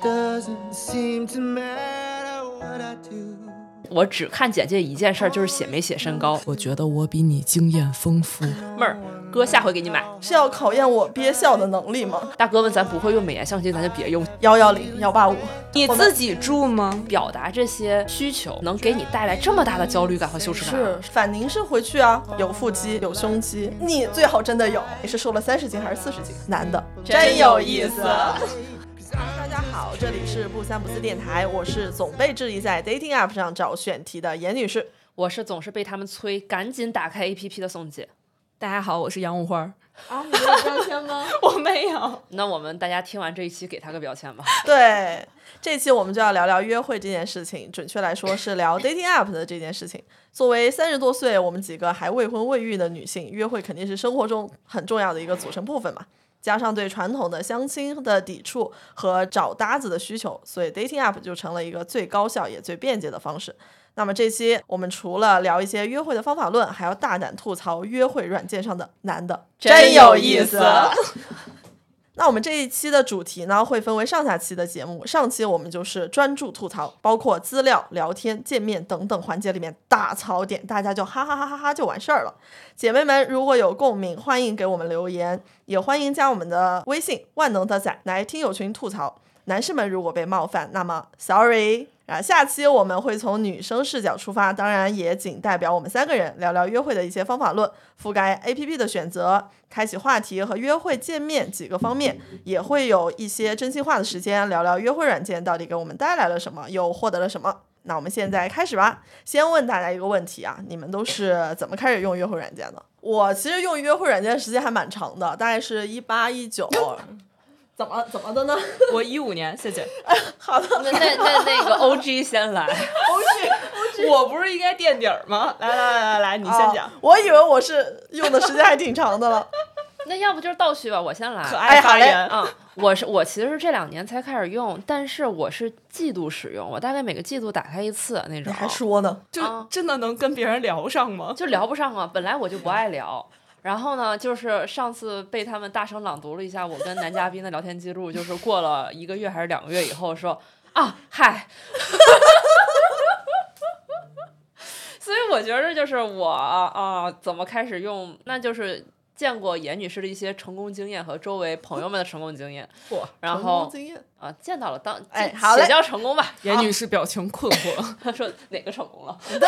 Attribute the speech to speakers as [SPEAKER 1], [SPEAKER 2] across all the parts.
[SPEAKER 1] doesn't seem to matter what I do.
[SPEAKER 2] 我只看简介一件事儿，就是写没写身
[SPEAKER 3] 哦
[SPEAKER 2] 高。
[SPEAKER 4] 我觉得我比你经验丰 富。
[SPEAKER 2] 妹儿，哥下回给你买。
[SPEAKER 5] 嗯是要考验我憋笑的能力吗？
[SPEAKER 2] 大哥问咱不会用美颜相机，咱就别用。
[SPEAKER 5] 幺幺零幺八五，
[SPEAKER 6] 你自己住吗？
[SPEAKER 2] 表达这些需求能给你带来这么大的焦虑感和羞耻感，啊
[SPEAKER 5] 是反宁是回去啊，有腹肌，有胸肌，你最好真的有。你是瘦了三十斤还是四十斤？男的，真有意思。 大家好，这里是不三不四电台，我是总被质疑在 dating app 上找选题的严女士。
[SPEAKER 2] 我是总是被他们催赶紧打开 APP 的宋姐。
[SPEAKER 6] 大家好，我是杨五花。
[SPEAKER 3] 啊，你有标签吗？
[SPEAKER 6] 我没有，
[SPEAKER 2] 那我们大家听完这一期，给他个 标签吧。
[SPEAKER 5] 对，这期我们就要聊聊约会这件事情，准确来说是聊 dating app 的这件事情。作为三十多岁，我们几个还未婚未育的女性，约会肯定是生活中很重要的一个组成部分嘛。加上对传统的相亲的抵触和找搭子的需求，所以 dating app 就成了一个最高效也最便捷的方式。那么这期我们除了聊一些约会的方法论，还要大胆吐槽约会软件上的男的
[SPEAKER 2] 真有意思。
[SPEAKER 5] 那我们这一期的主题呢，会分为上下期的节目。上期我们就是专注吐槽，包括资料、聊天、见面等等环节里面大槽点，大家就哈哈哈哈哈就完事儿了。姐妹们，如果有共鸣，欢迎给我们留言，也欢迎加我们的微信“万能的仔”来听友群吐槽。男士们如果被冒犯，那么 sorry。啊，下期我们会从女生视角出发，当然也仅代表我们三个人聊聊约会的一些方法论，覆盖 A P P 的选择、开启话题和约会见面几个方面，也会有一些真心话的时间，聊聊约会软件到底给我们带来了什么，又获得了什么。那我们现在开始吧。先问大家一个问题啊，你们都是怎么开始用约会软件的？我其实用约会软件的时间还蛮长的，大概是一八一九。怎么怎么的呢？
[SPEAKER 6] 我一五年，谢谢。
[SPEAKER 5] 好的，
[SPEAKER 2] 那那那那个 OG 先来，
[SPEAKER 6] 我不是应该垫底儿吗？来来来来，你先讲
[SPEAKER 5] 啊。我以为我是用的时间还挺长的 了。
[SPEAKER 2] 那要不就是倒叙吧，我先来。
[SPEAKER 6] 可爱
[SPEAKER 5] 好
[SPEAKER 6] 发
[SPEAKER 5] 嘞
[SPEAKER 6] 言，
[SPEAKER 2] 啊、我是我其实是这两年才开始用，但是我是季度使用，我大概每个季度打开一次那
[SPEAKER 5] 你
[SPEAKER 2] 种。
[SPEAKER 5] 还说呢？
[SPEAKER 6] 就
[SPEAKER 2] 啊
[SPEAKER 6] 真的能跟别人聊 上吗？
[SPEAKER 2] 就聊不上啊，本来我就不爱聊。然后呢，就是上次被他们大声朗读了一下我跟男嘉宾的聊天记录，就是过了一个月还是两个月以后说啊，嗨。 所以我觉着就是我啊、怎么开始用，那就是见过严女士的一些成功经验和周围朋友们的成功经验，
[SPEAKER 6] 嚯嗯
[SPEAKER 2] 然
[SPEAKER 5] 成功
[SPEAKER 2] 后
[SPEAKER 5] 经验
[SPEAKER 2] 啊见到了当
[SPEAKER 5] 哎
[SPEAKER 2] 且
[SPEAKER 5] 好嘞
[SPEAKER 2] 且交成功吧。
[SPEAKER 6] 严女士表情困惑，
[SPEAKER 2] 他说哪个成功了？嗯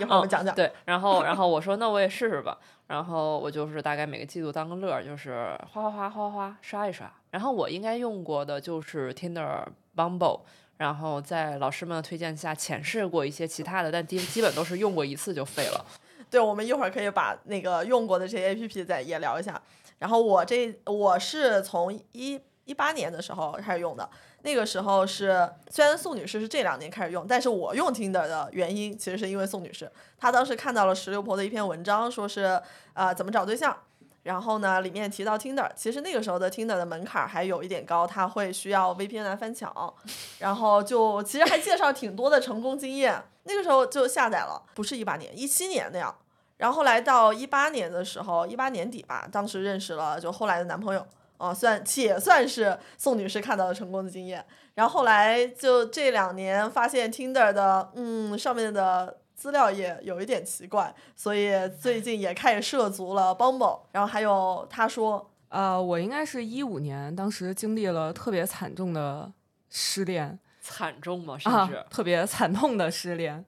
[SPEAKER 5] 一会儿我们讲讲。
[SPEAKER 2] 对，然后然后我说那我也试试吧，然后我就是大概每个季度当个乐儿，就是哗哗哗哗哗刷一刷。然后我应该用过的就是 Tinder、Bumble，然后在老师们的推荐下浅试过一些其他的，但基基本都是用过一次就废了。
[SPEAKER 5] 对，我们一会儿可以把那个用过的这些 A P P 再也聊一下。然后我这我是从一一八年的时候开始用的，那个时候是虽然宋女士是这两年开始用，但是我用 Tinder 的原因其实是因为宋女士，她当时看到了石榴婆的一篇文章，说是呃怎么找对象。然后呢，里面提到 Tinder，其实那个时候的 Tinder 的门槛还有一点高，它会需要 VPN 来翻墙，然后就其实还介绍挺多的成功经验。那个时候就下载了，不是一八年，一七年那样，然后后来到一八年的时候，一八年底吧，当时认识了就后来的男朋友，啊，算且算是宋女士看到了成功的经验。然后后来就这两年发现 Tinder 的，嗯，上面的资料也有一点奇怪，所以最近也开始涉足了 Bumble，然后还有他说
[SPEAKER 6] 呃，我应该是一五年，当时经历了特别惨重的失恋
[SPEAKER 2] 惨重吗？甚
[SPEAKER 6] 啊
[SPEAKER 2] 至、，
[SPEAKER 6] 特别惨痛的失恋。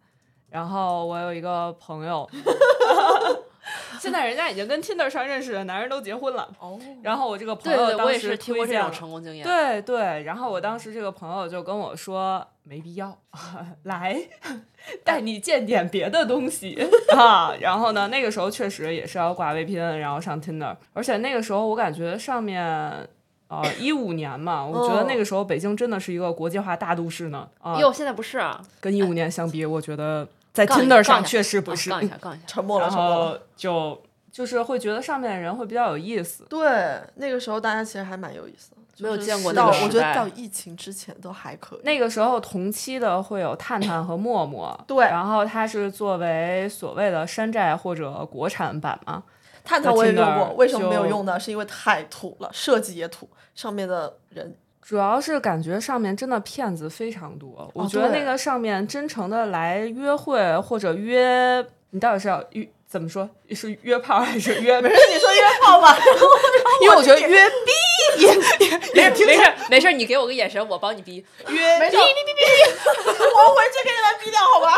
[SPEAKER 6] 然后我有一个朋友，现在人家已经跟 Tinder 上认识的男人都结婚了。
[SPEAKER 5] 哦，
[SPEAKER 6] 然后我这个朋
[SPEAKER 2] 对
[SPEAKER 6] 友
[SPEAKER 2] 对，我
[SPEAKER 6] 当
[SPEAKER 2] 也
[SPEAKER 6] 时
[SPEAKER 2] 是听过
[SPEAKER 6] 推
[SPEAKER 2] 这
[SPEAKER 6] 荐
[SPEAKER 2] 种
[SPEAKER 6] 了，
[SPEAKER 2] 成功经验。
[SPEAKER 6] 对对。然后我
[SPEAKER 2] 嗯
[SPEAKER 6] 当时这个朋友就跟我说，没必要， 来，带你见点别的东西 啊。然后呢，那个时候确实也是要挂 VPN，然后上 Tinder，而且那个时候我感觉上面。啊，一五年嘛，我觉得那个时候北京真的是一个国际化大都市呢。啊，
[SPEAKER 2] 哦哟，现在不是啊，
[SPEAKER 6] 跟一五年相比，我觉得在
[SPEAKER 2] 杠一
[SPEAKER 6] Tinder
[SPEAKER 2] 杠
[SPEAKER 6] 上
[SPEAKER 2] 一下
[SPEAKER 6] 确实不
[SPEAKER 2] 啊
[SPEAKER 6] 是。
[SPEAKER 2] 杠一下，杠一下。
[SPEAKER 5] 沉默了，
[SPEAKER 6] 然
[SPEAKER 5] 沉默了。
[SPEAKER 6] 后就就是会觉得上面的人会比较有意思。
[SPEAKER 5] 对，那个时候大家其实还蛮有意思的，
[SPEAKER 2] 没有
[SPEAKER 5] 就是
[SPEAKER 2] 见过那
[SPEAKER 5] 到
[SPEAKER 2] 个
[SPEAKER 5] 我
[SPEAKER 2] 时
[SPEAKER 5] 觉得
[SPEAKER 2] 代
[SPEAKER 5] 到疫情之前都还可以。
[SPEAKER 6] 那个时候同期的会有探探和陌陌，
[SPEAKER 5] 对
[SPEAKER 6] 然后它是作为所谓的山寨或者国产版嘛，
[SPEAKER 5] 探探我也用
[SPEAKER 6] 在
[SPEAKER 5] 过
[SPEAKER 6] Tinder，
[SPEAKER 5] 为什么没有
[SPEAKER 6] 就
[SPEAKER 5] 用呢？是因为太土了，设计也土，上面的人
[SPEAKER 6] 主要是感觉上面真的骗子非常多，我觉得
[SPEAKER 5] 对
[SPEAKER 6] 那个上面真诚的来约会或者约，你到底是要约怎么说？是约炮还是约？
[SPEAKER 5] 不是你说约炮吧？
[SPEAKER 6] 因为我觉 得约
[SPEAKER 2] 没事没事没事，你给我个眼神，我帮你逼。
[SPEAKER 5] 约没错，我回去给你们逼掉好吧？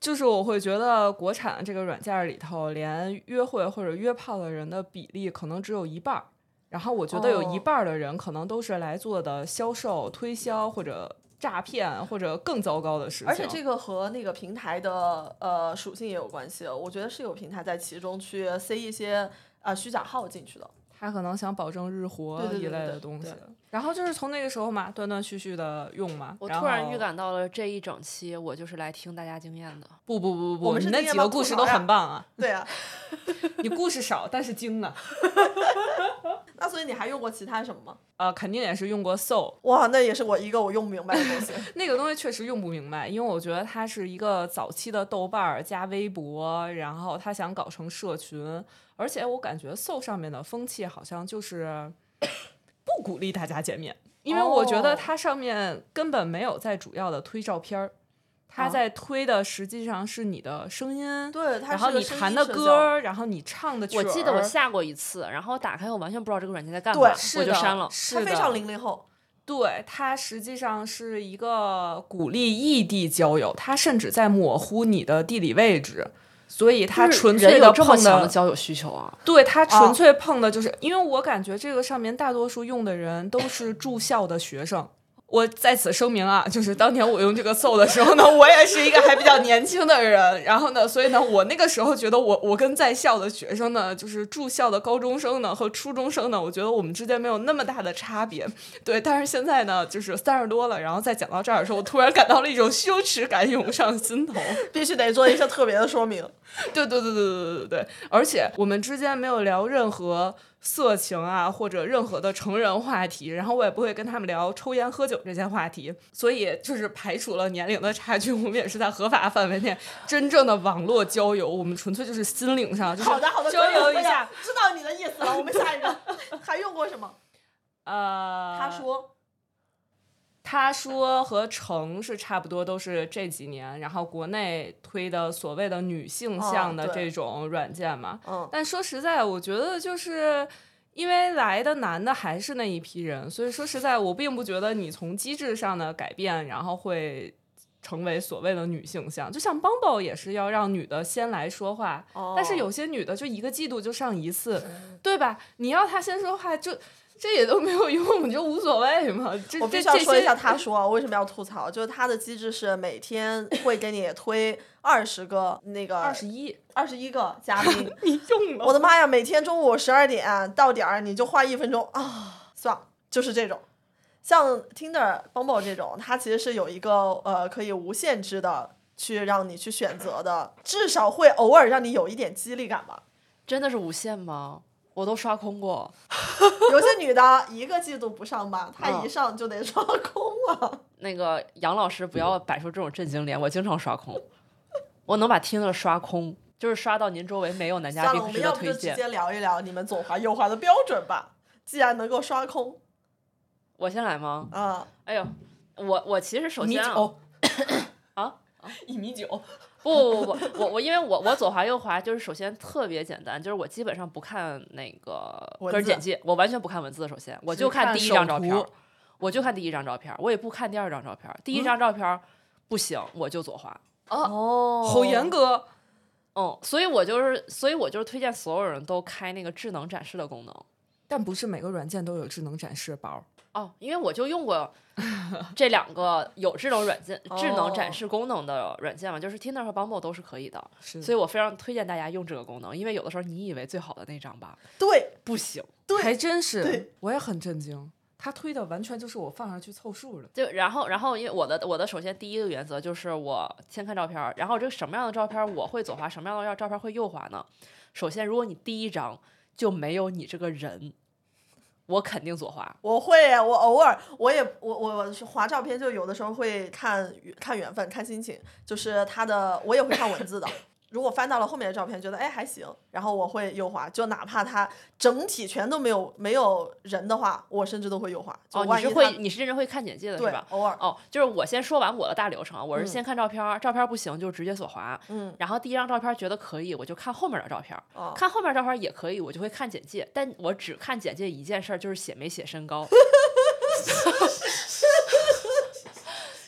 [SPEAKER 6] 就是我会觉得国产这个软件儿里头，连约会或者约炮的人的比例可能只有一半儿。然后我觉得有一
[SPEAKER 5] 哦
[SPEAKER 6] 半儿的人可能都是来做的销售、推销或者诈骗或者更糟糕的事情。
[SPEAKER 5] 而且这个和那个平台的呃属性也有关系，我觉得是有平台在其中去塞一些啊、呃虚假号进去的。
[SPEAKER 6] 他可能想保证日活
[SPEAKER 5] 对对对
[SPEAKER 6] 一类
[SPEAKER 5] 对
[SPEAKER 6] 的
[SPEAKER 5] 对
[SPEAKER 6] 东西
[SPEAKER 5] 对。
[SPEAKER 6] 然后就是从那个时候嘛，断断续续的用嘛。
[SPEAKER 2] 我
[SPEAKER 6] 然
[SPEAKER 2] 突然
[SPEAKER 6] 后
[SPEAKER 2] 预，感到了这一整期，我就是来听大家经验的。
[SPEAKER 6] 不不不不，
[SPEAKER 5] 我们
[SPEAKER 6] 你
[SPEAKER 5] 是
[SPEAKER 6] 那
[SPEAKER 5] 今天
[SPEAKER 6] 几
[SPEAKER 5] 要
[SPEAKER 6] 个故
[SPEAKER 5] 吐
[SPEAKER 6] 事
[SPEAKER 5] 槽
[SPEAKER 6] 都
[SPEAKER 5] 呀
[SPEAKER 6] 很棒啊！
[SPEAKER 5] 对啊，
[SPEAKER 6] 你故事少，但是精啊。
[SPEAKER 5] 那所以你还用过其他什么吗？
[SPEAKER 6] 呃，肯定也是用过 Soul，
[SPEAKER 5] 哇，那也是我一个我用不明白的东西。
[SPEAKER 6] 那个东西确实用不明白，因为我觉得它是一个早期的豆瓣儿加微博，然后他想搞成社群，而且我感觉 Soul 上面的风气好像就是不鼓励大家见面，因为我觉得
[SPEAKER 5] 哦
[SPEAKER 6] 它上面根本没有在主要的推照片儿，它
[SPEAKER 5] 啊
[SPEAKER 6] 在推的实际上是你的声音，
[SPEAKER 5] 对，它
[SPEAKER 6] 然
[SPEAKER 5] 是
[SPEAKER 6] 后
[SPEAKER 5] 个
[SPEAKER 6] 你
[SPEAKER 5] 声
[SPEAKER 6] 弹
[SPEAKER 5] 音
[SPEAKER 6] 的
[SPEAKER 5] 社
[SPEAKER 6] 歌
[SPEAKER 5] 交
[SPEAKER 6] 儿，然后你唱的曲
[SPEAKER 2] 我记得我
[SPEAKER 6] 儿
[SPEAKER 2] 下过一次，然后打开我完全不知道这个软件在干
[SPEAKER 5] 对
[SPEAKER 2] 嘛，
[SPEAKER 6] 是
[SPEAKER 2] 我就
[SPEAKER 6] 的
[SPEAKER 2] 删了。
[SPEAKER 6] 是
[SPEAKER 5] 它非
[SPEAKER 6] 的
[SPEAKER 5] 常零零后。
[SPEAKER 6] 对，它实际上是一个鼓励异地交友，它甚至在模糊你的地理位置，所以它
[SPEAKER 2] 就是
[SPEAKER 6] 纯
[SPEAKER 2] 人
[SPEAKER 6] 粹
[SPEAKER 2] 有
[SPEAKER 6] 的
[SPEAKER 2] 这么
[SPEAKER 6] 碰
[SPEAKER 2] 强
[SPEAKER 6] 的
[SPEAKER 2] 的，交友需求啊！
[SPEAKER 6] 对，它纯
[SPEAKER 5] 啊
[SPEAKER 6] 粹碰的就是，因为我感觉这个上面大多数用的人都是住校的学生。我在此声明啊，就是当年我用这个搜的时候呢，我也是一个还比较年轻的人，然后呢，所以呢，我那个时候觉得我我跟在校的学生呢，就是住校的高中生呢和初中生呢，我觉得我们之间没有那么大的差别，对。但是现在呢，就是三十多了，然后再讲到这儿的时候，我突然感到了一种羞耻感涌上心头。
[SPEAKER 5] 必须得做一些特别的说明，
[SPEAKER 6] 对对对对对对对，而且我们之间没有聊任何色情啊，或者任何的成人话题，然后我也不会跟他们聊抽烟喝酒这些话题，所以就是排除了年龄的差距，我们也是在合法范围内真正的网络交友，我们纯粹就是心灵上，就是
[SPEAKER 5] 好 的好的，
[SPEAKER 6] 交
[SPEAKER 5] 可
[SPEAKER 6] 流
[SPEAKER 5] 以了
[SPEAKER 6] 一下，，
[SPEAKER 5] 知道你的意 思了。我们下一个还用过什么？
[SPEAKER 6] 呃，
[SPEAKER 5] 他说
[SPEAKER 6] 他说和成是差不多，都是这几年，然后国内推的所谓的女性向的
[SPEAKER 5] 哦对
[SPEAKER 6] 这种软件嘛。
[SPEAKER 5] 嗯
[SPEAKER 6] 但说实在，我觉得就是因为来的男的还是那一批人，所以说实在，我并不觉得你从机制上的改变，然后会成为所谓的女性向。就像 Bumble 也是要让女的先来说话，
[SPEAKER 5] 哦
[SPEAKER 6] 但是有些女的就一个季度就上一次，对吧？你要她先说话就。这也都没有用，你就无所谓嘛。这
[SPEAKER 5] 我
[SPEAKER 6] 这
[SPEAKER 5] 必须要
[SPEAKER 6] 这
[SPEAKER 5] 说一
[SPEAKER 6] 些
[SPEAKER 5] 下，他说啊，我为什么要吐槽？就是他的机制是每天会给你推二十个那个
[SPEAKER 6] 二十一，，
[SPEAKER 5] 二十一个嘉宾
[SPEAKER 6] 你用了
[SPEAKER 5] 我的妈呀！每天中午十二点到点儿，你就花一分钟啊，算了，就是这种。像 Tinder、Bumble 这种，它其实是有一个呃可以无限制的去让你去选择的，至少会偶尔让你有一点激励感吧。
[SPEAKER 2] 真的是无限吗？我都刷空过。
[SPEAKER 5] 有些女的一个季度不上吧，她
[SPEAKER 2] 嗯
[SPEAKER 5] 一上就得刷空啊 了。
[SPEAKER 2] 那个杨老师不要摆出这种震惊脸，我经常刷空，我能把听的刷空，就是刷到您周围没有男嘉
[SPEAKER 5] 算
[SPEAKER 2] 宾
[SPEAKER 5] 了，
[SPEAKER 2] 值
[SPEAKER 5] 我们
[SPEAKER 2] 得
[SPEAKER 5] 要不
[SPEAKER 2] 推
[SPEAKER 5] 就直
[SPEAKER 2] 荐。
[SPEAKER 5] 接聊一聊你们左滑右滑的标准吧。既然能够刷空
[SPEAKER 2] 我先来吗？
[SPEAKER 5] 啊、
[SPEAKER 2] 哎呦，我我其实首
[SPEAKER 6] 一米
[SPEAKER 2] 先啊，
[SPEAKER 6] 九
[SPEAKER 2] 啊，
[SPEAKER 6] 一米九，
[SPEAKER 2] 不不不不，我我因为我我左滑右滑，就是首先特别简单，就是我基本上不看那个
[SPEAKER 5] 文
[SPEAKER 2] 个人
[SPEAKER 5] 字
[SPEAKER 2] 简介，我完全不看文字。首先，我
[SPEAKER 6] 只
[SPEAKER 2] 就看
[SPEAKER 6] 看
[SPEAKER 2] 第一
[SPEAKER 6] 手
[SPEAKER 2] 张照片
[SPEAKER 6] 图
[SPEAKER 2] 儿，我就看第一张照片儿，我也不看第二张照片儿。第
[SPEAKER 6] 嗯
[SPEAKER 2] 一张照片儿不行，我就左滑。
[SPEAKER 5] 哦
[SPEAKER 6] 好严格。
[SPEAKER 2] 嗯，所以我就是，所以我就是推荐所有人都开那个智能展示的功能
[SPEAKER 6] 但不是每个软件都有智能展示包。
[SPEAKER 2] 哦，因为我就用 过这两个有智能软件、智能
[SPEAKER 6] 哦
[SPEAKER 2] 展示功能的软件嘛，就是 Tinder 和 Bumble 都是可以的，
[SPEAKER 6] 是
[SPEAKER 2] 所以我非常推荐大家用这个功能，因为有的时候你以为最好的那张吧，
[SPEAKER 5] 对，
[SPEAKER 2] 不行。
[SPEAKER 6] 还真是
[SPEAKER 5] 对，
[SPEAKER 6] 我也很震惊。他推的完全就是我放上去凑数的。
[SPEAKER 2] 就然后，然后因为我的我的首先第一个原则就是我先看照片儿，然后这个什么样的照片儿我会左滑，什么样的照照片儿会右滑呢？首先，如果你第一张就没有你这个人，我肯定左滑。
[SPEAKER 5] 我会，我偶尔我也我我我是划照片，就有的时候会看看缘分、看心情，就是他的我也会看文字的，如果翻到了后面的照片，觉得哎还行，然后我会右滑，就哪怕它整体全都没有没有人的话，我甚至都会右滑。就
[SPEAKER 2] 哦，你
[SPEAKER 5] 万一
[SPEAKER 2] 是
[SPEAKER 5] 它、
[SPEAKER 2] 会你是认真会看简介的是
[SPEAKER 5] 对
[SPEAKER 2] 吧？
[SPEAKER 5] 偶尔
[SPEAKER 2] 哦，就是我先说完我的大流程啊，我是
[SPEAKER 5] 嗯
[SPEAKER 2] 先看照片儿，照片儿不行就直接左滑，
[SPEAKER 5] 嗯
[SPEAKER 2] 然后第一张照片觉得可以，我就看后面的照片儿。
[SPEAKER 5] 哦
[SPEAKER 2] 看后面照片儿也可以，我就会看简介，但我只看简介一件事儿，就是写没写身高。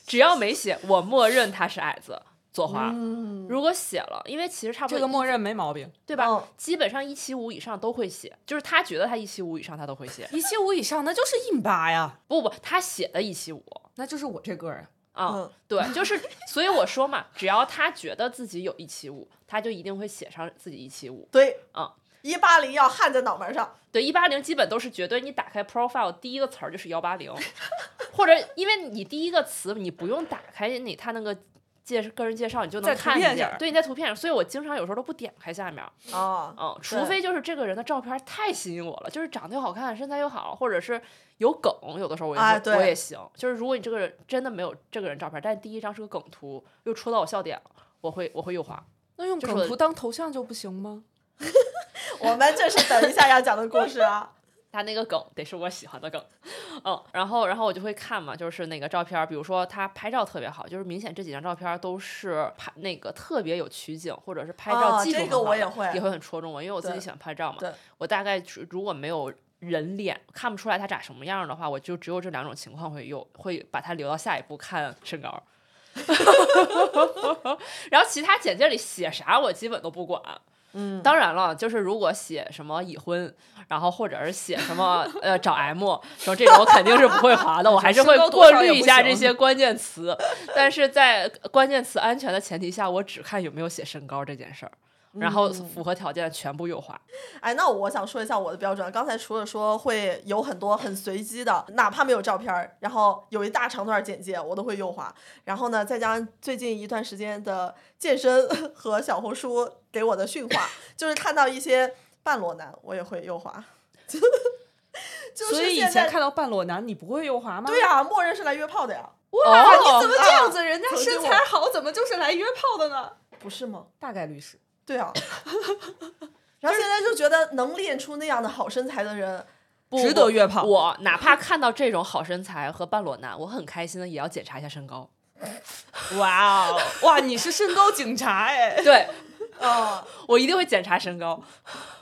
[SPEAKER 2] 只要没写，我默认他是矮子，左滑。
[SPEAKER 5] 嗯
[SPEAKER 2] 如果写了，因为其实差不
[SPEAKER 6] 这
[SPEAKER 2] 多
[SPEAKER 6] 个默认没毛病。
[SPEAKER 2] 对吧？
[SPEAKER 5] 嗯
[SPEAKER 2] 基本上一七五以上都会写，就是他觉得他一七五以上他都会 写。
[SPEAKER 6] 一七五以上那就是一米八呀，
[SPEAKER 2] 不不，他写的一七五
[SPEAKER 6] 那就是我这个儿啊。
[SPEAKER 2] 啊，
[SPEAKER 5] 嗯
[SPEAKER 2] 对，就是所以我说嘛，只要他觉得自己有一七五，他就一定会写上自己一七五。
[SPEAKER 5] 对
[SPEAKER 2] 啊，
[SPEAKER 5] 一八零要焊在脑门上，
[SPEAKER 2] 对，一八零基本都是绝对，你打开 profile 第一个词儿就是幺八零， 或者因为你第一个词你不用打开你他那个介个人介绍，你就能
[SPEAKER 6] 在图
[SPEAKER 2] 看
[SPEAKER 6] 片
[SPEAKER 2] 见
[SPEAKER 6] 上。
[SPEAKER 2] 对，你在图片上，所以我经常有时候都不点开下面儿，
[SPEAKER 5] 啊，
[SPEAKER 2] 嗯，除非就是这个人的照片太吸引我了，就是长得又好看，身材又好，或者是有梗，有的时候我也、
[SPEAKER 6] 啊
[SPEAKER 5] 哎
[SPEAKER 2] 我
[SPEAKER 5] 对
[SPEAKER 2] 也行。就是如果你这个人真的没有这个人照片，但第一张是个梗图，又戳到我笑点了，我会我会右滑。
[SPEAKER 6] 那用
[SPEAKER 2] 就是
[SPEAKER 6] 梗
[SPEAKER 2] 我
[SPEAKER 6] 图当头像就不行吗？
[SPEAKER 5] 我们这是等一下要讲的故事啊。
[SPEAKER 2] 他那个梗得是我喜欢的梗，嗯，然后然后我就会看嘛，就是那个照片儿，比如说他拍照特别好，就是明显这几张照片儿都是拍那个特别有取景，或者是拍照
[SPEAKER 5] 哦
[SPEAKER 2] 技术
[SPEAKER 5] 这
[SPEAKER 2] 很
[SPEAKER 5] 个
[SPEAKER 2] 好
[SPEAKER 5] 我也
[SPEAKER 2] 的
[SPEAKER 5] 会
[SPEAKER 2] 也会很戳中我，因为我自己
[SPEAKER 5] 对
[SPEAKER 2] 喜欢拍照嘛
[SPEAKER 5] 对。
[SPEAKER 2] 我大概只如果没有人脸看不出来他长什么样儿的话，我就只有这两种情况会有，会把它留到下一步看身高。然后其他简介里写啥我基本都不管，
[SPEAKER 5] 嗯，
[SPEAKER 2] 当然了，就是如果写什么已婚，然后或者是写什么 呃找 M，然后这种我肯定是不会划的，我还是会
[SPEAKER 6] 身高多
[SPEAKER 2] 过
[SPEAKER 6] 少也
[SPEAKER 2] 滤
[SPEAKER 6] 不
[SPEAKER 2] 一下
[SPEAKER 6] 行
[SPEAKER 2] 这些关键 词。但是在关键词安全的前提下，我只看有没有写身高这件事儿，
[SPEAKER 6] 嗯
[SPEAKER 2] 然后符合条件全部右滑。
[SPEAKER 5] 哎，那我想说一下我的标准。刚才除了说会有很多很随机的，哪怕没有照片儿，然后有一大长段简介，我都会右滑。然后呢，再加上最近一段时间的健身 和小红书给我的驯化，就是看到一些半裸男，我也会右滑。 就是
[SPEAKER 6] 所以以
[SPEAKER 5] 现
[SPEAKER 6] 前
[SPEAKER 5] 在
[SPEAKER 6] 看到半裸男，你不会右滑吗？
[SPEAKER 5] 对呀、默认是来约炮的呀，
[SPEAKER 6] 哇，
[SPEAKER 2] 哦
[SPEAKER 6] 你怎么这样子？人家
[SPEAKER 5] 曾经
[SPEAKER 6] 身
[SPEAKER 5] 我
[SPEAKER 6] 材好，怎么就是来约炮的呢？
[SPEAKER 5] 不是吗？
[SPEAKER 6] 大概率是。
[SPEAKER 5] 对啊。 然后现在就觉得能练出那样的好身材的人，
[SPEAKER 2] 不
[SPEAKER 6] 值得
[SPEAKER 2] 我
[SPEAKER 6] 约炮
[SPEAKER 2] 我哪怕看到这种好身材和半裸男，我很开心的也要检查一下身高。
[SPEAKER 6] 哇哦，哇，你是身高警察哎！
[SPEAKER 2] 对
[SPEAKER 5] 啊、
[SPEAKER 2] 我一定会检查身高，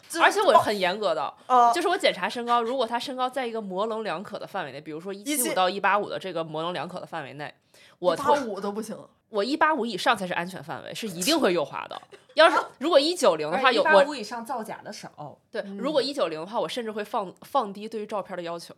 [SPEAKER 5] 就是
[SPEAKER 2] 而且我很严格的。
[SPEAKER 6] 哦
[SPEAKER 5] 啊，
[SPEAKER 2] 就是我检查身高，如果他身高在一个模棱两可的范围内，比如说一七
[SPEAKER 5] 七
[SPEAKER 2] 五到一八五的这个模棱两可的范围内，我
[SPEAKER 5] 我
[SPEAKER 2] 特
[SPEAKER 5] 八五都不行，
[SPEAKER 2] 我一八五以上才是安全范围，是一定会右滑 的。要是如果一九零的话，有
[SPEAKER 6] 八
[SPEAKER 2] 我
[SPEAKER 6] 五以嗯上造假的少。
[SPEAKER 2] 对如果一九零的话，我甚至会放放低对于照片的要求。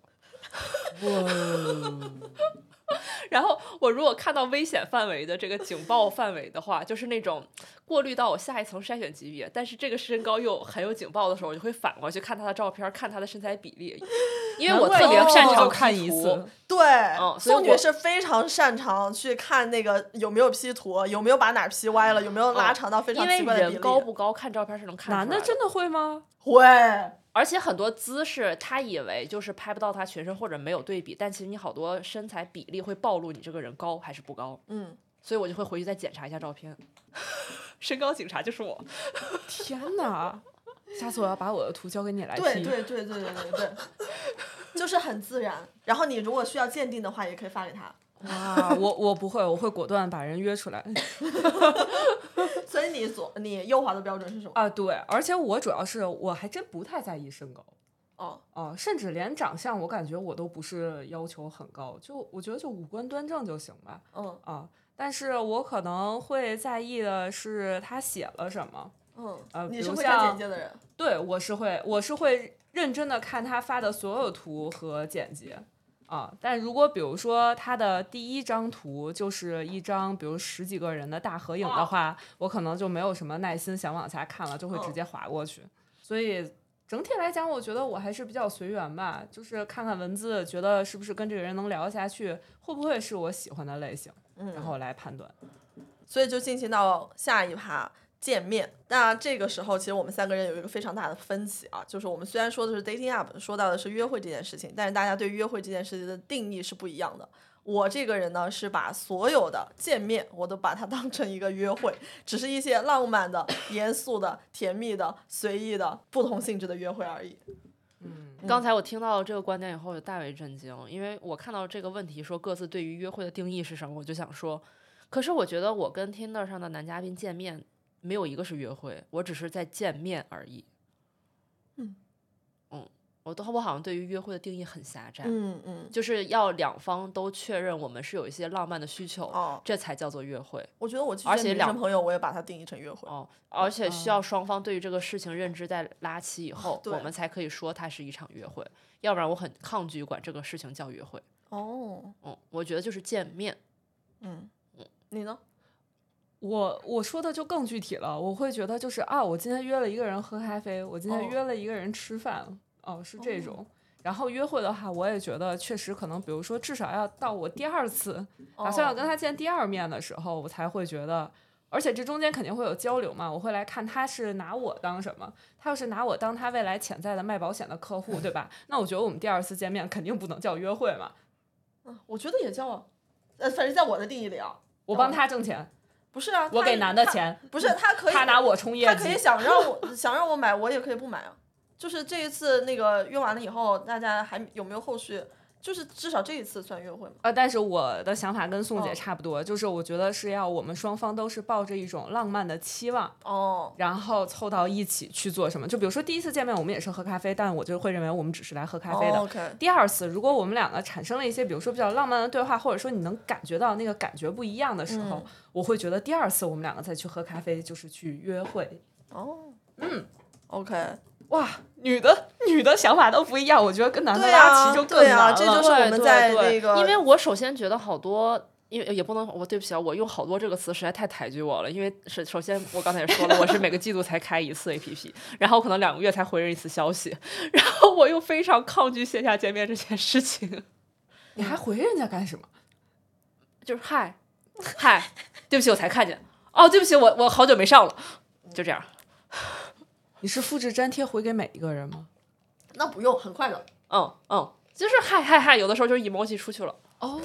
[SPEAKER 2] 然后我如果看到危险范围的这个警报范围的话，就是那种过滤到我下一层筛选级别，但是这个身高又很有警报的时候，我就会反过去看他的照片，看他的身材比例，因为我特别
[SPEAKER 6] 难怪
[SPEAKER 2] 擅
[SPEAKER 6] 一周
[SPEAKER 2] 长
[SPEAKER 6] 就看
[SPEAKER 2] 地
[SPEAKER 6] 一
[SPEAKER 2] 图
[SPEAKER 6] 次。
[SPEAKER 5] 对，
[SPEAKER 2] 嗯所以
[SPEAKER 5] 宋
[SPEAKER 2] 我
[SPEAKER 5] 女是非常擅长去看那个有没有 P 图，有没有把哪儿 P 歪了，有没有拉长到非常
[SPEAKER 2] 哦因
[SPEAKER 5] 奇
[SPEAKER 2] 为
[SPEAKER 5] 怪的比
[SPEAKER 2] 人
[SPEAKER 5] 例。啊
[SPEAKER 2] 高不高，看照片是能看出来
[SPEAKER 6] 男的真的会吗？
[SPEAKER 5] 会，
[SPEAKER 2] 而且很多姿势，他以为就是拍不到他全身或者没有对比，但其实你好多身材比例会暴露你这个人高还是不高。
[SPEAKER 5] 嗯，
[SPEAKER 2] 所以我就会回去再检查一下照片。 身高警察就是我，
[SPEAKER 6] 天哪！下次我要把我的图交给你来 P。
[SPEAKER 5] 对对对对对对对，就是很自然。然后你如果需要鉴定的话，也可以发给他。
[SPEAKER 6] 哇，我我不会，我会果断把人约出来
[SPEAKER 5] 所以你左你右滑的标准是什么？
[SPEAKER 6] 啊！对，而且我主要是我还真不太在意身高
[SPEAKER 5] 哦，
[SPEAKER 6] 啊，甚至连长相我感觉我都不是要求很高，就我觉得就五官端正就行吧
[SPEAKER 5] 嗯
[SPEAKER 6] 啊。但是我可能会在意的是他写了什么，
[SPEAKER 5] 嗯，
[SPEAKER 6] 呃
[SPEAKER 5] 你
[SPEAKER 6] 比
[SPEAKER 5] 是
[SPEAKER 6] 如
[SPEAKER 5] 会看
[SPEAKER 6] 像
[SPEAKER 5] 简介的人。
[SPEAKER 6] 对，我是会，我是会认真的看他发的所有图和简介啊。但如果比如说他的第一张图就是一张比如十几个人的大合影的话，我可能就没有什么耐心想往下看了，就会直接划过去。所以整体来讲，我觉得我还是比较随缘吧，就是看看文字，觉得是不是跟这个人能聊得下去，会不会是我喜欢的类型，然后来判断。
[SPEAKER 5] 所以就进行到下一趴见面。那这个时候，其实我们三个人有一个非常大的分歧啊，就是我们虽然说的是 dating app，说到的是约会这件事情，但是大家对约会这件事情的定义是不一样的。我这个人呢，是把所有的见面，我都把它当成一个约会，只是一些浪漫的、 严肃的、甜蜜的、随意的、不同性质的约会而已。嗯
[SPEAKER 2] 刚才我听到这个观点以后，我就大为震惊，因为我看到这个问题说各自对于约会的定义是什么，我就想说，可是我觉得我跟 Tinder 上的男嘉宾见面，没有一个是约会，我只是在见面而已。
[SPEAKER 5] 嗯
[SPEAKER 2] 嗯，我都我好像对于约会的定义很狭窄，
[SPEAKER 5] 嗯嗯，
[SPEAKER 2] 就是要两方都确认我们是有一些浪漫的需求，
[SPEAKER 5] 哦
[SPEAKER 2] 这才叫做约会
[SPEAKER 5] 我觉得我拒
[SPEAKER 2] 而
[SPEAKER 5] 绝
[SPEAKER 2] 且
[SPEAKER 5] 女
[SPEAKER 2] 两
[SPEAKER 5] 生朋友，我也把它定义成约会。嗯
[SPEAKER 2] 哦，而且需要双方对于这个事情认知在拉齐以后，
[SPEAKER 5] 啊对
[SPEAKER 2] 我们才可以说它是一场约会，要不然我很抗拒管这个事情叫约会。
[SPEAKER 5] 哦，
[SPEAKER 2] 嗯，我觉得就是见面，
[SPEAKER 5] 嗯你呢？
[SPEAKER 6] 我我说的就更具体了，我会觉得就是啊，我今天约了一个人喝咖啡，我今
[SPEAKER 5] 哦
[SPEAKER 6] 天约了一个人吃饭，哦、是这种。然后约会的话，我也觉得确实可能，比如说至少要到我第二次打
[SPEAKER 2] 啊
[SPEAKER 6] 算
[SPEAKER 5] 哦
[SPEAKER 6] 要跟他见第二面的时候，我才会觉得，而且这中间肯定会有交流嘛，我会来看他是拿我当什么，他要是拿我当他未来潜在的卖保险的客户，对吧？那我觉得我们第二次见面肯定不能叫约会嘛，
[SPEAKER 5] 嗯我觉得也叫啊，呃，反正在我的定义里啊，
[SPEAKER 6] 我帮他挣钱，
[SPEAKER 5] 不是啊，
[SPEAKER 6] 我
[SPEAKER 5] 他
[SPEAKER 6] 给男的
[SPEAKER 5] 他
[SPEAKER 6] 钱，
[SPEAKER 5] 不是他可以
[SPEAKER 6] 他拿我冲业
[SPEAKER 5] 他可以
[SPEAKER 6] 绩，
[SPEAKER 5] 想让 我想让我买，我也可以不买啊。就是这一次那个约完了以后，大家还有没有后续？就是至少这一次算约会嘛。
[SPEAKER 6] 呃，但是我的想法跟宋姐
[SPEAKER 5] 嗯
[SPEAKER 6] 差不多，就是我觉得是要我们双方都是抱着一种浪漫的期望，
[SPEAKER 5] 哦，
[SPEAKER 6] 然后凑到一起去做什么。就比如说第一次见面，我们也是喝咖啡，但我就会认为我们只是来喝咖啡的。
[SPEAKER 5] 哦，OK
[SPEAKER 6] 第二次，如果我们两个产生了一些，比如说比较浪漫的对话，或者说你能感觉到那个感觉不一样的时候，
[SPEAKER 5] 嗯
[SPEAKER 6] 我会觉得第二次我们两个再去喝咖啡就是去约会。
[SPEAKER 5] 哦，嗯，OK，
[SPEAKER 6] 哇，女的女的想法都不一样，我觉得跟男的
[SPEAKER 5] 对
[SPEAKER 6] 拉
[SPEAKER 5] 啊，
[SPEAKER 6] 齐就更
[SPEAKER 5] 对
[SPEAKER 6] 难了。
[SPEAKER 5] 啊，这就是我
[SPEAKER 2] 对
[SPEAKER 5] 们
[SPEAKER 2] 对
[SPEAKER 5] 在
[SPEAKER 2] 对
[SPEAKER 5] 那个，
[SPEAKER 2] 因为我首先觉得好多。因为也不能，我对不起啊，我用“好多”这个词实在太抬举我了。因为是首先，我刚才也说了，我是每个季度才开一次 APP，然 后可能两个月才回人一次消息， 然后我又非常抗拒线下见面这件事情，
[SPEAKER 6] 你还回人家干什么？
[SPEAKER 2] 就是嗨，嗨，对不起，我才看见，哦，对不起，我我好久没上了，就这样。
[SPEAKER 6] 你是复制粘贴回给每一个人吗？
[SPEAKER 5] 那不用，很快的。
[SPEAKER 2] 嗯嗯，就是嗨嗨嗨，有的时候就是 emoji 出去了。哦，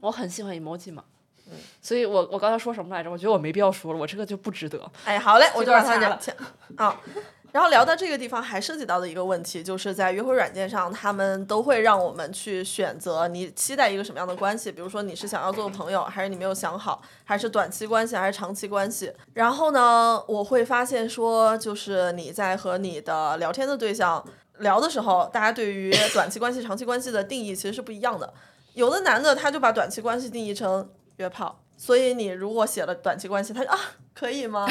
[SPEAKER 2] 我很喜欢 emoji 嘛，嗯所以我我刚才说什么来着？我觉得我没必要说了，我这个就不值得。
[SPEAKER 5] 哎，好嘞，我就让他
[SPEAKER 6] 掐
[SPEAKER 5] 讲
[SPEAKER 6] 了
[SPEAKER 5] 讲啊。然后聊到这个地方，还涉及到的一个问题，就是在约会软件上，他们都会让我们去选择你期待一个什么样的关系，比如说你是想要做个朋友，还是你没有想好，还是短期关系，还是长期关系。然后呢，我会发现说，就是你在和你的聊天的对象聊的时候，大家对于短期关系、长期关系的定义其实是不一样的。有的男的他就把短期关系定义成约炮，所以你如果写了短期关系，他就啊可以吗？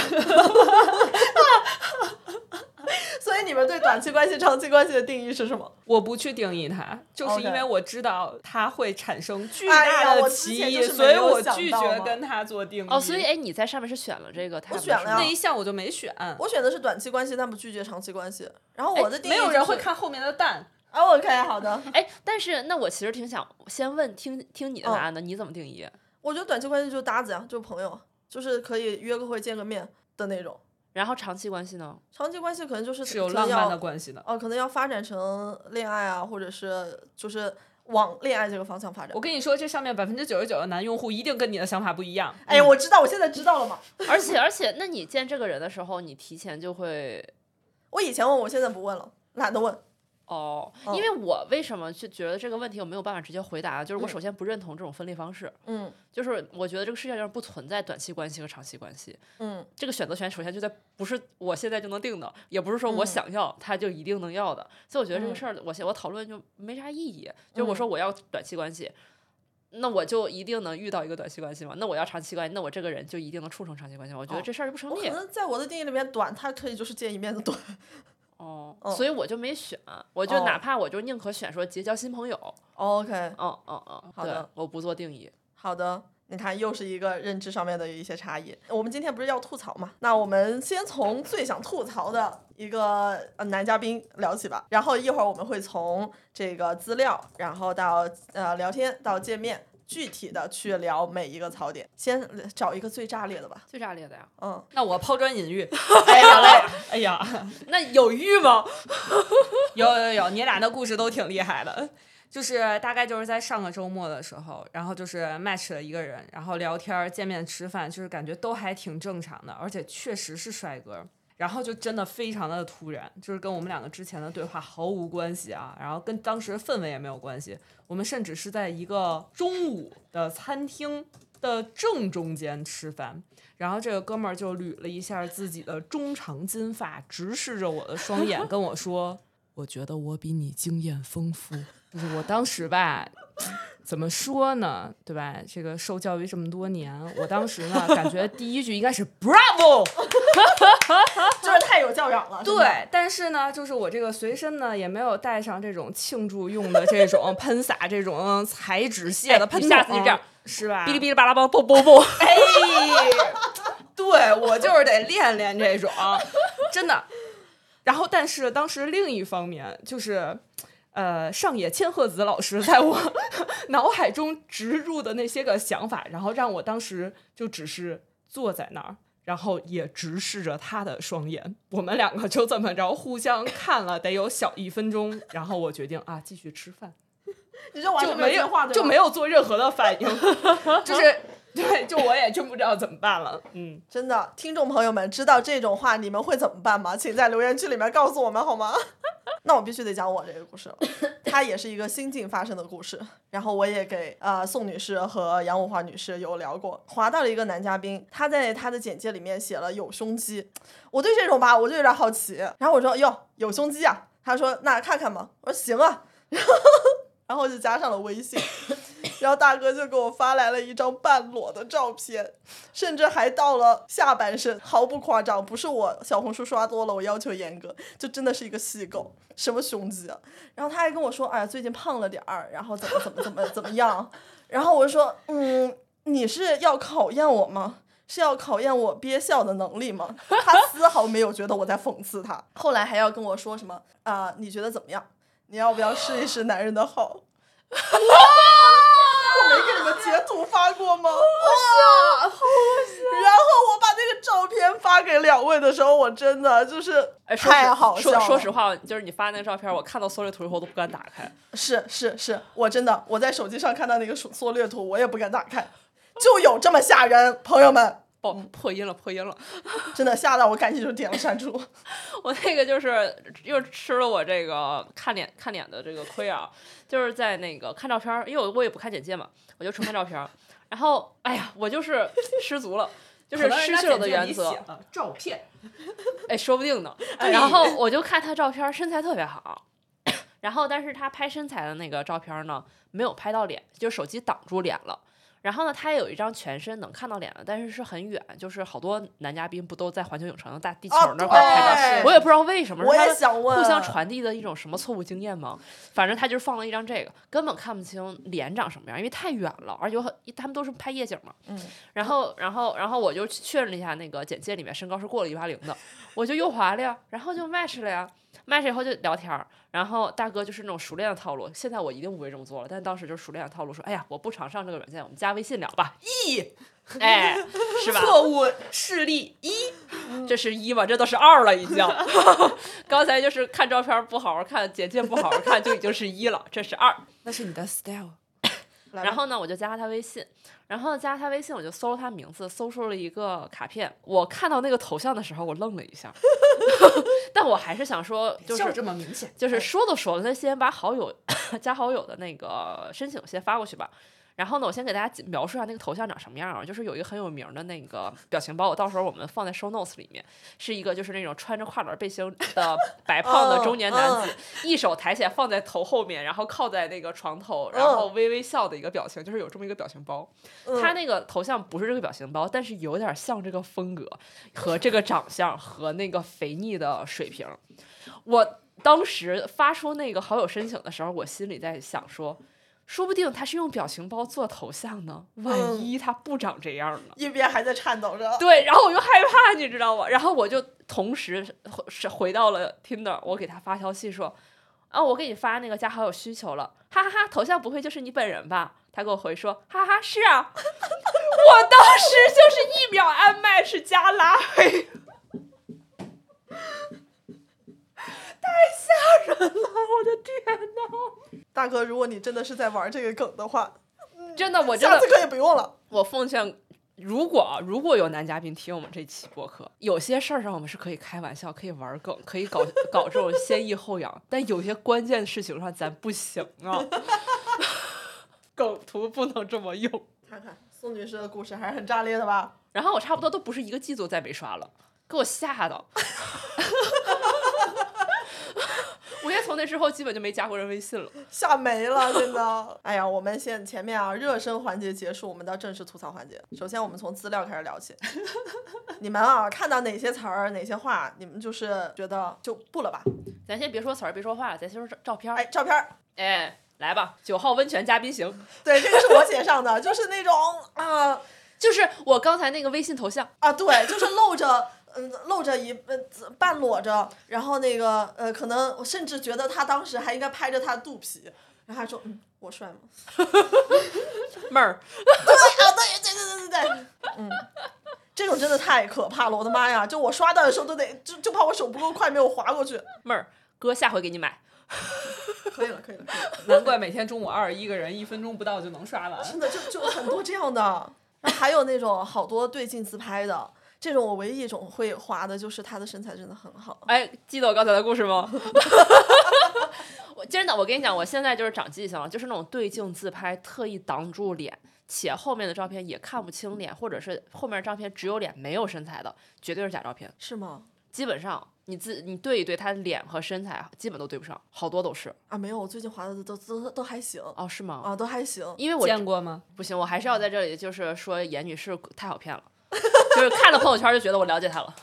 [SPEAKER 5] 所以你们对短期关系、长期关系的定义是什么？
[SPEAKER 6] 我不去定义它，就是因
[SPEAKER 5] OK
[SPEAKER 6] 为我知道它会产生巨
[SPEAKER 5] 哎呀
[SPEAKER 6] 大的
[SPEAKER 5] 我
[SPEAKER 6] 歧
[SPEAKER 5] 之
[SPEAKER 6] 义，
[SPEAKER 5] 前就是
[SPEAKER 6] 所以
[SPEAKER 5] 没有
[SPEAKER 6] 我
[SPEAKER 5] 想
[SPEAKER 6] 拒
[SPEAKER 5] 到
[SPEAKER 6] 绝
[SPEAKER 5] 嘛
[SPEAKER 6] 跟它做定义。
[SPEAKER 2] 哦，所以哎，你在上面是选了这个，他
[SPEAKER 5] 我选了呀
[SPEAKER 6] 那一项我就没选。
[SPEAKER 5] 我选的是短期关系，但不拒绝长期关系。然后
[SPEAKER 6] 哎
[SPEAKER 5] 我的定义、
[SPEAKER 6] 没有人会。看后面的蛋，
[SPEAKER 5] 啊，OK，好的。
[SPEAKER 2] 哎，但是那我其实挺想先问听听你的答案
[SPEAKER 5] 嗯
[SPEAKER 2] 的，你怎么定义？
[SPEAKER 5] 我觉得短期关系就是搭子呀，就是朋友，就是可以约个会、见个面的那种。
[SPEAKER 2] 然后长期关系呢？
[SPEAKER 5] 长期关系可能就是
[SPEAKER 6] 是有
[SPEAKER 5] 可能
[SPEAKER 6] 浪漫
[SPEAKER 5] 要
[SPEAKER 6] 的关系的。
[SPEAKER 5] 哦、可能要发展成恋爱啊，或者是就是往恋爱这个方向发展
[SPEAKER 6] 我。跟你说，这上面百分之九十九的男用户一定跟你的想法不一样。
[SPEAKER 5] 哎呀，我知道，我现在知道了嘛。
[SPEAKER 2] 而且而且，那你见这个人的时候，你提前就会
[SPEAKER 5] 我以前问，我现在不问了，懒得问。
[SPEAKER 2] 哦，
[SPEAKER 5] 哦
[SPEAKER 2] 因为我为什么就觉得这个问题我没有办法直接回答，就是我
[SPEAKER 5] 嗯
[SPEAKER 2] 首先不认同这种分类方式，
[SPEAKER 5] 嗯
[SPEAKER 2] 就是我觉得这个世界上不存在短期关系和长期关系，
[SPEAKER 5] 嗯
[SPEAKER 2] 这个选择权首先就在不是我现在就能定的，也不是说我
[SPEAKER 5] 嗯
[SPEAKER 2] 想要他就一定能要的，所以我觉得这个
[SPEAKER 5] 嗯
[SPEAKER 2] 事儿我现我讨论就没啥意义。就是我
[SPEAKER 5] 嗯
[SPEAKER 2] 说我要短期关系，那我就一定能遇到一个短期关系嘛？那我要长期关系，那我这个人就一定能促成长期关系吗？我觉得
[SPEAKER 5] 哦
[SPEAKER 2] 这事儿就不成
[SPEAKER 5] 我
[SPEAKER 2] 立
[SPEAKER 5] 可能在我的定义里面，短它可以就是见一面的短。
[SPEAKER 2] 哦
[SPEAKER 5] 嗯，
[SPEAKER 2] 所以我就没选，我就
[SPEAKER 5] 哦
[SPEAKER 2] 哪怕我就宁可选说结交新朋友，
[SPEAKER 5] OK，
[SPEAKER 2] 嗯嗯嗯，
[SPEAKER 5] 好
[SPEAKER 2] 对
[SPEAKER 5] 的，
[SPEAKER 2] 我不做定义。
[SPEAKER 5] 好的，你看又是一个认知上面的一些差异。我们今天不是要吐槽嘛？那我们先从最想吐槽的一个呃男嘉宾聊起吧，然后一会儿我们会从这个资料，然后到呃聊天到见面。具体的去聊每一个槽点，先找一个最炸裂的吧。
[SPEAKER 2] 最炸裂的呀，
[SPEAKER 5] 嗯，
[SPEAKER 6] 那我抛砖引 玉，
[SPEAKER 5] 哎呀嘞，
[SPEAKER 6] 哎呀，
[SPEAKER 2] 那有欲吗？
[SPEAKER 6] 有有有，你俩的故事都挺厉害的。就是大概就是在上个周末的时候，然后就是 match 了一个人，然后聊天儿、见面、吃饭，就是感觉都还挺正常的，而且确实是帅哥。然后就真的非常的突然，就是跟我们两个之前的对话毫无关系啊，然后跟当时的氛围也没有关系。我们甚至是在一个中午的餐厅的正中间吃饭，然后这个哥们儿就捋了一下自己的中长金发，直视着我的双眼跟我说。
[SPEAKER 4] 我觉得我比你经验丰富。
[SPEAKER 6] 就是我当时吧， 怎么说呢，对吧？这个受教育这么多年，我当时呢，感觉第一句应该是 “bravo”，
[SPEAKER 5] 就是太有教养了。真的，
[SPEAKER 6] 啊对，但是呢，就是我这个随身呢也没有带上这种庆祝用的这种 喷洒这种材质
[SPEAKER 2] 哎
[SPEAKER 6] 屑的
[SPEAKER 2] 你
[SPEAKER 6] 喷筒，
[SPEAKER 2] 下次就这样
[SPEAKER 6] 是吧？
[SPEAKER 2] 哔哩哔哩巴拉巴拉蹦蹦蹦，
[SPEAKER 6] 哎，对我就是得练练这种，真的。然后，但是当时另一方面就是，呃，上野千鹤子老师在我脑海中植入的那些个想法，然后让我当时就只是坐在那儿。然后也直视着他的双眼，我们两个就这么着互相看了得有小一分钟，然后我决定啊继续吃饭，
[SPEAKER 5] 你这完
[SPEAKER 6] 就
[SPEAKER 5] 全
[SPEAKER 6] 没
[SPEAKER 5] 有
[SPEAKER 6] 有
[SPEAKER 5] 进化，对
[SPEAKER 6] 就
[SPEAKER 5] 吧
[SPEAKER 6] 没有做任何的反 应，就是 对，就我也真不知道怎么办了。嗯，
[SPEAKER 5] 真的，听众朋友们，知道这种话你们会怎么办吗？请在留言区里面告诉我们好吗？ 那我必须得讲我这个故事了，它也是一个新近发生的故事。然后我也给呃宋女士和杨五华女士有聊过，划到了一个男嘉宾，他在他的简介里面写了有胸肌，我对这种吧我就有点好奇。然后我说哟有胸肌啊，他说那看看吧，我说行啊， 然后然后就加上了微信，然后大哥就给我发来了一张半裸的照片，甚至还到了下半身，毫不夸张，不是我小红书刷多了，我要求严格，就真的是一个细狗，什么胸肌啊！然后他还跟我说，哎呀，最近胖了点儿，然后怎么怎么怎么怎么样， 然后我就说，嗯，你是要考验我吗？是要考验我憋笑的能力吗？ 他丝毫没有觉得我在讽刺他，后来还要跟我说什么啊、你觉得怎么样？你要不要试一试男人的好？ 我没给你们截图发过吗？哇，好然后我把那个照片发给两位的时候，我真的就是
[SPEAKER 2] 哎，说
[SPEAKER 5] 太
[SPEAKER 2] 实
[SPEAKER 5] 好笑
[SPEAKER 2] 说
[SPEAKER 5] 了。
[SPEAKER 2] 说实话，就是你发那个照片，我看到缩略图以后都不敢打 开。
[SPEAKER 5] 是是是，我真的我在手机上看到那个缩缩略图，我也不敢打开，就有这么吓人，朋友们，
[SPEAKER 2] 爆破音了，破音了！
[SPEAKER 5] 真的吓到我，赶紧就点了删除。
[SPEAKER 2] 我那个就是又吃了我这个看脸看脸的这个亏啊，就是在那个看照片儿，因为我也不看简介嘛，我就纯看照片儿。然后，哎呀，我就是失足了，就是失去了我的原则。
[SPEAKER 6] 照片，
[SPEAKER 2] 哎，说不 定呢。然后我就看他照片儿，身材特别好。 然后，但是他拍身材的那个照片儿呢，没有拍到脸，就是手机挡住脸了。然后呢，他也有一张全身能看到脸的，但是是很远，就是好多男嘉宾不都在环球影城大地球
[SPEAKER 5] 哦
[SPEAKER 2] 那块儿拍
[SPEAKER 5] 对
[SPEAKER 2] 照，我也不知道为什么，
[SPEAKER 5] 我
[SPEAKER 2] 是他
[SPEAKER 5] 也
[SPEAKER 2] 们
[SPEAKER 5] 想问，
[SPEAKER 2] 互相传递的一种什么错误经验吗？反正他就是放了一张这个，根本看不清脸长什么样，因为太远了，而且有很他们都是拍夜景嘛。
[SPEAKER 5] 嗯。
[SPEAKER 2] 然后，然后，然后我就去确认了一下那个简介里面身高是过了一八零的，我就又滑了呀，然后就 match 了呀，match 以后就聊天儿。然后大哥就是那种熟练的套路，现在我一定不会这么做了，但当时就是熟练的套路，说哎呀，我不常上这个软件，我们加微信聊吧。
[SPEAKER 6] 一
[SPEAKER 2] 哎，是吧？
[SPEAKER 6] 错误示例一，
[SPEAKER 2] 这是一吧，这都是二了已经。 刚才就是看照片不好好看，简介不好好看，就已经是一了，这是二。
[SPEAKER 6] 那是你的 style。
[SPEAKER 5] 来吧
[SPEAKER 2] 然后呢，我就加了他微信，然后加他微信，我就搜了他名字，搜出了一个卡片。我看到那个头像的时候，我愣了一下， 但我还是想说，就是
[SPEAKER 6] 就是这么明显，
[SPEAKER 2] 就是说都说了，那先把好友 加好友的那个申请先发过去吧。然后呢，我先给大家描述一下那个头像长什么样啊，就是有一个很有名的那个表情包，我到时候我们放在 show notes 里面，是一个就是那种穿着跨栏背心的白胖的中年男子，一手抬起来放在头后面，然后靠在那个床头，然后微微笑的一个表情，就是有这么一个表情包。他
[SPEAKER 5] 嗯
[SPEAKER 2] 那个头像不是这个表情包，但是有点像这个风格和这个长相和那个肥腻的水平。我当时发出那个好友申请的时候，我心里在想说，说不定他是用表情包做头像呢，
[SPEAKER 5] 嗯
[SPEAKER 2] 万一他不长这样呢？
[SPEAKER 5] 一边还在颤抖着，
[SPEAKER 2] 对，然后我就害怕，你知道吗？然后我就同时回是回到了 Tinder，我给他发消息说，啊，我给你发那个加好友需求了，哈哈哈，头像不会就是你本人吧？他给我回说，哈哈，是啊， 我当时就是一秒按麦是加拉黑。太吓人了，我的天哪！
[SPEAKER 5] 大哥，如果你真的是在玩这个梗的话，
[SPEAKER 2] 真的，我真
[SPEAKER 5] 下
[SPEAKER 2] 的
[SPEAKER 5] 次可以不用了。
[SPEAKER 2] 我奉劝，如果啊如果有男嘉宾听我们这期播客，有些事儿上我们是可以开玩笑，可以玩梗，可以搞搞这种先抑后扬，但有些关键事情上咱不行啊。 梗图不能这么用。
[SPEAKER 5] 看看宋女士的故事还是很炸裂的吧？
[SPEAKER 2] 然后我差不多都不是一个季度再没刷了，给我吓到。 我也从那之后基本就没加过人微信了。
[SPEAKER 5] 吓没了，真的。 哎呀，我们现前面啊，热身环节结束，我们到正式吐槽环节。首先，我们从资料开始聊起。 你们啊，看到哪些词儿、哪些话，你们就是觉得就不了吧？
[SPEAKER 2] 咱先别说词儿，别说话，咱先说照照片儿。
[SPEAKER 5] 哎，照片儿，
[SPEAKER 2] 哎，来吧，九号温泉嘉宾行，
[SPEAKER 5] 对，这个是我写上的，就是那种啊
[SPEAKER 2] 就是我刚才那个微信头像。
[SPEAKER 5] 啊，对，就是露着。嗯，露着一呃半裸着，然后那个呃，可能我甚至觉得他当时还应该拍着他的肚皮，然后还说，嗯，我帅吗？
[SPEAKER 2] 妹儿，
[SPEAKER 5] 啊，对对对对对对，嗯，这种真的太可怕了，我的妈呀！就我刷到的时候都得，就就怕我手不够快没有划过去。
[SPEAKER 2] 妹儿，哥下回给你买。
[SPEAKER 5] 可以了，可以了，可以了
[SPEAKER 6] 难怪每天中午二一个人一分钟不到就能刷完。
[SPEAKER 5] 真的就就很多这样的，然后还有那种好多对镜自拍的。这种我唯一一种会划的就是她的身材真的很好，
[SPEAKER 2] 哎，记得我刚才的故事 吗？我真的，我跟你讲，我现在就是长记性了，就是那种对镜自拍，特意挡住脸，且后面的照片也看不清脸，或者是后面的照片只有脸没有身材的，绝对是假照片。
[SPEAKER 5] 是吗？
[SPEAKER 2] 基本上你自你对一对，他脸和身材基本都对不上，好多都是。
[SPEAKER 5] 啊，没有，我最近划的都都都还行
[SPEAKER 2] 哦，是吗？
[SPEAKER 5] 啊，都还行。
[SPEAKER 2] 因为我
[SPEAKER 6] 见过吗？
[SPEAKER 2] 不行，我还是要在这里就是说，严女士太好骗了，就是看了朋友圈就觉得我了解她了。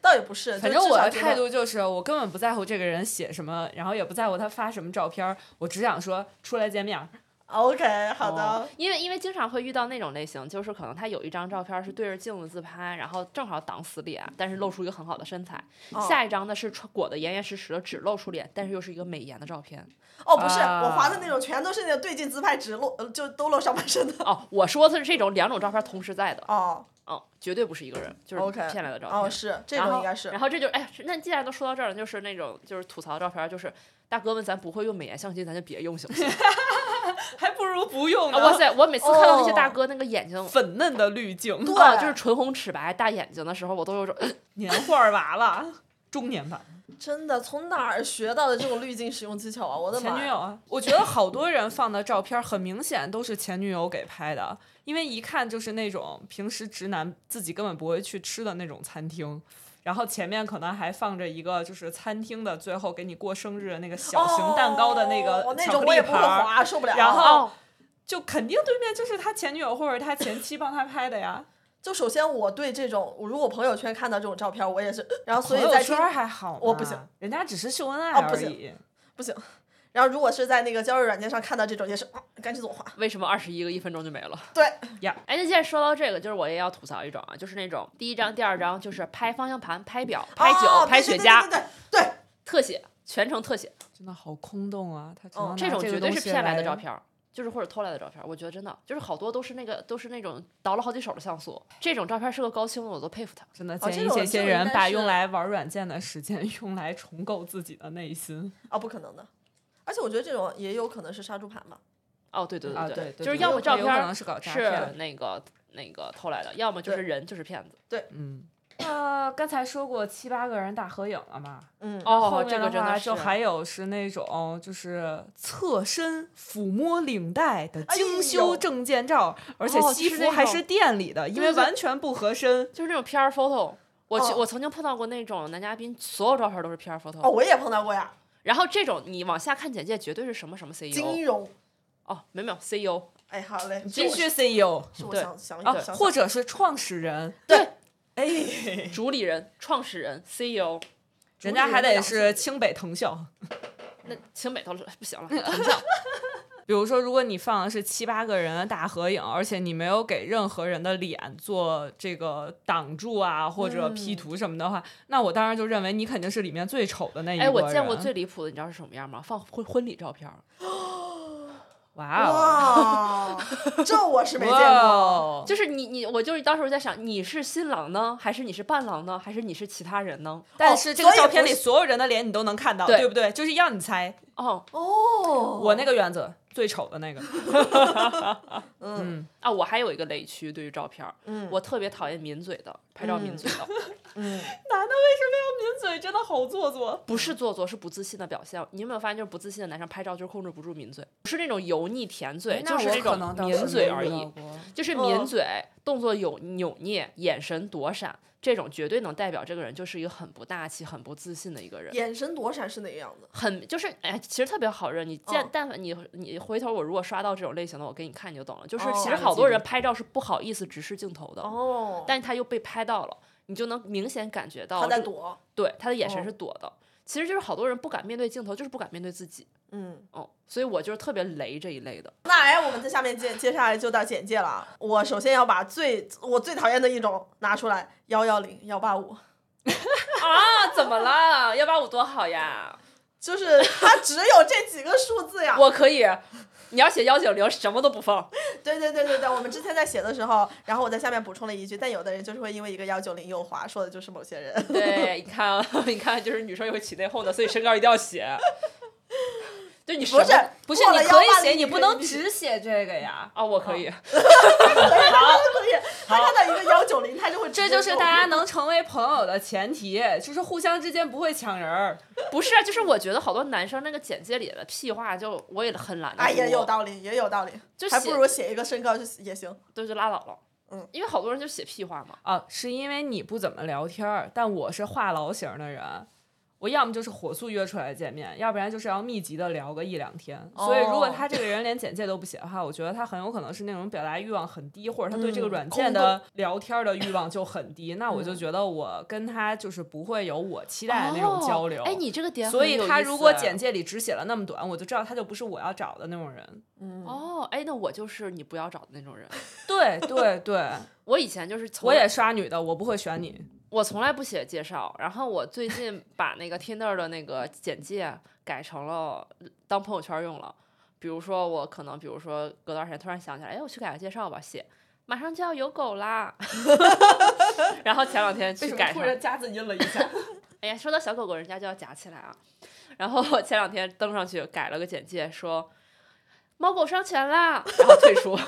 [SPEAKER 5] 倒也不是，
[SPEAKER 6] 反
[SPEAKER 5] 就
[SPEAKER 6] 正
[SPEAKER 5] 至
[SPEAKER 6] 我
[SPEAKER 5] 少
[SPEAKER 6] 的
[SPEAKER 5] 觉
[SPEAKER 6] 态
[SPEAKER 5] 得
[SPEAKER 6] 度就是，我根本不在乎这个人写什么，然后也不在乎他发什么照片儿，我只想说出来见面儿。
[SPEAKER 5] 啊 OK，好的。
[SPEAKER 2] 哦因为因为经常会遇到那种类型，就是可能他有一张照片是对着镜子自拍，然后正好挡死脸，但是露出一个很好的身材；
[SPEAKER 5] 哦
[SPEAKER 2] 下一张呢是穿裹得严严实实的，只露出脸，但是又是一个美颜的照片。
[SPEAKER 5] 哦，不是，
[SPEAKER 6] 啊
[SPEAKER 5] 我划的那种全都是那种对镜自拍，只露呃就都露上半身的。
[SPEAKER 2] 哦，我说的是这种两种照片同时在的，
[SPEAKER 5] 哦
[SPEAKER 2] 哦，绝对不是一个人，就是
[SPEAKER 5] OK
[SPEAKER 2] 骗来的照片。
[SPEAKER 5] 哦，是这
[SPEAKER 2] 然
[SPEAKER 5] 种
[SPEAKER 2] 后
[SPEAKER 5] 应该是
[SPEAKER 2] 然后这就哎呀，那既然都说到这儿了，就是那种就是吐槽照片，就是大哥们，咱不会用美颜相机，咱就别用行不 行？
[SPEAKER 6] 还不如不用
[SPEAKER 2] 啊哇
[SPEAKER 6] 呢。
[SPEAKER 2] 塞，我每次看到那些大
[SPEAKER 5] 哦
[SPEAKER 2] 哥那个眼睛。
[SPEAKER 6] 粉嫩的滤镜，
[SPEAKER 5] 对
[SPEAKER 2] 啊，就是唇红齿白、大眼睛的时候，我都有种
[SPEAKER 6] 年画儿娃娃，中年版
[SPEAKER 5] 真的从哪儿学到的这种滤镜使用技巧啊？我的
[SPEAKER 6] 前
[SPEAKER 5] 妈！
[SPEAKER 6] 女
[SPEAKER 5] 呀！
[SPEAKER 6] 友啊。我觉得好多人放的照片儿很明显都是前女友给拍的，因为一看就是那种平时直男自己根本不会去吃的那种餐厅。然后前面可能还放着一个，就是餐厅的最后给你过生日的那个小型蛋糕的那
[SPEAKER 5] 哦
[SPEAKER 6] 个
[SPEAKER 5] 那
[SPEAKER 6] 巧
[SPEAKER 5] 种
[SPEAKER 6] 克
[SPEAKER 5] 我
[SPEAKER 6] 力
[SPEAKER 5] 也不
[SPEAKER 6] 盘
[SPEAKER 5] 会
[SPEAKER 6] 儿，
[SPEAKER 5] 滑，受不了。
[SPEAKER 6] 然后
[SPEAKER 2] 哦
[SPEAKER 6] 就肯定对面就是他前女友或者他前妻帮他拍 的呀。
[SPEAKER 5] 就首先我对这种，我如果朋友圈看到这种照片，我也是，然后所
[SPEAKER 6] 朋
[SPEAKER 5] 以
[SPEAKER 6] 友
[SPEAKER 5] 在
[SPEAKER 6] 圈
[SPEAKER 5] 听
[SPEAKER 6] 儿还好，
[SPEAKER 5] 我不行，
[SPEAKER 6] 人家只是秀恩爱
[SPEAKER 2] 哦
[SPEAKER 5] 啊不
[SPEAKER 6] 而
[SPEAKER 5] 行
[SPEAKER 6] 已。
[SPEAKER 5] 不行。然后如果是在那个交友软件上看到这种，也是、啊赶紧左滑。
[SPEAKER 2] 为什么二十一个一分钟就没了？
[SPEAKER 5] 对
[SPEAKER 6] 呀
[SPEAKER 2] 哎，那现在说到这个，就是我也要吐槽一种啊，就是那种第一章、第二章就是拍方向盘、拍表、拍酒、
[SPEAKER 5] 哦
[SPEAKER 2] 拍雪
[SPEAKER 5] 对对
[SPEAKER 2] 茄，
[SPEAKER 5] 对对对对
[SPEAKER 2] 特写，全程特写，
[SPEAKER 6] 真的好空洞啊！他只
[SPEAKER 5] 哦
[SPEAKER 6] 能拿
[SPEAKER 2] 这种
[SPEAKER 6] 个
[SPEAKER 2] 绝对
[SPEAKER 6] 东
[SPEAKER 2] 是
[SPEAKER 6] 西
[SPEAKER 2] 骗来的照。片儿。就是或者偷来的照片儿，我觉得真的就是好多都是那个都是那种倒了好几手的像素，这种照片是个高清的，我都佩服他。
[SPEAKER 6] 真的
[SPEAKER 5] 哦
[SPEAKER 6] 建
[SPEAKER 5] 这
[SPEAKER 6] 议
[SPEAKER 5] 种
[SPEAKER 6] 这些
[SPEAKER 5] 这种
[SPEAKER 6] 人
[SPEAKER 5] 应该
[SPEAKER 6] 把
[SPEAKER 5] 是
[SPEAKER 6] 用来玩软件的时间 用来重构自己的内心。
[SPEAKER 5] 啊，不可能的。而且我觉得这种也有可能是杀猪盘吧。
[SPEAKER 2] 哦，对对
[SPEAKER 6] 啊，
[SPEAKER 2] 对
[SPEAKER 6] 对，
[SPEAKER 2] 就是
[SPEAKER 6] 对
[SPEAKER 2] 要
[SPEAKER 6] 有
[SPEAKER 2] 么照
[SPEAKER 6] 有
[SPEAKER 2] 片
[SPEAKER 6] 可
[SPEAKER 2] 儿
[SPEAKER 6] 能是搞诈
[SPEAKER 2] 是
[SPEAKER 6] 骗。
[SPEAKER 2] 那个那个偷来的，要么就是
[SPEAKER 5] 对
[SPEAKER 2] 人就是骗子。
[SPEAKER 6] 嗯，呃，刚才说过七八个人大合影了嘛，
[SPEAKER 5] 嗯，
[SPEAKER 2] 哦
[SPEAKER 6] 后，
[SPEAKER 2] 这
[SPEAKER 6] 面
[SPEAKER 2] 个真
[SPEAKER 6] 话
[SPEAKER 2] 的
[SPEAKER 6] 就是还有是那种就是侧身抚摸领带的
[SPEAKER 5] 哎呦
[SPEAKER 6] 精修证件照，而且
[SPEAKER 2] 哦
[SPEAKER 6] 西
[SPEAKER 2] 是
[SPEAKER 6] 服
[SPEAKER 2] 那
[SPEAKER 6] 还
[SPEAKER 2] 种
[SPEAKER 6] 是店里的，因
[SPEAKER 2] 对
[SPEAKER 6] 为
[SPEAKER 2] 对对
[SPEAKER 6] 完全不合身。
[SPEAKER 2] 就是那种 PR photo。我去
[SPEAKER 5] 哦
[SPEAKER 2] 我曾经碰到过那种男嘉宾，所有照片都是 PR photo，、
[SPEAKER 5] 哦，我也碰到过呀，
[SPEAKER 2] 然后这种你往下看简介，绝对是什么什么 CEO
[SPEAKER 5] 金融。
[SPEAKER 2] 哦，没有没有 CEO，
[SPEAKER 5] 哎，好嘞，
[SPEAKER 6] 继
[SPEAKER 5] 是
[SPEAKER 6] 续 CEO
[SPEAKER 5] 我是我
[SPEAKER 2] E 对
[SPEAKER 5] 想想
[SPEAKER 6] 啊
[SPEAKER 5] 想，想
[SPEAKER 6] 或者是创始人，
[SPEAKER 5] 对，
[SPEAKER 6] 哎，
[SPEAKER 2] 主理人、创始人、CEO，E
[SPEAKER 6] 人家还得是清北藤校。
[SPEAKER 2] 那清北都不行了，
[SPEAKER 6] 比如说，如果你放的是七八个人的大合影，而且你没有给任何人的脸做这个挡住啊，或者
[SPEAKER 2] 嗯
[SPEAKER 6] P 图什么的话，那我当然就认为你肯定是里面最丑的那一个
[SPEAKER 2] 哎，
[SPEAKER 6] 人。
[SPEAKER 2] 我见过最离谱的，你知道是什么样吗？放婚婚礼照片儿，
[SPEAKER 6] 哇哦，
[SPEAKER 5] 哇，这我是没见过。
[SPEAKER 6] 哇，哦
[SPEAKER 2] 就是你你，我就是当时我在想，你是新郎呢，还是你是伴郎呢，还是你是其他人呢？
[SPEAKER 6] 但是这个
[SPEAKER 5] 所以
[SPEAKER 6] 照片
[SPEAKER 5] 不
[SPEAKER 6] 里
[SPEAKER 5] 是
[SPEAKER 6] 所有人的脸你都能看到，
[SPEAKER 2] 对
[SPEAKER 6] 对不对？就是让你猜。
[SPEAKER 2] 哦
[SPEAKER 5] 哦，
[SPEAKER 6] 我那个原则最丑的那个，
[SPEAKER 5] 嗯
[SPEAKER 2] 啊，我还有一个雷区对于照片儿，
[SPEAKER 5] 嗯，
[SPEAKER 2] 我特别讨厌抿嘴的，拍照抿
[SPEAKER 5] 嗯
[SPEAKER 2] 嘴的，
[SPEAKER 5] 嗯
[SPEAKER 6] 抿嘴真的好做作。
[SPEAKER 2] 不是做作，是不自信的表现。你有没有发现，就是不自信的男生拍照就是控制不住抿嘴，不是那种油腻甜嘴，就是这种抿嘴而已，就是抿
[SPEAKER 5] 嗯
[SPEAKER 2] 嘴，动作有扭捏，眼神躲闪，这种绝对能代表这个人就是一个很不大气、很不自信的一个人。
[SPEAKER 5] 眼神躲闪是哪个样子？
[SPEAKER 2] 很就是哎，其实特别好认。你见
[SPEAKER 5] 嗯，
[SPEAKER 2] 但凡你你回头，我如果刷到这种类型的，我给你看你就懂了。就是
[SPEAKER 5] 哦
[SPEAKER 2] 其
[SPEAKER 5] 下
[SPEAKER 2] 实
[SPEAKER 5] 个
[SPEAKER 2] 好
[SPEAKER 6] 季
[SPEAKER 2] 多
[SPEAKER 6] 度
[SPEAKER 2] 人拍照是不好意思直视镜头的，
[SPEAKER 5] 哦
[SPEAKER 2] 但是他又被拍到了，你就能明显感觉到
[SPEAKER 5] 他在
[SPEAKER 2] 这
[SPEAKER 5] 躲。
[SPEAKER 2] 对他的眼神
[SPEAKER 5] 哦
[SPEAKER 2] 是躲的。其实就是好多人不敢面对镜头，就是不敢面对自己。
[SPEAKER 5] 嗯，
[SPEAKER 2] 哦，所以我就是特别雷这一类的。
[SPEAKER 5] 那哎，我们在下面接接下来就到简介了啊。我首先要把最我最讨厌的一种拿出来，幺幺零幺八五，
[SPEAKER 2] 啊，怎么了？幺八五多好呀！
[SPEAKER 5] 就是它只有这几个数字呀。
[SPEAKER 2] 啊我可以，你要写幺九零，什么都不放。
[SPEAKER 5] 对对对对对，我们之前在写的时候，然后我在下面补充了一句，但有的人就是会因为一个幺九零右滑，说的就是某些人。
[SPEAKER 2] 对，你看啊， 你看，就是女生有起内讧的，所以身高一定要写。对，你什
[SPEAKER 5] 不是
[SPEAKER 2] 么
[SPEAKER 6] 不
[SPEAKER 5] 不
[SPEAKER 6] 是
[SPEAKER 5] 过
[SPEAKER 6] 你
[SPEAKER 5] 了
[SPEAKER 6] 可以
[SPEAKER 5] 180
[SPEAKER 6] 写，你
[SPEAKER 5] 你
[SPEAKER 6] 不能只哦写这个呀。
[SPEAKER 2] 啊，我可以。
[SPEAKER 5] 可以，他看到一个幺九零，他就会直接
[SPEAKER 6] 这
[SPEAKER 5] 嗯
[SPEAKER 6] 就是
[SPEAKER 5] 用
[SPEAKER 6] 大家能成为朋友的前提，就是互相之间不会抢人儿。
[SPEAKER 2] 不是啊，就是我觉得好多男生那个简介里的屁话，就我也很懒得
[SPEAKER 5] 哎，也
[SPEAKER 2] 读
[SPEAKER 5] 有道理，也有道理，
[SPEAKER 2] 就
[SPEAKER 5] 还
[SPEAKER 2] 写
[SPEAKER 5] 不如写一个身高就也行。
[SPEAKER 2] 对，就拉倒了。
[SPEAKER 5] 嗯，
[SPEAKER 2] 因为好多人就写屁话嘛。
[SPEAKER 6] 啊，是因为你不怎么聊天儿，但我是话痨型的人，我要么就是火速约出来见面，要不然就是要密集的聊个一两天。所以如果
[SPEAKER 5] 哦
[SPEAKER 6] 他这个人连简介都不写的话，我觉得他很有可能是那种表达欲望很低，或者他对这个
[SPEAKER 5] 嗯
[SPEAKER 6] 软
[SPEAKER 5] 空
[SPEAKER 6] 件
[SPEAKER 5] 洞
[SPEAKER 6] 的聊天儿的欲望就很低。那我就觉得我跟他就是不会有我期待的那种交流。
[SPEAKER 2] 哦哎，你这个点很
[SPEAKER 6] 所以
[SPEAKER 2] 有
[SPEAKER 6] 他
[SPEAKER 2] 意
[SPEAKER 6] 如
[SPEAKER 2] 思
[SPEAKER 6] 果简介里只写了那么短，我就知道他就不是我要找的那种人。
[SPEAKER 2] 哦，哎，那我就是你不要找的那种人。
[SPEAKER 6] 对对对，
[SPEAKER 2] 我以前就是从
[SPEAKER 6] 我也刷女的，我不会选你。
[SPEAKER 2] 我从来不写介绍，然后我最近把那个 Tinder 的那个简介改成了当朋友圈用了。比如说，我可能比如说隔段时间突然想起来，哎，我去改个介绍吧，写马上就要有狗啦。 然后前两天去改上，
[SPEAKER 6] 夹子音了一下？
[SPEAKER 2] 哎呀，说到小狗狗，人家就要夹起来啊。然后我前两天登上去改了个简介，说猫狗上前啦，然后退出。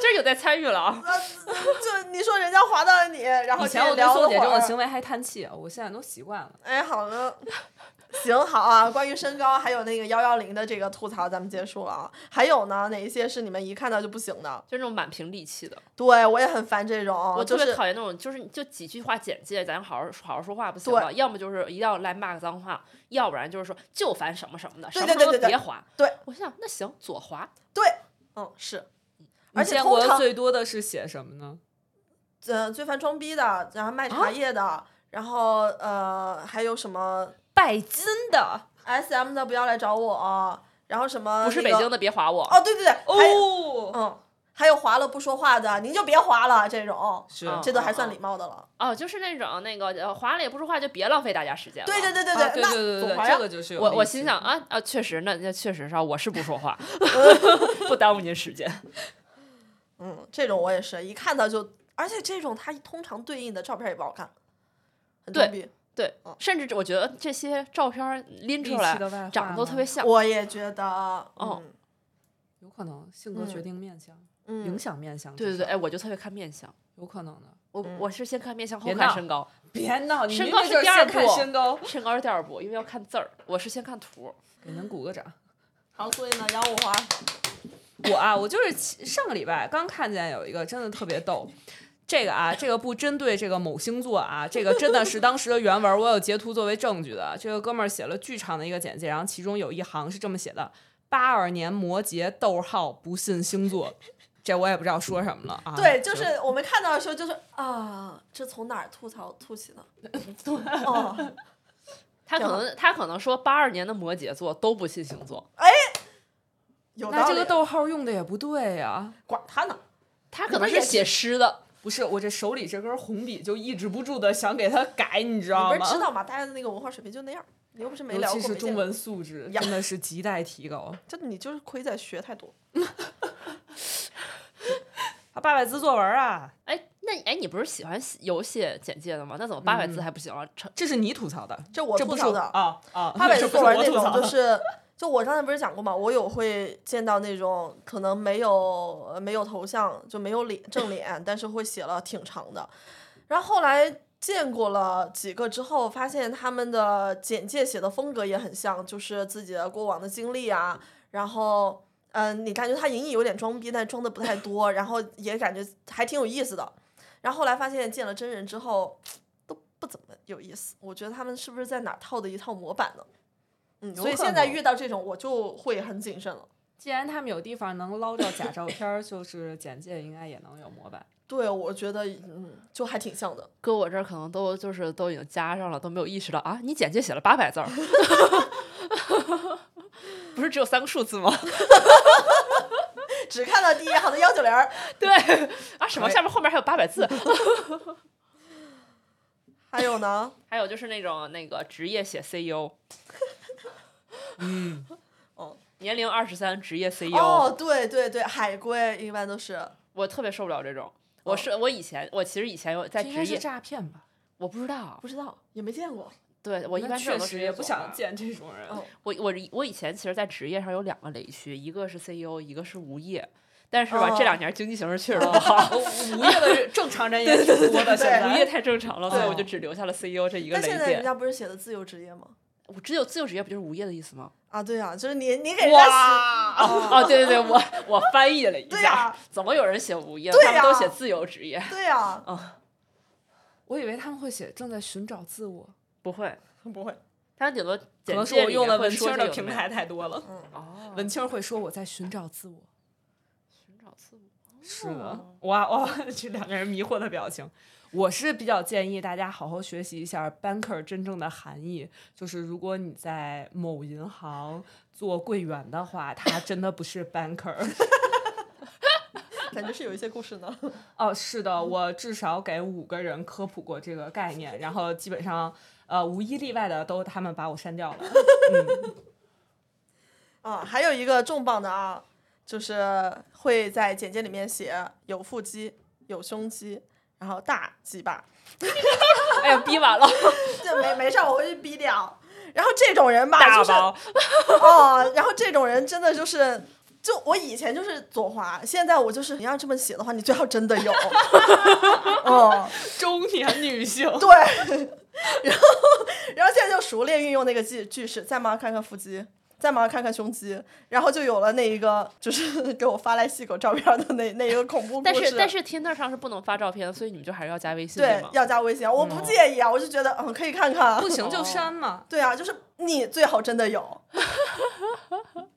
[SPEAKER 2] 就是有在参与了啊。
[SPEAKER 5] 那就你说人家划到了你，然后
[SPEAKER 6] 以
[SPEAKER 5] 你
[SPEAKER 6] 前我对
[SPEAKER 5] 聊
[SPEAKER 6] 宋
[SPEAKER 5] 了
[SPEAKER 6] 姐
[SPEAKER 5] 会
[SPEAKER 6] 这种
[SPEAKER 5] 儿
[SPEAKER 6] 行为还叹气，我现在都习惯了。
[SPEAKER 5] 哎，好了，行好啊。关于身高还有那个幺幺零的这个吐槽，咱们结束了啊。还有呢，哪一些是你们一看到就不行的？
[SPEAKER 2] 就那种满屏戾气的，
[SPEAKER 5] 对我也很烦这种，
[SPEAKER 2] 我
[SPEAKER 5] 哦就
[SPEAKER 2] 特别
[SPEAKER 5] 是
[SPEAKER 2] 讨厌那种，就是你就几句话简介，咱好好好好说话不行吗？要么就是一定要来骂个脏话，要不然就是说就烦什么什么的，什
[SPEAKER 5] 对
[SPEAKER 2] 么
[SPEAKER 5] 对
[SPEAKER 2] 什
[SPEAKER 5] 对
[SPEAKER 2] 么
[SPEAKER 5] 对对
[SPEAKER 2] 别滑。
[SPEAKER 5] 对，
[SPEAKER 2] 我心想那行左滑，
[SPEAKER 5] 对，嗯是。而
[SPEAKER 6] 你
[SPEAKER 5] 且
[SPEAKER 6] 见
[SPEAKER 5] 通
[SPEAKER 6] 过
[SPEAKER 5] 常，
[SPEAKER 6] 最多的是写什么呢？
[SPEAKER 5] 呃，最烦装逼的，然后卖茶叶的，然后呃，还有什么
[SPEAKER 6] 拜金的
[SPEAKER 5] S M 的不要来找我、啊然后什么、
[SPEAKER 2] 不是北京
[SPEAKER 5] 的
[SPEAKER 2] 的别滑我。
[SPEAKER 5] 哦，对对对，还有
[SPEAKER 6] 哦，
[SPEAKER 5] 嗯，还有划了不说话的，您就别划了，这种
[SPEAKER 6] 是啊
[SPEAKER 2] 嗯
[SPEAKER 5] 这都还算礼貌的了。
[SPEAKER 2] 哦，就是那种那个呃滑了也不说话，就别浪费大家时间了。
[SPEAKER 5] 对对对对
[SPEAKER 6] 啊对
[SPEAKER 5] 那
[SPEAKER 6] 对对
[SPEAKER 5] 总
[SPEAKER 6] 对，
[SPEAKER 5] 划
[SPEAKER 6] 这
[SPEAKER 5] 呀
[SPEAKER 6] 个就是有
[SPEAKER 2] 我我
[SPEAKER 6] 意思
[SPEAKER 2] 心想啊啊，确实，那那确实是啊，我是不说 话，不耽误您时间。
[SPEAKER 5] 嗯，这种我也是一看到就，而且这种它通常对应的照片也不好看，很
[SPEAKER 2] 对
[SPEAKER 5] 装逼。
[SPEAKER 2] 对，甚至我觉得这些照片儿拎出
[SPEAKER 6] 戾
[SPEAKER 2] 来
[SPEAKER 6] 气的外化
[SPEAKER 2] 长得都
[SPEAKER 6] 吗
[SPEAKER 2] 特别像。
[SPEAKER 5] 我也觉得，
[SPEAKER 6] 哦
[SPEAKER 5] 嗯
[SPEAKER 6] 有可能性格决定面相，影
[SPEAKER 5] 嗯，
[SPEAKER 6] 响面相。
[SPEAKER 2] 对对对，
[SPEAKER 6] 至少
[SPEAKER 2] 哎，，我就特别看面相，
[SPEAKER 6] 有可能的。
[SPEAKER 2] 我
[SPEAKER 5] 嗯
[SPEAKER 2] 我是先看面相后
[SPEAKER 6] 别
[SPEAKER 2] 看
[SPEAKER 6] 闹
[SPEAKER 2] 身高。
[SPEAKER 6] 别闹，你
[SPEAKER 2] 身
[SPEAKER 6] 明
[SPEAKER 2] 高
[SPEAKER 6] 明
[SPEAKER 2] 是
[SPEAKER 6] 就是
[SPEAKER 2] 第二
[SPEAKER 6] 先看
[SPEAKER 2] 步
[SPEAKER 6] 身高，
[SPEAKER 2] 身高是第二步，因为要看字儿，我是先看图。
[SPEAKER 6] 给您鼓个掌。
[SPEAKER 5] 好，所以呢，杨五花，
[SPEAKER 6] 我啊，我就是其上个礼拜刚看见有一个真的特别逗。这个啊，这个不针对这个某星座啊，这个真的是当时的原文，我有截图作为证据的。这个哥们儿写了巨长的一个简介，然后其中有一行是这么写的：八二年摩羯，逗号不信星座。这我也不知道说什么了啊。
[SPEAKER 5] 对，就是我们看到的时候就是啊，这从哪儿吐槽吐起 的？哦，
[SPEAKER 2] 他可能他可能说八二年的摩羯座都不信星座，
[SPEAKER 5] 有
[SPEAKER 6] 那
[SPEAKER 5] 道
[SPEAKER 6] 这个
[SPEAKER 5] 理，
[SPEAKER 6] 逗号用的也不对呀、啊。
[SPEAKER 5] 管他呢。
[SPEAKER 2] 他可能是写诗的。
[SPEAKER 6] 不是，我这手里这根红笔就抑制不住的想给他改，你知
[SPEAKER 5] 你
[SPEAKER 6] 道
[SPEAKER 5] 不
[SPEAKER 6] 吗？
[SPEAKER 5] 是知道吗？大家的那个文化水平就那样。你又不是没
[SPEAKER 6] 尤
[SPEAKER 5] 聊
[SPEAKER 6] 其
[SPEAKER 5] 过
[SPEAKER 6] 是
[SPEAKER 5] 没
[SPEAKER 6] 中
[SPEAKER 5] 见
[SPEAKER 6] 文素质
[SPEAKER 5] 呀
[SPEAKER 6] 真的是亟待提高。
[SPEAKER 5] 这你就是亏在学太多。
[SPEAKER 6] 他八百字作文啊，
[SPEAKER 2] 哎，那哎，你不是喜欢写有写简介的吗？那怎么八百字还不行啊？成
[SPEAKER 6] 这是你吐槽的，
[SPEAKER 5] 这我
[SPEAKER 6] 这
[SPEAKER 5] 吐
[SPEAKER 6] 不是
[SPEAKER 5] 槽
[SPEAKER 6] 我
[SPEAKER 5] 的，
[SPEAKER 6] 啊啊，
[SPEAKER 5] 八百
[SPEAKER 6] 这
[SPEAKER 5] 字
[SPEAKER 6] 不
[SPEAKER 5] 作文
[SPEAKER 6] 我
[SPEAKER 5] 那
[SPEAKER 6] 吐槽
[SPEAKER 5] 种就
[SPEAKER 6] 的
[SPEAKER 5] 是，就我刚才不是讲过嘛，我有会见到那种可能没有呃没有头像就没有脸正脸，但是会写了挺长的。然后后来见过了几个之后，发现他们的简介写的风格也很像，就是自己的过往的经历啊，然后。嗯，你感觉他隐隐有点装逼，但装的不太多，然后也感觉还挺有意思的。然后后来发现见了真人之后，都不怎么有意思。我觉得他们是不是在哪儿套的一套模板呢？嗯，所以
[SPEAKER 6] 可
[SPEAKER 5] 现在
[SPEAKER 6] 能
[SPEAKER 5] 遇到这种我就会很谨慎了。
[SPEAKER 6] 既然他们有地方能捞着假照片儿，就是简介应该也能有模板。
[SPEAKER 5] 对，我觉得嗯，就还挺像的。
[SPEAKER 2] 搁我这儿可能都就是都已经加上了，都没有意识到啊！你简介写了八百 字儿，不是只有三个数字 吗？
[SPEAKER 5] 只看到第一行的幺九零，
[SPEAKER 2] 对啊，什么
[SPEAKER 6] 可以
[SPEAKER 2] 下面后面还有八百 字？
[SPEAKER 5] 还有 呢，
[SPEAKER 2] 还有就是那种那个职业写 E CEO，
[SPEAKER 6] 嗯，
[SPEAKER 2] 哦年龄二十三，职业 E CEO，、
[SPEAKER 5] 哦，对对对，海归一般都是
[SPEAKER 2] 我特别受不了这种。我是我以前我其实以前有 在
[SPEAKER 6] 哦这应该
[SPEAKER 2] 职
[SPEAKER 6] 是
[SPEAKER 2] 业，
[SPEAKER 6] 诈骗吧？
[SPEAKER 2] 我不知道，
[SPEAKER 5] 不知道，也没见过。
[SPEAKER 2] 对我一
[SPEAKER 6] 那
[SPEAKER 2] 般这
[SPEAKER 6] 确
[SPEAKER 2] 种都
[SPEAKER 6] 实
[SPEAKER 2] 直接
[SPEAKER 6] 也不
[SPEAKER 2] 走
[SPEAKER 6] 想
[SPEAKER 2] 了
[SPEAKER 6] 见这种人。
[SPEAKER 5] 哦
[SPEAKER 2] 我我我以前其实，在职业上有两个雷区，一个是 CEO，一个是无业。但是吧，
[SPEAKER 5] 哦
[SPEAKER 2] 这两年经济形势确实
[SPEAKER 6] 哦
[SPEAKER 2] 不好，
[SPEAKER 6] 无业的正常人也挺多的，现
[SPEAKER 5] 对
[SPEAKER 2] 无业
[SPEAKER 6] 在。
[SPEAKER 2] 太正常了，所以我就
[SPEAKER 6] 哦
[SPEAKER 2] 只留下了 CEO 这一个
[SPEAKER 5] 但
[SPEAKER 2] 雷
[SPEAKER 5] 现在人
[SPEAKER 2] 点。
[SPEAKER 5] 家不是写的自由职业吗？
[SPEAKER 2] 我只有自由职业不就是无业的意思吗？
[SPEAKER 5] 啊，对啊，就是你
[SPEAKER 6] 哎
[SPEAKER 5] 你给人家
[SPEAKER 2] 哦，对对对，我我翻译了一
[SPEAKER 5] 对
[SPEAKER 2] 下
[SPEAKER 6] 啊
[SPEAKER 5] 呀，
[SPEAKER 2] 怎么有人写无业？
[SPEAKER 5] 对
[SPEAKER 2] 他们都
[SPEAKER 5] 呀
[SPEAKER 2] 写自由职业，
[SPEAKER 5] 写，对啊，
[SPEAKER 6] 我以为他们会写正在寻找自我，
[SPEAKER 2] 不会，
[SPEAKER 6] 不会，
[SPEAKER 2] 他顶多
[SPEAKER 6] 可
[SPEAKER 2] 简
[SPEAKER 6] 能是
[SPEAKER 2] 介
[SPEAKER 6] 我
[SPEAKER 2] 里
[SPEAKER 6] 用
[SPEAKER 2] 面
[SPEAKER 6] 了
[SPEAKER 2] 会
[SPEAKER 6] 文
[SPEAKER 2] 说一
[SPEAKER 6] 青儿
[SPEAKER 2] 下
[SPEAKER 6] 的
[SPEAKER 2] 有
[SPEAKER 6] 平
[SPEAKER 2] 没有
[SPEAKER 6] 台太多了。
[SPEAKER 2] 哦，
[SPEAKER 6] 文青儿会说我在寻找自我。
[SPEAKER 2] 寻找自我，
[SPEAKER 6] 是的，
[SPEAKER 2] 嗯
[SPEAKER 6] 哇哇， 这两个人迷惑的表情。我是比较建议大家好好学习一下 banker 真正的含义，就是如果你在某银行做柜员的 话，他真的不是 banker。
[SPEAKER 5] 感觉是有一些故事呢。
[SPEAKER 6] 哦，是的，
[SPEAKER 2] 嗯
[SPEAKER 6] 我至少给五个人科普过这个概念，然后基本上呃无一例外的都他们把我删掉了。
[SPEAKER 5] 啊，还有一个重磅的啊，就是会在简介里面写有腹肌、有胸肌，然后大鸡巴，
[SPEAKER 2] 哎呀，逼 完了，
[SPEAKER 5] 这没没事儿，我回去逼掉。然后这种人吧，
[SPEAKER 2] 大
[SPEAKER 5] 就是
[SPEAKER 2] 包，
[SPEAKER 5] 哦，然后这种人真的就是。就我以前就是左滑，现在我就是你要这么写的话，你最好真的有。 哦，
[SPEAKER 6] 中年女 性，
[SPEAKER 5] 对， 然后然后现在就熟练运用那个句句式，再忙看看腹肌，再忙看看胸肌，然后就有了那一个就是给我发来细狗照片的那那一个恐怖故事。
[SPEAKER 2] 但是但是 Tinder 上是不能发照片的，所以你们就还是要加微信
[SPEAKER 5] 对
[SPEAKER 2] 吗？
[SPEAKER 5] 要加微信，我不介意啊，我就觉得嗯可以看看
[SPEAKER 6] 不。行就删嘛。
[SPEAKER 5] 对啊，就是你最好真的有，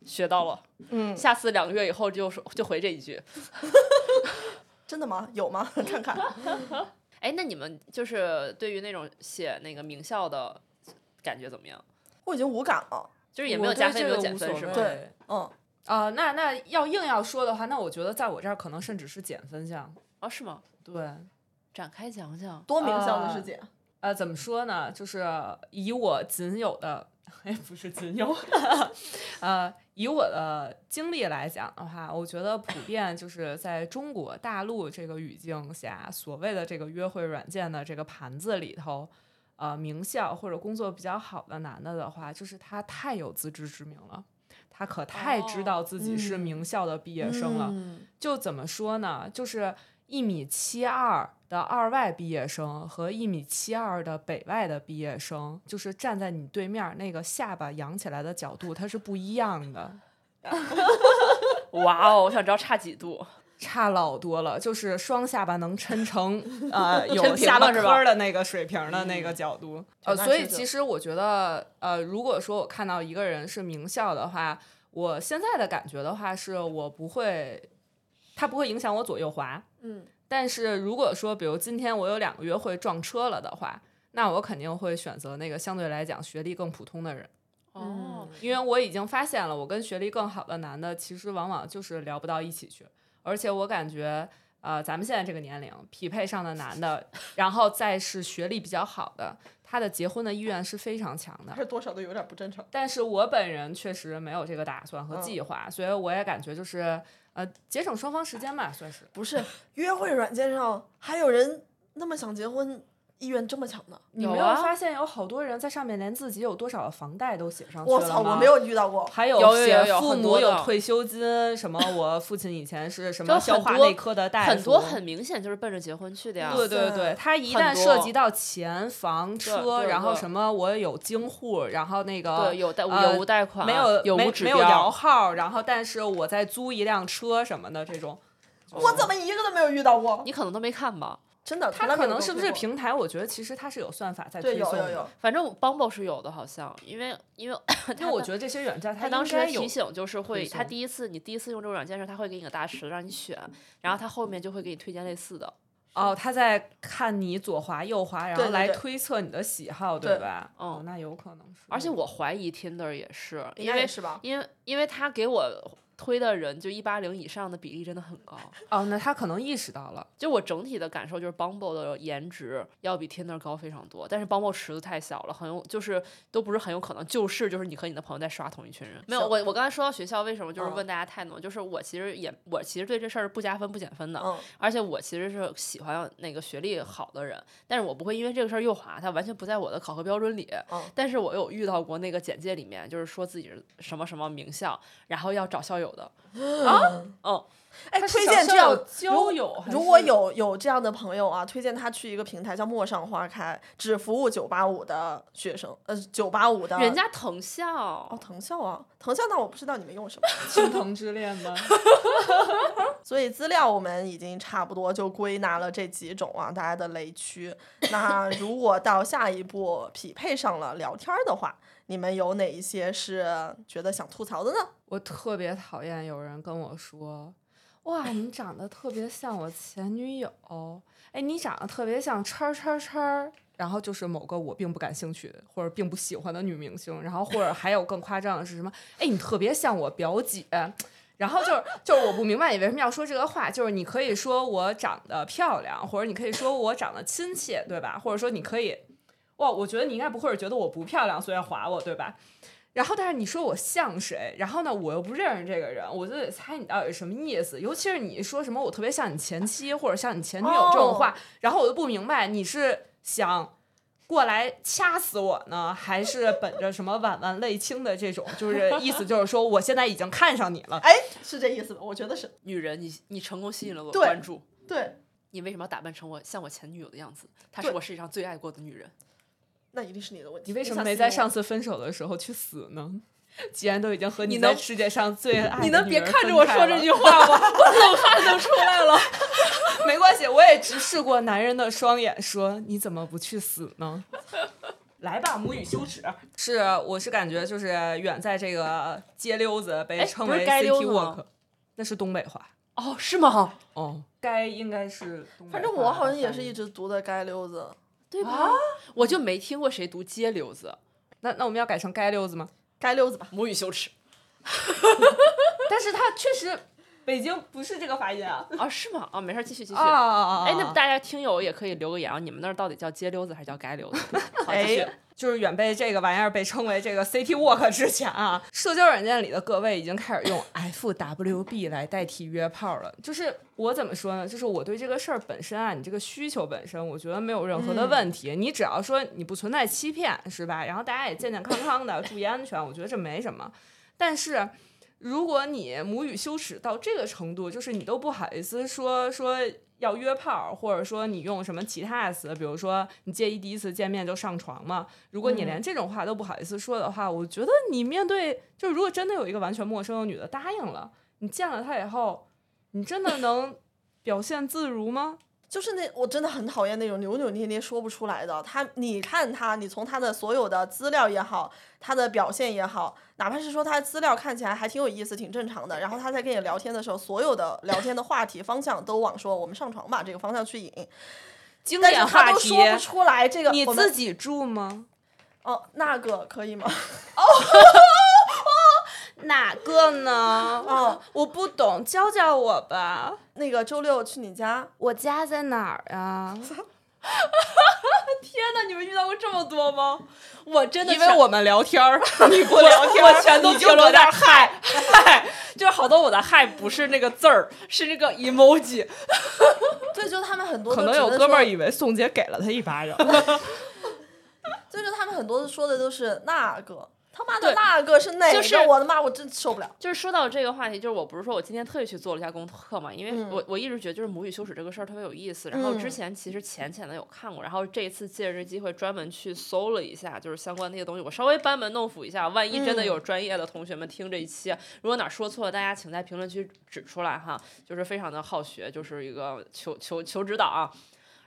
[SPEAKER 2] 学到了，
[SPEAKER 5] 嗯，
[SPEAKER 2] 下次两个月以后就说就回这一句。
[SPEAKER 5] 真的吗？有吗？看看。
[SPEAKER 2] 哎，那你们就是对于那种写那个名校的感觉怎么样？
[SPEAKER 5] 我已经无感了，
[SPEAKER 2] 就是也没有
[SPEAKER 6] 我
[SPEAKER 2] 加分，
[SPEAKER 6] 对
[SPEAKER 2] 没有
[SPEAKER 6] 这个
[SPEAKER 2] 减
[SPEAKER 6] 无
[SPEAKER 2] 分
[SPEAKER 6] 所
[SPEAKER 2] 是
[SPEAKER 6] 谓
[SPEAKER 2] 吗？
[SPEAKER 5] 对嗯，
[SPEAKER 6] 啊、那那要硬要说的话，那我觉得在我这儿可能甚至是减分项。
[SPEAKER 2] 哦，是吗？
[SPEAKER 6] 对，
[SPEAKER 2] 展开讲 讲。
[SPEAKER 5] 多名校的
[SPEAKER 6] 啊
[SPEAKER 5] 师姐，
[SPEAKER 6] 呃，怎么说呢？就是以我仅有的， 哎，不是仅有，呃，以我的经历来讲的话，我觉得普遍就是在中国大陆这个语境下，所谓的这个约会软件的这个盘子里头，呃，名校或者工作比较好的男的的话，就是他太有自知之明了。他可太知
[SPEAKER 2] 哦
[SPEAKER 6] 道自己是
[SPEAKER 5] 嗯
[SPEAKER 6] 名校的毕业生了，就怎么说呢？就是一米七二的二外毕业生和一米七二的北外的毕业生，就是站在你对面儿那个下巴扬起来的角度，它是不一样的，
[SPEAKER 2] 哇哦，我想知道差几度。
[SPEAKER 6] 差老多了。就是双下巴能 抻成呃有
[SPEAKER 2] 抻平
[SPEAKER 6] 下巴
[SPEAKER 2] 了是
[SPEAKER 6] 颏
[SPEAKER 2] 吧嗯哦
[SPEAKER 6] 儿的那个水平的那个角度。呃，
[SPEAKER 5] 那
[SPEAKER 6] 所以
[SPEAKER 5] 是的
[SPEAKER 6] 其实我觉得，呃，如果说我看到一个人是名校的话，我现在的感觉的话，是我不会，他不会影响我左右滑。
[SPEAKER 5] 嗯，
[SPEAKER 6] 但是如果说，比如今天我有两个约会撞车了的话，那我肯定会选择那个相对来讲学历更普通的人，
[SPEAKER 2] 哦，
[SPEAKER 6] 因为我已经发现了，我跟学历更好的男的其实往往就是聊不到一起去，而且我感觉。呃，咱们现在这个年龄匹配上的男的，然后再是学历比较好的，他的结婚的意愿是非常强的
[SPEAKER 5] 还。是多少都有点不正常。
[SPEAKER 6] 但是我本人确实没有这个打算和计
[SPEAKER 5] 嗯
[SPEAKER 6] 划，所以我也感觉就是呃，节省双方时间吧，算是。
[SPEAKER 5] 不是约会软件上还有人那么想结婚，意愿这么强的？
[SPEAKER 6] 你
[SPEAKER 2] 有
[SPEAKER 6] 没
[SPEAKER 2] 啊
[SPEAKER 6] 有发现有好多人在上面连自己有多少房贷都写上去了
[SPEAKER 5] 我操，
[SPEAKER 6] 吗
[SPEAKER 5] 我没。有遇到过。
[SPEAKER 6] 还
[SPEAKER 2] 有有
[SPEAKER 6] 写
[SPEAKER 2] 有有
[SPEAKER 6] 父
[SPEAKER 2] 很
[SPEAKER 6] 母
[SPEAKER 2] 多
[SPEAKER 6] 有
[SPEAKER 2] 的
[SPEAKER 6] 退休金，什么我父亲以前是什
[SPEAKER 2] 就
[SPEAKER 6] 么消
[SPEAKER 2] 很
[SPEAKER 6] 化
[SPEAKER 2] 多
[SPEAKER 6] 内科的大夫，
[SPEAKER 2] 很多很明显就是奔着结婚去的呀。
[SPEAKER 6] 对对
[SPEAKER 5] 塞
[SPEAKER 6] 对，它一
[SPEAKER 2] 很
[SPEAKER 6] 旦
[SPEAKER 2] 多
[SPEAKER 6] 涉及到钱、房、车，
[SPEAKER 2] 对
[SPEAKER 6] 然后
[SPEAKER 2] 对
[SPEAKER 6] 什么我有京沪，然后那个
[SPEAKER 2] 对，有贷
[SPEAKER 6] 呃
[SPEAKER 2] 有无贷款，
[SPEAKER 6] 没有
[SPEAKER 2] 有
[SPEAKER 6] 没
[SPEAKER 2] 无指
[SPEAKER 6] 没有摇
[SPEAKER 2] 标，
[SPEAKER 6] 号，然后但是我在租一辆车什么的这种，
[SPEAKER 2] 哦
[SPEAKER 5] 我怎么一个都没有遇到过？
[SPEAKER 2] 你可能都没看吧？
[SPEAKER 5] 真的，
[SPEAKER 6] 它
[SPEAKER 5] 从来没
[SPEAKER 6] 可
[SPEAKER 5] 有
[SPEAKER 6] 能
[SPEAKER 5] 都
[SPEAKER 6] 是不
[SPEAKER 5] 推
[SPEAKER 6] 是
[SPEAKER 5] 过？
[SPEAKER 6] 平台？我觉得其实它是有算法在
[SPEAKER 5] 对，
[SPEAKER 6] 推
[SPEAKER 5] 有
[SPEAKER 6] 送
[SPEAKER 5] 有
[SPEAKER 6] 的，
[SPEAKER 5] 有，
[SPEAKER 2] 反正 Bumble 是有的，好像因为因为
[SPEAKER 6] 因为我觉得这些软件它
[SPEAKER 2] 他当
[SPEAKER 6] 应
[SPEAKER 2] 时
[SPEAKER 6] 该
[SPEAKER 2] 的
[SPEAKER 6] 有
[SPEAKER 2] 提醒就是会，他
[SPEAKER 6] 送
[SPEAKER 2] 第一次你第一次用这种软件的时，候，他会给你个大池让你选，然后他后面就会给你推荐类似的。
[SPEAKER 6] 哦，它在看你左滑右滑，然
[SPEAKER 5] 对
[SPEAKER 6] 后
[SPEAKER 5] 对
[SPEAKER 6] 来
[SPEAKER 5] 对
[SPEAKER 6] 推测你的喜好，
[SPEAKER 5] 对
[SPEAKER 6] 吧？
[SPEAKER 2] 嗯
[SPEAKER 6] 哦，那有可能是。
[SPEAKER 2] 而且我怀疑 Tinder 也是，
[SPEAKER 5] 嗯应
[SPEAKER 2] 因
[SPEAKER 5] 该也
[SPEAKER 2] 为
[SPEAKER 5] 是吧？
[SPEAKER 2] 因为因为他给我推的人就一八零以上的比例真的很高，
[SPEAKER 6] 哦，那他可能意识到了。
[SPEAKER 2] 就我整体的感受就是 Bumble 的颜值要比 Tinder 高非常多，但是 Bumble 池子太小了，很有就是都不是很有可能，就是就是你和你的朋友在刷同一群人。没有，
[SPEAKER 5] 行
[SPEAKER 2] 我我刚才说到学校为什么就是
[SPEAKER 5] 嗯
[SPEAKER 2] 问大家态度，就是我其实也我其实对这事儿不加分不减分的，
[SPEAKER 5] 嗯，
[SPEAKER 2] 而且我其实是喜欢那个学历好的人，但是我不会因为这个事儿右滑，他完全不在我的考核标准里。
[SPEAKER 5] 嗯
[SPEAKER 2] 但是我有遇到过那个简介里面就是说自己是什么什么名校，然后要找校友的，
[SPEAKER 5] 啊
[SPEAKER 2] 嗯
[SPEAKER 5] 哎，
[SPEAKER 6] 它是
[SPEAKER 5] 推
[SPEAKER 6] 小
[SPEAKER 5] 荐
[SPEAKER 6] 校
[SPEAKER 5] 这样
[SPEAKER 6] 友
[SPEAKER 5] 如
[SPEAKER 6] 交友还
[SPEAKER 5] 如果
[SPEAKER 6] 是
[SPEAKER 5] 有有这样的朋友啊，推荐他去一个平台叫陌上花开，只服务九八五的学生，呃，九八五的
[SPEAKER 2] 人家藤校
[SPEAKER 5] 哦，藤校啊，藤校那我不知道你们用什么，
[SPEAKER 6] 青藤之恋吗？
[SPEAKER 5] 所以资料我们已经差不多就归纳了这几种啊，大家的雷区。那如果到下一步匹配上了聊天儿的话，你们有哪一些是觉得想吐槽的呢？
[SPEAKER 6] 我特别讨厌有人跟我说：“哇，你长得特别像我前女友，哎，你长得特别像叉儿叉儿叉儿。”然后就是某个我并不感兴趣或者并不喜欢的女明星，然后或者还有更夸张的是什么？哎，你特别像我表姐。然后就是就是我不明白你为什么要说这个话，就是你可以说我长得漂亮，或者你可以说我长得亲切，对吧？或者说你可以，哇，我觉得你应该不会是觉得我不漂亮，所以要划我，对吧？然后，但是你说我像谁？然后呢，我又不认识这个人，我就得猜你到底什么意思。尤其是你说什么我特别像你前妻或者像你前女友这种话，然后我就不明白你是想过来掐死我呢，还是本着什么晚晚泪清的这种，就是意思就是说我现在已经看上你了，
[SPEAKER 5] 哎，是这意思吧？我觉得是
[SPEAKER 2] 女人，你你成功吸引了我
[SPEAKER 5] 对
[SPEAKER 2] 关注，
[SPEAKER 5] 对，
[SPEAKER 2] 你为什么要打扮成我像我前女友的样子？她是
[SPEAKER 5] 对
[SPEAKER 2] 我世界上最爱过的女人。
[SPEAKER 5] 那一定是你的问题。
[SPEAKER 6] 你为什么
[SPEAKER 5] 想
[SPEAKER 6] 没
[SPEAKER 5] 吸
[SPEAKER 6] 在
[SPEAKER 5] 引我
[SPEAKER 6] 上？次分手的时候去死呢？既然都已经和你
[SPEAKER 2] 你
[SPEAKER 6] 在
[SPEAKER 2] 能
[SPEAKER 6] 世界上最爱的
[SPEAKER 2] 你能
[SPEAKER 6] 女
[SPEAKER 2] 别
[SPEAKER 6] 人
[SPEAKER 2] 看
[SPEAKER 6] 分
[SPEAKER 2] 着我
[SPEAKER 6] 开
[SPEAKER 2] 说这
[SPEAKER 6] 了
[SPEAKER 2] 句话 吗？我冷汗都出来了。
[SPEAKER 6] 没关系，我也直视过男人的双眼，说你怎么不去死呢？ 来吧，母语羞耻。是，我是感觉就是远在这个街溜子被
[SPEAKER 2] 哎
[SPEAKER 6] 称
[SPEAKER 2] 不是
[SPEAKER 6] 为
[SPEAKER 2] 街
[SPEAKER 6] city
[SPEAKER 2] 溜子吗
[SPEAKER 6] walk，那是东北话。
[SPEAKER 2] 哦，是吗？
[SPEAKER 6] 哦，该应该是东北话
[SPEAKER 5] 反正我好像也是一直读的街溜子，
[SPEAKER 2] 对吧？我就没听过谁读街溜子，
[SPEAKER 6] 那那我们要改成街溜子吗？
[SPEAKER 5] 街溜子吧。
[SPEAKER 2] 母语羞耻
[SPEAKER 6] 但是它确实北京不是这个发音啊。
[SPEAKER 2] 啊？是吗？啊，没事儿，继续继续。
[SPEAKER 6] 啊啊啊！
[SPEAKER 2] 哎，那么大家听友也可以留个言啊，你们那儿到底叫街溜子还是叫街溜子？ 好，继续
[SPEAKER 5] 哎。，
[SPEAKER 6] 就是远被这个玩意儿被称为这个 City Walk 之前啊，社交软件里的各位已经开始用 FWB 来代替约炮了。就是我怎么说呢？就是我对这个事儿本身啊，你这个需求本身，我觉得没有任何的问题。你只要说你不存在欺骗，是吧？然后大家也健健康康的，注意安全，我觉得这没什么。但是如果你母语羞耻到这个程度，就是你都不好意思说说要约炮，或者说你用什么其他的词，比如说你介意第一次见面就上床嘛？如果你
[SPEAKER 5] 嗯
[SPEAKER 6] 连这种话都不好意思说的话，我觉得你面对就是如果真的有一个完全陌生的女的答应了，你见了她以后，你真的能表现自如吗？
[SPEAKER 5] 就是那我真的很讨厌那种扭扭捏捏说不出来的。他，你看他，你从他的所有的资料也好，他的表现也好，哪怕是说他的资料看起来还挺有意思、挺正常的，然后他在跟你聊天的时候，所有的聊天的话题方向都往说我们上床吧这个方向去引，
[SPEAKER 6] 经
[SPEAKER 5] 但是
[SPEAKER 6] 典
[SPEAKER 5] 他
[SPEAKER 6] 话
[SPEAKER 5] 都
[SPEAKER 6] 题，
[SPEAKER 5] 说不出来这个。
[SPEAKER 6] 你
[SPEAKER 5] 我们
[SPEAKER 6] 自己住吗？
[SPEAKER 5] 哦，那个可以吗？
[SPEAKER 6] 哪个呢？
[SPEAKER 5] 哦，
[SPEAKER 6] 我不懂，教教我吧。
[SPEAKER 5] 那个周六去你家，
[SPEAKER 6] 我家在哪儿啊？
[SPEAKER 2] 天哪，你们遇到过这么多吗？ 我真的
[SPEAKER 6] 因为
[SPEAKER 2] 全
[SPEAKER 6] 我们聊天 儿，你不聊天儿，
[SPEAKER 2] 我全都
[SPEAKER 6] 你
[SPEAKER 2] 停
[SPEAKER 6] 就
[SPEAKER 2] 留
[SPEAKER 6] 搁那
[SPEAKER 2] 在
[SPEAKER 6] 儿
[SPEAKER 2] 嗨 嗨，就是好多我的嗨不是那个字儿，是那个 emoji。
[SPEAKER 5] 对，就他们很多
[SPEAKER 6] 可
[SPEAKER 5] 都
[SPEAKER 6] 能
[SPEAKER 5] 觉
[SPEAKER 6] 有
[SPEAKER 5] 得
[SPEAKER 6] 哥们
[SPEAKER 5] 说
[SPEAKER 6] 儿以为宋姐给了他一巴掌，
[SPEAKER 5] 就是他们很多说的都是那个他妈
[SPEAKER 2] 对
[SPEAKER 5] 的那个是哪个？
[SPEAKER 2] 就是
[SPEAKER 5] 我的妈，我真受不了。
[SPEAKER 2] 就是说到这个话题，就是我不是说我今天特意去做了一下功课嘛，因为
[SPEAKER 5] 嗯
[SPEAKER 2] 我我一直觉得就是母语羞耻这个事儿特别有意思。然后之
[SPEAKER 5] 嗯
[SPEAKER 2] 前其实浅浅的有看过，然后这一次借着这机会专门去搜了一下，就是相关的一些东西，我稍微班门弄斧一下，万一真的有
[SPEAKER 5] 嗯
[SPEAKER 2] 专业的同学们听这一期，啊如果哪儿说错了，大家请在评论区指出来哈，就是非常的好学，就是一个求求求指导啊。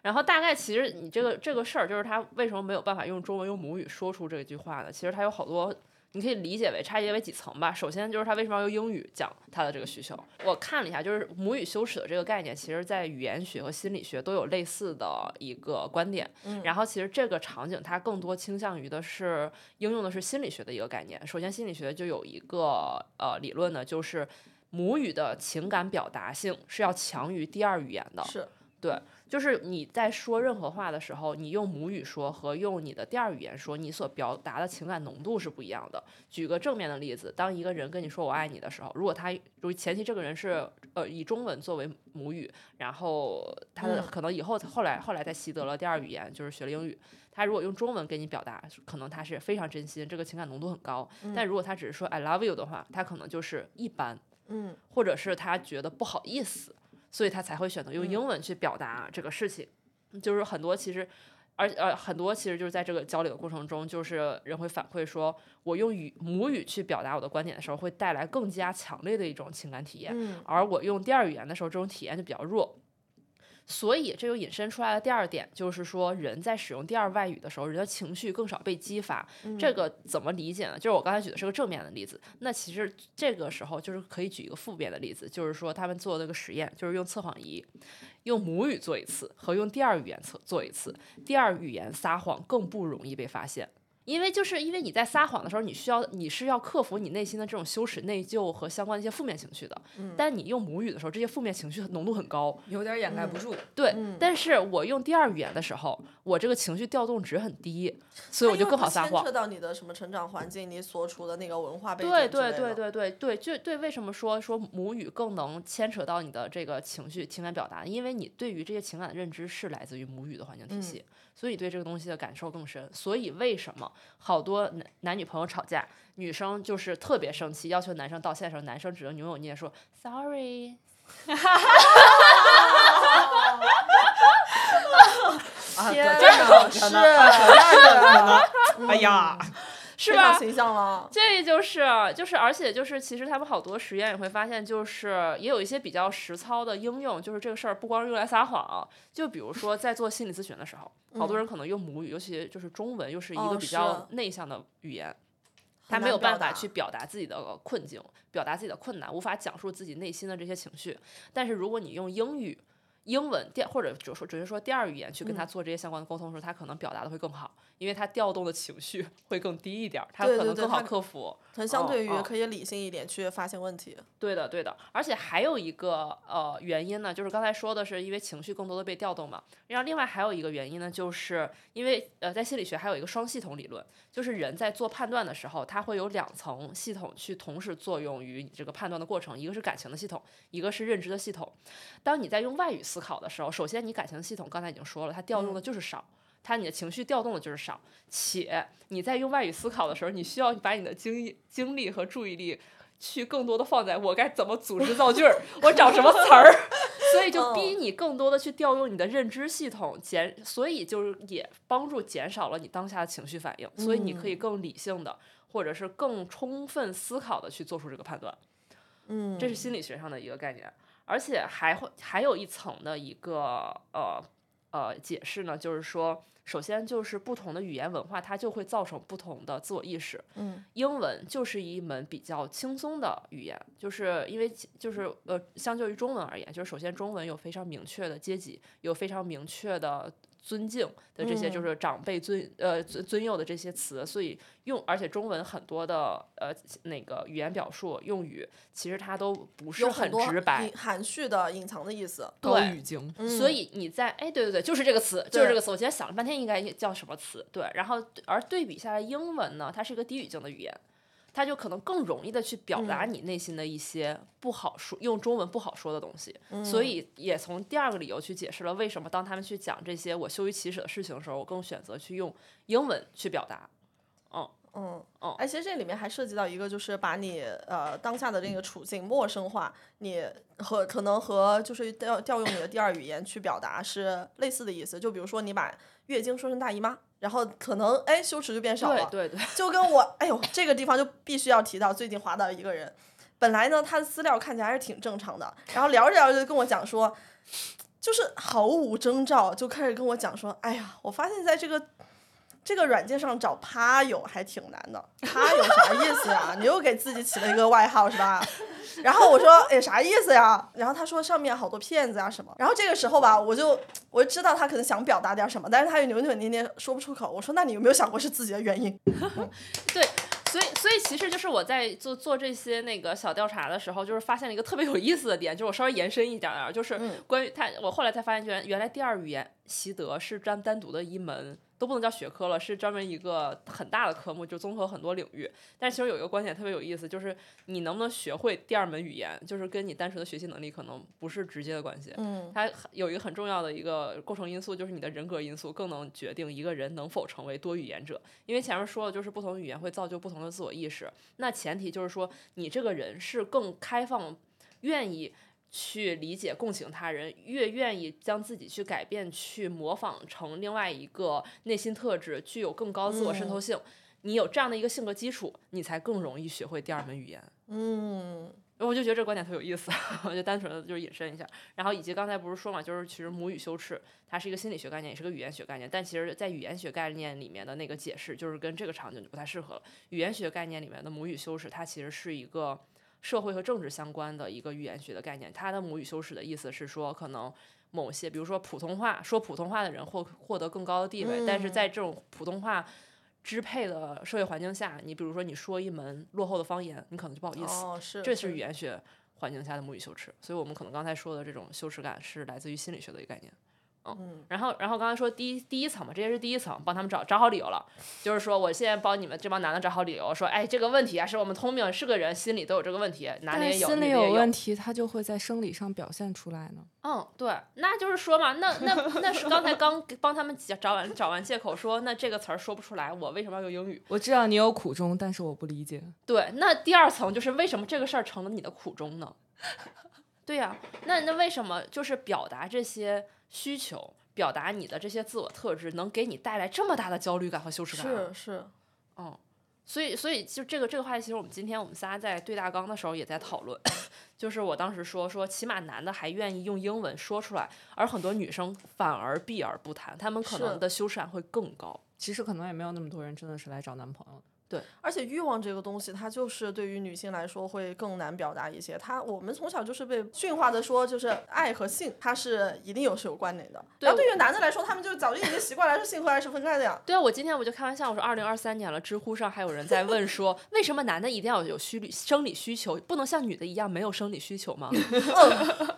[SPEAKER 2] 然后大概其实你这个这个事儿，就是他为什么没有办法用中文用母语说出这句话呢？其实他有好多，你可以理解为拆解为几层吧。首先就是他为什么要用英语讲他的这个需求？我看了一下，就是母语羞耻的这个概念，其实在语言学和心理学都有类似的一个观点。然后其实这个场景它更多倾向于的是应用的是心理学的一个概念。首先，心理学就有一个呃理论呢，就是母语的情感表达性是要强于第二语言的。
[SPEAKER 5] 是，
[SPEAKER 2] 对，就是你在说任何话的时候，你用母语说和用你的第二语言说，你所表达的情感浓度是不一样的。举个正面的例子，当一个人跟你说“我爱你”的时候，如果他如果前提这个人是呃以中文作为母语，然后他的
[SPEAKER 5] 嗯
[SPEAKER 2] 可能以后后来后来再习得了第二语言，就是学了英语，他如果用中文跟你表达，可能他是非常真心，这个情感浓度很高。但如果他只是说 “I love you” 的话，他可能就是一般。
[SPEAKER 5] 嗯，
[SPEAKER 2] 或者是他觉得不好意思，所以他才会选择用英文去表达这个事情。就是很多其实，而呃很多其实就是在这个交流的过程中，就是人会反馈说，我用语母语去表达我的观点的时候，会带来更加强烈的一种情感体验。
[SPEAKER 5] 嗯
[SPEAKER 2] 而我用第二语言的时候，这种体验就比较弱。所以，这就引申出来的第二点，就是说，人在使用第二外语的时候，人的情绪更少被激发。这
[SPEAKER 5] 嗯
[SPEAKER 2] 个怎么理解呢？就是我刚才举的是个正面的例子，那其实这个时候就是可以举一个负面的例子，就是说他们做那个实验，就是用测谎仪，用母语做一次和用第二语言测做一次，第二语言撒谎更不容易被发现。因为就是因为你在撒谎的时候，你需要你是要克服你内心的这种羞耻、内疚和相关的一些负面情绪的。
[SPEAKER 5] 嗯
[SPEAKER 2] 但你用母语的时候，这些负面情绪浓度很高。
[SPEAKER 6] 有点掩盖不住。
[SPEAKER 2] 对，
[SPEAKER 5] 嗯
[SPEAKER 2] 但是我用第二语言的时候，我这个情绪调动值很低，所以我就更好撒
[SPEAKER 5] 它又不
[SPEAKER 2] 谎
[SPEAKER 5] 牵扯。到你的什么成长环境，你所处的那个文化背景
[SPEAKER 2] 对
[SPEAKER 5] 之类
[SPEAKER 2] 对
[SPEAKER 5] 的
[SPEAKER 2] 对对对对，就对，为什么说说母语更能牵扯到你的这个情绪、情感表达？因为你对于这些情感的认知是来自于母语的环境体系，
[SPEAKER 5] 嗯
[SPEAKER 2] 所以你对这个东西的感受更深。所以为什么好多男男女朋友吵架，女生就是特别生气，要求男生道歉的时候，男生只能扭扭捏捏说 “sorry”，
[SPEAKER 5] 啊，天哪，是
[SPEAKER 6] 哎呀，
[SPEAKER 2] 是
[SPEAKER 5] 非
[SPEAKER 2] 吧？哦
[SPEAKER 5] 常形象了。
[SPEAKER 2] 这就是就是，而且就是，其实他们好多实验也会发现，就是也有一些比较实操的应用，就是这个事儿不光是用来撒谎，就比如说在做心理咨询的时候，好多人可能用母语，尤其就是中文，又是一
[SPEAKER 5] 嗯哦
[SPEAKER 2] 个比
[SPEAKER 5] 是
[SPEAKER 2] 较内向的语言，他
[SPEAKER 5] 很
[SPEAKER 2] 没有
[SPEAKER 5] 难表
[SPEAKER 2] 办法
[SPEAKER 5] 达
[SPEAKER 2] 去表达自己的困境，表达自己的困难，无法讲述自己内心的这些情绪。但是如果你用英语。英文第或者就说准确说第二语言去
[SPEAKER 5] 嗯
[SPEAKER 2] 跟他做这些相关的沟通的时候，他可能表达的会更好，因为他调动的情绪 会更低一点儿，他
[SPEAKER 5] 对
[SPEAKER 2] 可
[SPEAKER 5] 对
[SPEAKER 2] 能
[SPEAKER 5] 对
[SPEAKER 2] 更好
[SPEAKER 5] 他
[SPEAKER 2] 克服。
[SPEAKER 5] 很相对
[SPEAKER 2] 哦
[SPEAKER 5] 于可以理性一点去发现问题，
[SPEAKER 2] 对的，对的，而且还有一个呃原因呢，就是刚才说的是因为情绪更多的被调动嘛，然后另外还有一个原因呢，就是因为呃在心理学还有一个双系统理论，就是人在做判断的时候，它会有两层系统去同时作用于你这个判断的过程，一个是感情的系统，一个是认知的系统。当你在用外语思考的时候，首先你感情系统刚才已经说了，它调动的就是少。它你的情绪调动的就是少，且你在用外语思考的时候，你需要把你的精精力和注意力去更多的放在我该怎么组织造句儿，我找什么词儿，所以就逼你更多的去调用你的认知系统，减，所以就是也帮助减少了你当下的情绪反应，所以你
[SPEAKER 5] 嗯
[SPEAKER 2] 可以更理性的，或者是更充分思考的去做出这个判断。
[SPEAKER 5] 嗯
[SPEAKER 2] 这是心理学上的一个概念，而且还会还有一层的一个呃呃解释呢，就是说，首先就是不同的语言文化，它就会造成不同的自我意识。
[SPEAKER 5] 嗯，
[SPEAKER 2] 英文就是一门比较轻松的语言，就是因为其就是呃，相较于中文而言，就是首先中文有非常明确的阶级，有非常明确的尊敬的这些，
[SPEAKER 5] 嗯
[SPEAKER 2] 就是长辈尊呃尊尊幼的这些词，所以用而且中文很多的呃那个语言表述用语，其实它都不是
[SPEAKER 5] 有很多
[SPEAKER 2] 直白
[SPEAKER 5] 隐，含蓄的隐藏的意思。
[SPEAKER 4] 高
[SPEAKER 2] 对
[SPEAKER 4] 语境，
[SPEAKER 2] 所以你在哎，对对对，就是这个词，就
[SPEAKER 5] 嗯对
[SPEAKER 2] 是这个词。我今天想了半天，应该叫什么词？对，然后对而对比下来，英文呢，它是一个低语境的语言，它就可能更容易的去表达
[SPEAKER 5] 嗯
[SPEAKER 2] 你内心的一些不好说，用中文不好说的东西。
[SPEAKER 5] 嗯
[SPEAKER 2] 所以也从第二个理由去解释了为什么当他们去讲这些我羞于启齿的事情的时候，我更选择去用英文去表达。
[SPEAKER 5] 嗯
[SPEAKER 2] 嗯
[SPEAKER 5] 哎，其实这里面还涉及到一个，就是把你呃当下的这个处境陌生化，你和可能和就是调调用你的第二语言去表达是类似的意思。就比如说你把月经说成大姨妈，然后可能哎羞耻就变少
[SPEAKER 2] 对
[SPEAKER 5] 了。
[SPEAKER 2] 对对，
[SPEAKER 5] 就跟我哎呦这个地方就必须要提到，最近划到一个人，本来呢他的资料看起来还是挺正常的，然后聊着聊着就跟我讲说，就是毫无征兆就开始跟我讲说，哎呀，我发现在这个。这个软件上找趴友还挺难的，趴友啥意思呀？你又给自己起了一个外号是吧？然后我说，哎，啥意思呀？然后他说上面好多骗子啊什么。然后这个时候吧，我就我就知道他可能想表达点什么，但是他又扭扭捏捏说不出口。我说，那你有没有想过是自己的原因？
[SPEAKER 2] 对，所以所以其实就是我在做做这些那个小调查的时候，就是发现了一个特别有意思的点，就是我稍微延伸一点啊，就是关于它，我后来才发现原原来第二语言习得是单单独的一门。都不能叫学科了，是专门一个很大的科目，就综合很多领域。但是其实有一个观点特别有意思，就是你能不能学会第二门语言，就是跟你单纯的学习能力可能不是直接的关系。
[SPEAKER 5] 嗯，
[SPEAKER 2] 它很有一个很重要的一个构成因素，就是你的人格因素更能决定一个人能否成为多语言者。因为前面说了，就是不同语言会造就不同的自我意识，那前提就是说你这个人是更开放，愿意。去理解、共情他人，越愿意将自己去改变、去模仿成另外一个内心特质，具有更高自我
[SPEAKER 5] 嗯
[SPEAKER 2] 渗透性。你有这样的一个性格基础，你才更容易学会第二门语言。
[SPEAKER 5] 嗯，
[SPEAKER 2] 我就觉得这个观点特有意思，我就单纯的就是引申一下。然后以及刚才不是说嘛，就是其实母语羞耻，它是一个心理学概念，也是个语言学概念。但其实，在语言学概念里面的那个解释，就是跟这个场景就不太适合了。语言学概念里面的母语羞耻，它其实是一个社会和政治相关的一个语言学的概念。它的母语羞耻的意思是说，可能某些，比如说普通话，说普通话的人获获得更高的地位，但是在这种普通话。支配的社会环境下，你比如说你说一门落后的方言，你可能就不好意思，
[SPEAKER 5] 哦，是，
[SPEAKER 2] 这是语言学环境下的母语羞耻，所以我们可能刚才说的这种羞耻感是来自于心理学的一个概念。
[SPEAKER 5] 嗯，
[SPEAKER 2] 然后，然后刚才说第一第一层嘛，这些是第一层，帮他们找找好理由了，就是说我现在帮你们这帮男的找好理由，说哎这个问题啊，是我们通病，是个人心里都有这个问题，男的
[SPEAKER 6] 但
[SPEAKER 2] 也有，
[SPEAKER 6] 心
[SPEAKER 2] 女
[SPEAKER 6] 里
[SPEAKER 2] 的也
[SPEAKER 6] 有
[SPEAKER 2] 有
[SPEAKER 6] 问题，他就会在生理上表现出来呢。
[SPEAKER 2] 嗯，对，那就是说嘛，那那那是刚才刚 给帮他们找找完找完借口说，那这个词儿说不出来，我为什么要用英语？
[SPEAKER 6] 我知道你有苦衷，但是我不理解。
[SPEAKER 2] 对，那第二层就是为什么这个事儿成了你的苦衷呢？ 对呀、那那为什么就是表达这些需求，表达你的这些自我特质，能给你带来这么大的焦虑感和羞耻感啊？
[SPEAKER 5] 是是，
[SPEAKER 2] 嗯，所以所以就这个这个话题，其实我们今天我们仨在对大纲的时候也在讨论， 就是我当时说说，起码男的还愿意用英文说出来，而很多女生反而避而不谈，他们可
[SPEAKER 5] 是
[SPEAKER 2] 能的羞耻感会更高。
[SPEAKER 6] 其实可能也没有那么多人真的是来找男朋友的。
[SPEAKER 5] 而且欲望这个东西，它就是对于女性来说会更难表达一些。它我们从小就是被驯化的说，就是爱和性它是一定有是有关联的。然后对于男的来说，他们就早就已经习惯来说性和爱是分开的呀。
[SPEAKER 2] 对啊，我今天我就开玩笑，我说二零二三年了，知乎上还有人在问说，为什么男的一定要有虚理生理需求，不能像女的一样没有生理需求吗？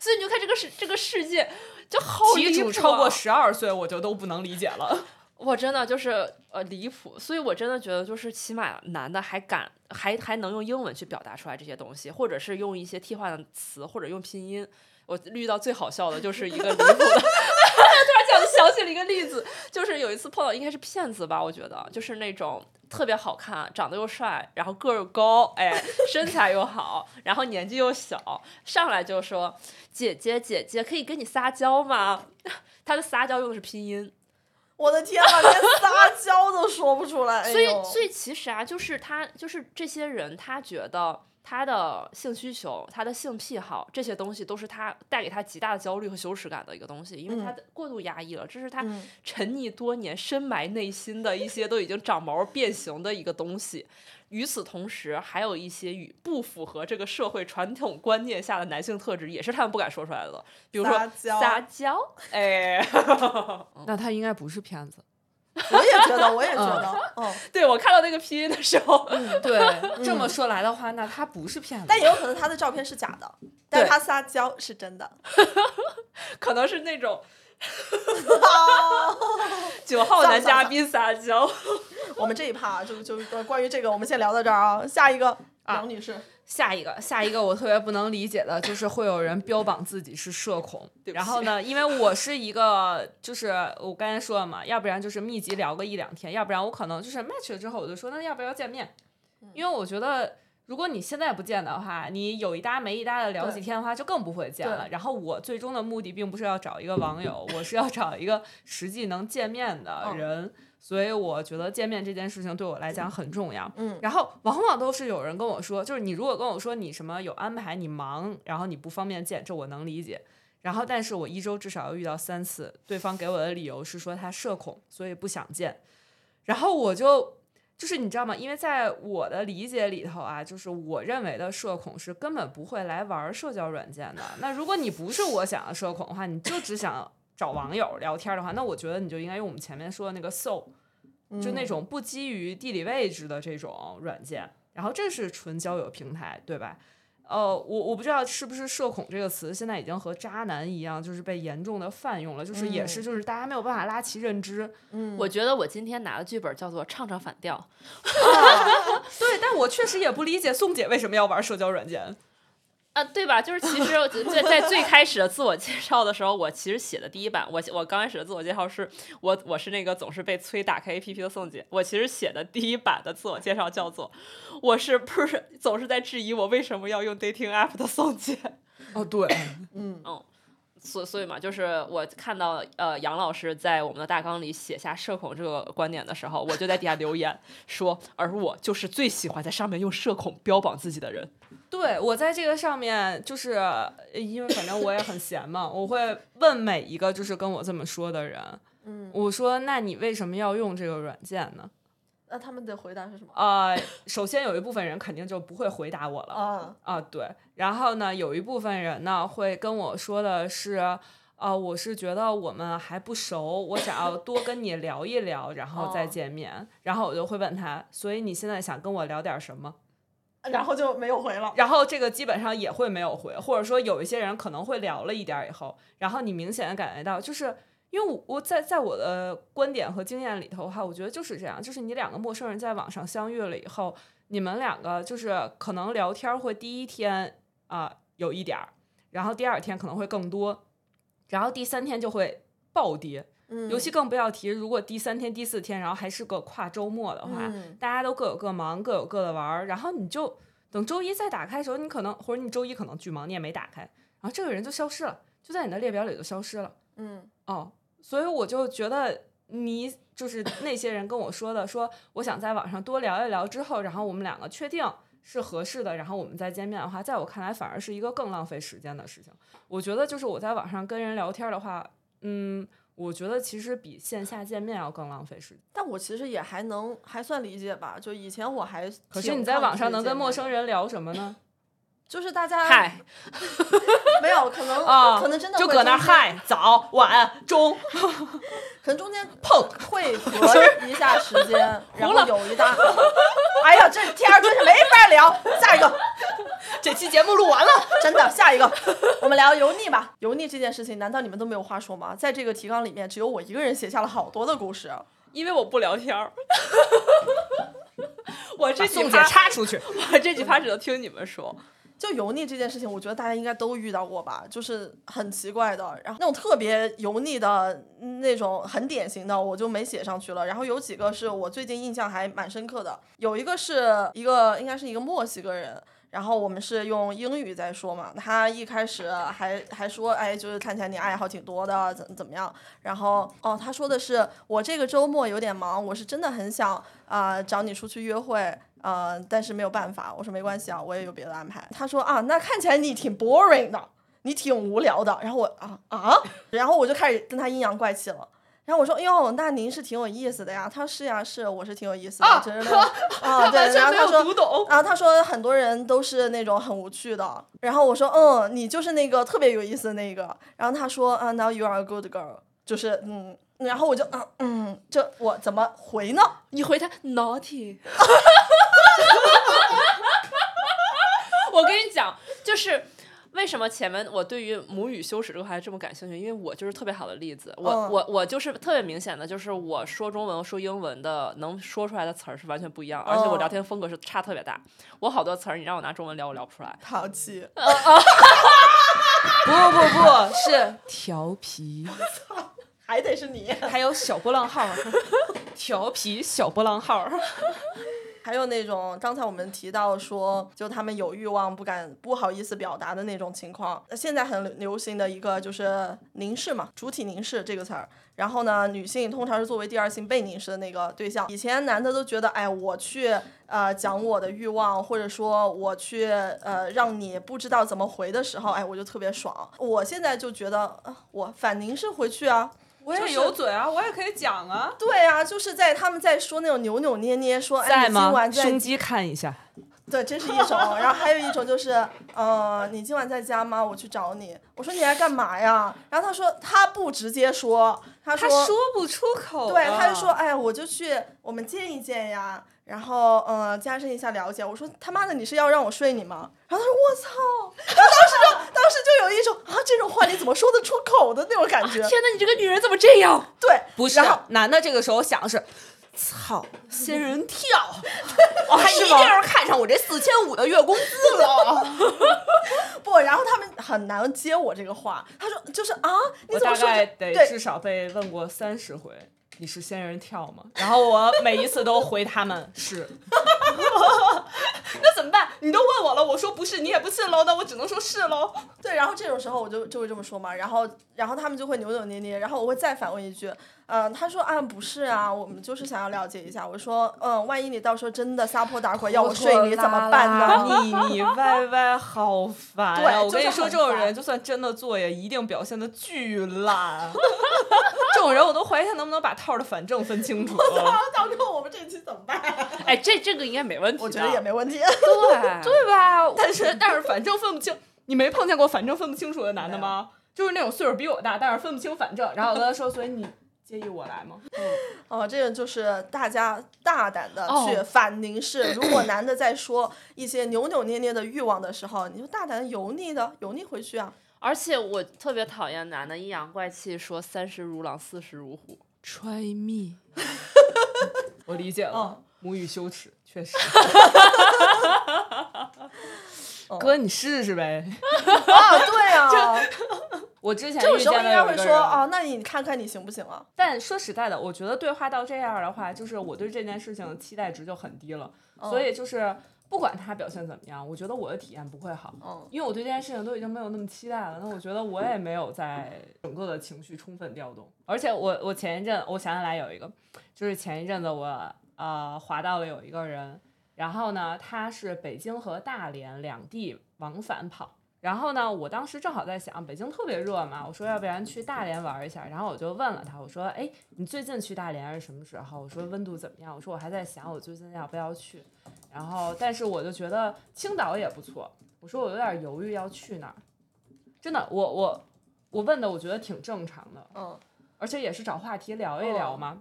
[SPEAKER 2] 所以你就看这个世这个世界就好
[SPEAKER 6] 哦
[SPEAKER 2] 离谱啊、
[SPEAKER 6] 十二岁，我就都不能理解了。
[SPEAKER 2] 我真的就是呃离谱，所以我真的觉得就是起码男的还敢还还能用英文去表达出来这些东西，或者是用一些替换的词，或者用拼音。我遇到最好笑的就是一个离谱的， 突然想想起了一个例子，就是有一次碰到应该是骗子吧，我觉得就是那种特别好看，长得又帅，然后个儿又高，哎，身材又好，然后年纪又小，上来就说姐姐姐姐可以跟你撒娇吗？ 他的撒娇用的是拼音，
[SPEAKER 5] 我的天啊，连撒娇都说不出来。哎
[SPEAKER 2] 所以
[SPEAKER 5] 呦，
[SPEAKER 2] 所以其实啊，就是他，就是这些人，他觉得他的性需求、他的性癖好这些东西，都是他带给他极大的焦虑和羞耻感的一个东西，因为他
[SPEAKER 5] 嗯
[SPEAKER 2] 的过度压抑了，这是他
[SPEAKER 5] 嗯
[SPEAKER 2] 沉溺多年、深埋内心的一些都已经长毛变形的一个东西。与此同时，还有一些与不符合这个社会传统观念下的男性特质，也是他们不敢说出来的，比如说
[SPEAKER 5] 撒娇
[SPEAKER 2] 撒娇，哎，
[SPEAKER 6] 那他应该不是骗子。
[SPEAKER 5] 我也觉得，我也觉得，嗯，
[SPEAKER 2] 对我看到那个拼音的时候，
[SPEAKER 6] 对，这么说来的话，那他不是骗子。
[SPEAKER 5] 但也有可能他的照片是假的，但
[SPEAKER 2] 对
[SPEAKER 5] 他撒娇是真 的。
[SPEAKER 2] 可能是那种九号男嘉宾撒娇。
[SPEAKER 5] 我们这一趴啊就就呃关于这个，我们先聊到这儿啊。下一个 杨女士，
[SPEAKER 6] 下一个，下一个我特别不能理解的就是会有人标榜自己是社恐
[SPEAKER 2] 对，不起
[SPEAKER 6] 然后呢，因为我是一个，就是我刚才说了嘛，要不然就是密集聊个一两天，要不然我可能就是 match 了之后我就说那要不要见面，
[SPEAKER 5] 嗯
[SPEAKER 6] 因为我觉得。如果你现在不见的话，你有一搭没一搭的聊
[SPEAKER 5] 对
[SPEAKER 6] 几天的话，就更不会见了。然后我最终的目的并不是要找一个网友，我是要找一个实际能见面的
[SPEAKER 5] 嗯
[SPEAKER 6] 人。所以我觉得见面这件事情对我来讲很重要。
[SPEAKER 5] 嗯
[SPEAKER 6] 然后往往都是有人跟我说，就是你如果跟我说你什么有安排，你忙，然后你不方便见，这我能理解。然后，但是我一周至少要遇到三次，对方给我的理由是说他社恐，所以不想见。然后我就就是你知道吗？因为在我的理解里头啊，就是我认为的社恐是根本不会来玩社交软件的。那如果你不是我想的社恐的话，你就只想找网友聊天的话，那我觉得你就应该用我们前面说的那个 Soul，就那种不基于地理位置的这种软件。然后这是纯交友平台，对吧？呃，我我不知道是不是“社恐”这个词现在已经和渣男一样，就是被严重的泛用了，就是也是就是大家没有办法拉齐认知。
[SPEAKER 2] 我觉得我今天拿的剧本叫做唱唱反调，
[SPEAKER 5] 啊
[SPEAKER 6] 对，但我确实也不理解宋姐为什么要玩社交软件。
[SPEAKER 2] 啊，对吧？就是其实在在最开始的自我介绍的时候，我其实写的第一版，我我刚开始的自我介绍是我我是那个总是被催打开 APP 的宋姐。我其实写的第一版的自我介绍叫做我是不是总是在质疑我为什么要用 dating app 的宋姐。
[SPEAKER 6] 哦，对，
[SPEAKER 5] 嗯，
[SPEAKER 2] 所所以嘛，就是我看到呃杨老师在我们的大纲里写下社恐这个观点的时候，我就在底下留言说，而我就是最喜欢在上面用社恐标榜自己的人。
[SPEAKER 6] 对我在这个上面就是呃因为反正我也很闲嘛，我会问每一个就是跟我这么说的人，嗯，我说那你为什么要用这个软件呢？
[SPEAKER 5] 那他们的回答是什么？
[SPEAKER 6] 呃，首先有一部分人肯定就不会回答我了，
[SPEAKER 5] 啊，
[SPEAKER 6] 啊，对。然后呢，有一部分人呢会跟我说的是，啊，我是觉得我们还不熟，我想要多跟你聊一聊，然后再
[SPEAKER 5] 哦
[SPEAKER 6] 见面。然后我就会问他，所以你现在想跟我聊点什么？
[SPEAKER 5] 然后就没有回了。
[SPEAKER 6] 然后这个基本上也会没有回，或者说有一些人可能会聊了一点儿以后，然后你明显的感觉到，就是因为我我在在我的观点和经验里头的话，我觉得就是这样，就是你两个陌生人在网上相遇了以后，你们两个就是可能聊天儿会第一天啊、有一点儿，然后第二天可能会更多，然后第三天就会暴跌，
[SPEAKER 5] 嗯
[SPEAKER 6] 尤其更不要提，如果第三天、第四天，然后还是个跨周末的话，
[SPEAKER 5] 嗯
[SPEAKER 6] 大家都各有各忙，各有各的玩儿，然后你就等周一再打开的时候，你可能或者你周一可能巨忙，你也没打开，然后这个人就消失了，就在你的列表里就消失了。
[SPEAKER 5] 嗯
[SPEAKER 6] 哦，所以我就觉得你就是那些人跟我说的，说我想在网上多聊一聊之后，然后我们两个确定是合适的，然后我们再见面的话，在我看来反而是一个更浪费时间的事情。我觉得就是我在网上跟人聊天的话，嗯，我觉得其实比线下见面要更浪费时间。
[SPEAKER 5] 但我其实也还能还算理解吧，就以前我还
[SPEAKER 6] 可是
[SPEAKER 5] 挺
[SPEAKER 6] 你在
[SPEAKER 5] 抗
[SPEAKER 6] 网
[SPEAKER 5] 拒
[SPEAKER 6] 上能
[SPEAKER 5] 见
[SPEAKER 6] 跟
[SPEAKER 5] 面
[SPEAKER 6] 陌
[SPEAKER 5] 的
[SPEAKER 6] 生，人聊什么呢？
[SPEAKER 5] 就是大家
[SPEAKER 2] 嗨，
[SPEAKER 5] 没有可能
[SPEAKER 6] 啊，
[SPEAKER 5] 可能真的
[SPEAKER 6] 就
[SPEAKER 5] 会
[SPEAKER 6] 搁啊那儿
[SPEAKER 5] 中间，
[SPEAKER 6] 嗨，早晚中，
[SPEAKER 5] 可能中间碰会隔一下时间，然后有一搭。哎呀，这天儿真是没法聊，下一个。
[SPEAKER 6] 这期节目录完了。
[SPEAKER 5] 真的，下一个，我们聊油腻吧。油腻这件事情，难道你们都没有话说吗？在这个提纲里面，只有我一个人写下了好多的故事。
[SPEAKER 2] 因为我不聊天儿。我这几
[SPEAKER 6] 宋姐
[SPEAKER 2] 趴，
[SPEAKER 6] 插出去，
[SPEAKER 2] 我这几趴只能听你们说。
[SPEAKER 5] 就油腻这件事情，我觉得大家应该都遇到过吧，就是很奇怪的。然后那种特别油腻的那种，很典型的，我就没写上去了。然后有几个是我最近印象还蛮深刻的，有一个是一个应该是一个墨西哥人。然后我们是用英语在说嘛，他一开始还还说，哎，就是看起来你爱好挺多的，怎怎么样？然后哦，他说的是我这个周末有点忙，我是真的很想啊、找你出去约会，呃，但是没有办法。我说没关系啊，我也有别的安排。他说啊，那看起来你挺 boring 的，你挺无聊的。然后我啊啊，然后我就开始跟他阴阳怪气了。然后我说：“哎呦，那您是挺有意思的呀。”他说：“是呀，是，我是挺有意思的。只 是说啊，对。
[SPEAKER 6] 哦完
[SPEAKER 5] 然
[SPEAKER 6] 全
[SPEAKER 5] 后
[SPEAKER 6] 没
[SPEAKER 5] 他
[SPEAKER 6] 有
[SPEAKER 5] 说
[SPEAKER 6] 读懂。
[SPEAKER 5] 然后他说很多人都是那种很无趣的，然后我说嗯，你就是那个特别有意思的那个，然后他说啊、n o w you are a good girl，就是嗯，然后我就啊嗯，这我怎么回呢？
[SPEAKER 2] 你回他 naughty。我跟你讲，就是为什么前面我对于母语羞耻这个话题这么感兴趣，因为我就是特别好的例子。我、
[SPEAKER 5] 嗯
[SPEAKER 2] 我我就是特别明显的，就是我说中文和说英文的能说出来的词儿是完全不一样，而且我聊天风格是差特别大。我好多词儿你让我拿中文聊，我聊不出来。
[SPEAKER 5] 淘气，
[SPEAKER 6] 不不不，是
[SPEAKER 4] 调皮，
[SPEAKER 5] 还得是你。
[SPEAKER 6] 还有小波浪号儿， 调皮小波浪号儿。
[SPEAKER 5] 还有那种刚才我们提到说，就他们有欲望不敢不好意思表达的那种情况。呃现在很流行的一个就是凝视嘛，主体凝视这个词儿。然后呢，女性通常是作为第二性被凝视的那个对象。以前男的都觉得，哎，我去呃讲我的欲望，或者说我去呃让你不知道怎么回的时候，哎，我就特别爽。我现在就觉得，啊我反凝视回去啊，
[SPEAKER 6] 我也有嘴啊，我也可以讲啊。
[SPEAKER 5] 对啊，就是在他们在说那种扭扭捏捏，说哎，你今晚在
[SPEAKER 6] 胸肌看一下。
[SPEAKER 5] 对，这是一种。然后还有一种就是，呃，你今晚在家吗？我去找你。我说你来干嘛呀？然后他说他不直接说，他
[SPEAKER 6] 他
[SPEAKER 5] 说
[SPEAKER 6] 说不出口啊。
[SPEAKER 5] 对，他就说哎，我就去我们见一见呀，然后嗯、呃加深一下了解。我说他妈的，你是要让我睡你吗？然后他说我操，然后当时就当时就有一种啊这种话你怎么说得出口的那种感觉。
[SPEAKER 2] 天哪，你这个女人怎么这样？
[SPEAKER 5] 对，
[SPEAKER 6] 啊不是啊
[SPEAKER 5] 然后。
[SPEAKER 6] 男的这个时候想的是，操，仙人跳，我还
[SPEAKER 5] 是
[SPEAKER 6] 一
[SPEAKER 5] 吗
[SPEAKER 6] 定要看上我这四千
[SPEAKER 2] 哎
[SPEAKER 6] 五的月工资了。
[SPEAKER 5] 不，然后他们很难接我这个话。他说就是啊，你
[SPEAKER 6] 我
[SPEAKER 5] 怎么
[SPEAKER 6] 大
[SPEAKER 5] 说
[SPEAKER 6] 概
[SPEAKER 5] 这？
[SPEAKER 6] 得
[SPEAKER 5] 对
[SPEAKER 6] 至少被问过三十回。你是仙人跳吗？然后我每一次都回他们是，那怎么办？你都问我了，我说不是，你也不信喽，那我只能说是喽。
[SPEAKER 5] 对，然后这种时候我就就会这么说嘛，然后然后他们就会扭扭捏捏，然后我会再反问一句，嗯、他说啊不是啊，我们就是想要了解一下。我说嗯，万一你到时候真的撒泼打滚要我睡你怎么办呢？
[SPEAKER 6] 你你歪歪好烦
[SPEAKER 5] 对
[SPEAKER 6] 啊！我跟
[SPEAKER 5] 就
[SPEAKER 6] 你
[SPEAKER 5] 是
[SPEAKER 6] 说，
[SPEAKER 5] 很
[SPEAKER 6] 这种
[SPEAKER 5] 烦
[SPEAKER 6] 人就算真的做，也一定表现的巨 烂。这种人我都怀疑他能不能把套儿的反正分清 楚。
[SPEAKER 5] 到时候我们这期怎么办？
[SPEAKER 2] 哎，这这个应该没问题的。
[SPEAKER 5] 我觉得也没问题。
[SPEAKER 2] 对对，
[SPEAKER 6] 对吧？但 是但是反正分不清，你没碰见过反正分不清楚的男的吗？就是那种岁数比我大，但是分不清反正。然后我跟他说，所以你介意我来吗？
[SPEAKER 5] 哦、这个就是大家大胆的
[SPEAKER 2] 哦
[SPEAKER 5] 去反凝视。如果男的在说一些扭扭捏捏的欲望的时候，你就大胆地油腻的油腻回去啊。
[SPEAKER 2] 而且我特别讨厌男的阴阳怪气说三十如狼，四十如虎。
[SPEAKER 4] try me。
[SPEAKER 6] 我理解
[SPEAKER 5] 哦
[SPEAKER 6] 了，母语羞耻确 实。哥，你试试呗。
[SPEAKER 5] 啊，对 啊，
[SPEAKER 6] 我之前
[SPEAKER 5] 这种
[SPEAKER 6] 遇
[SPEAKER 5] 时候
[SPEAKER 6] 见
[SPEAKER 5] 应
[SPEAKER 6] 的
[SPEAKER 5] 该
[SPEAKER 6] 哎有一
[SPEAKER 5] 会
[SPEAKER 6] 个
[SPEAKER 5] 说
[SPEAKER 6] 人
[SPEAKER 5] 啊，那你看看你行不行啊？
[SPEAKER 6] 但说实在的，我觉得对话到这样的话，就是我对这件事情的期待值就很低了，所以就是不管他表现怎么样，我觉得我的体验不会好，
[SPEAKER 5] 嗯
[SPEAKER 6] 因为我对这件事情都已经没有那么期待了。那我觉得我也没有在整个的情绪充分调动，而且我我前一阵我想起来有一个，就是前一阵子我呃滑到了有一个人，然后呢他是北京和大连两地往返跑。然后呢，我当时正好在想，北京特别热嘛，我说要不然去大连玩一下。然后我就问了他，我说：“哎，你最近去大连是什么时候？”我说温度怎么样？我说我还在想我最近要不要去。然后，但是我就觉得青岛也不错。我说我有点犹豫要去哪儿，真的，我我我问的我觉得挺正常的，
[SPEAKER 5] 嗯，
[SPEAKER 6] 而且也是找话题聊一聊嘛。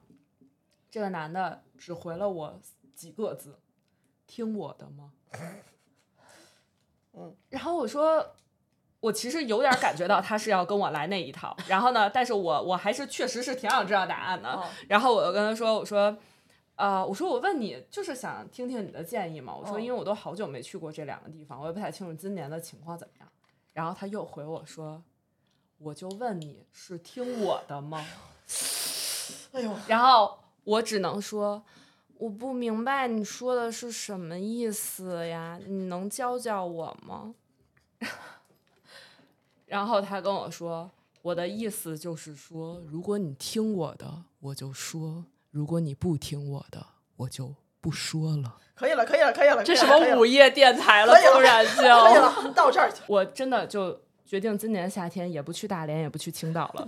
[SPEAKER 6] 这个男的只回了我几个字：“听我的吗？”
[SPEAKER 5] 嗯，
[SPEAKER 6] 然后我说。我其实有点感觉到他是要跟我来那一套，然后呢，但是我我还是确实是挺想知道答案的。
[SPEAKER 5] 哦
[SPEAKER 6] 然后我就跟他说，我说，呃，我说我问你，就是想听听你的建议嘛。我说，
[SPEAKER 5] 哦
[SPEAKER 6] 因为我都好久没去过这两个地方，我也不太清楚今年的情况怎么样。然后他又回我说，我就问你是听我的吗？
[SPEAKER 5] 哎呦，
[SPEAKER 6] 然后我只能说，我不明白你说的是什么意思呀？你能教教我吗？ 然后他跟我说，我的意思就是说，
[SPEAKER 4] 如果你听我的，我就说；如果你不听我的，我就不说了。
[SPEAKER 5] 可以了，可以了，可以了，
[SPEAKER 2] 这
[SPEAKER 5] 可以
[SPEAKER 2] 什
[SPEAKER 5] 了
[SPEAKER 2] 么午夜电 台啊了？
[SPEAKER 5] 可以了
[SPEAKER 2] 突然
[SPEAKER 5] 可以
[SPEAKER 2] 就，
[SPEAKER 5] 了，到这儿去。
[SPEAKER 6] 我真的就决定今年夏天也不去大连，也不去青岛了。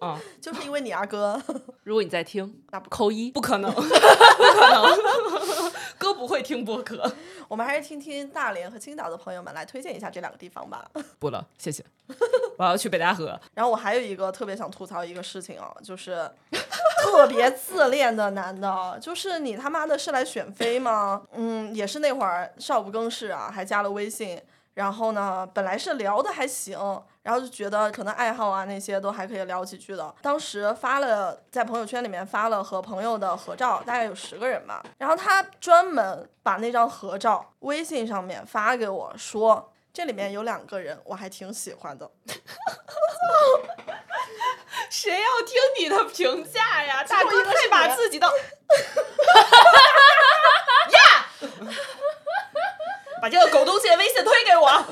[SPEAKER 6] 啊，
[SPEAKER 5] 就是因为你二哥，
[SPEAKER 2] 如果你在听，
[SPEAKER 5] 那不
[SPEAKER 2] 扣一。
[SPEAKER 6] 不可 能，不可能，哥不会听播客。
[SPEAKER 5] 我们还是听听大连和青岛的朋友们来推荐一下这两个地方吧。
[SPEAKER 6] 不了，谢谢，我要去北戴河。
[SPEAKER 5] 然后我还有一个特别想吐槽一个事情哦，就是特别自恋的男的，就是你他妈的是来选妃吗？嗯，也是那会儿少不更事啊，还加了微信。然后呢，本来是聊的还行，然后就觉得可能爱好啊那些都还可以聊几句的。当时发了在朋友圈里面发了和朋友的合照，大概有十个人吧。然后他专门把那张合照微信上面发给我说，这里面有两个人我还挺喜欢的。
[SPEAKER 6] 谁要听你的评价呀？大
[SPEAKER 5] 我一
[SPEAKER 6] 哥
[SPEAKER 5] 个
[SPEAKER 6] 太
[SPEAKER 5] 是
[SPEAKER 6] 把
[SPEAKER 5] 你
[SPEAKER 6] 自己的 呀，把这个狗东西的微信推给我。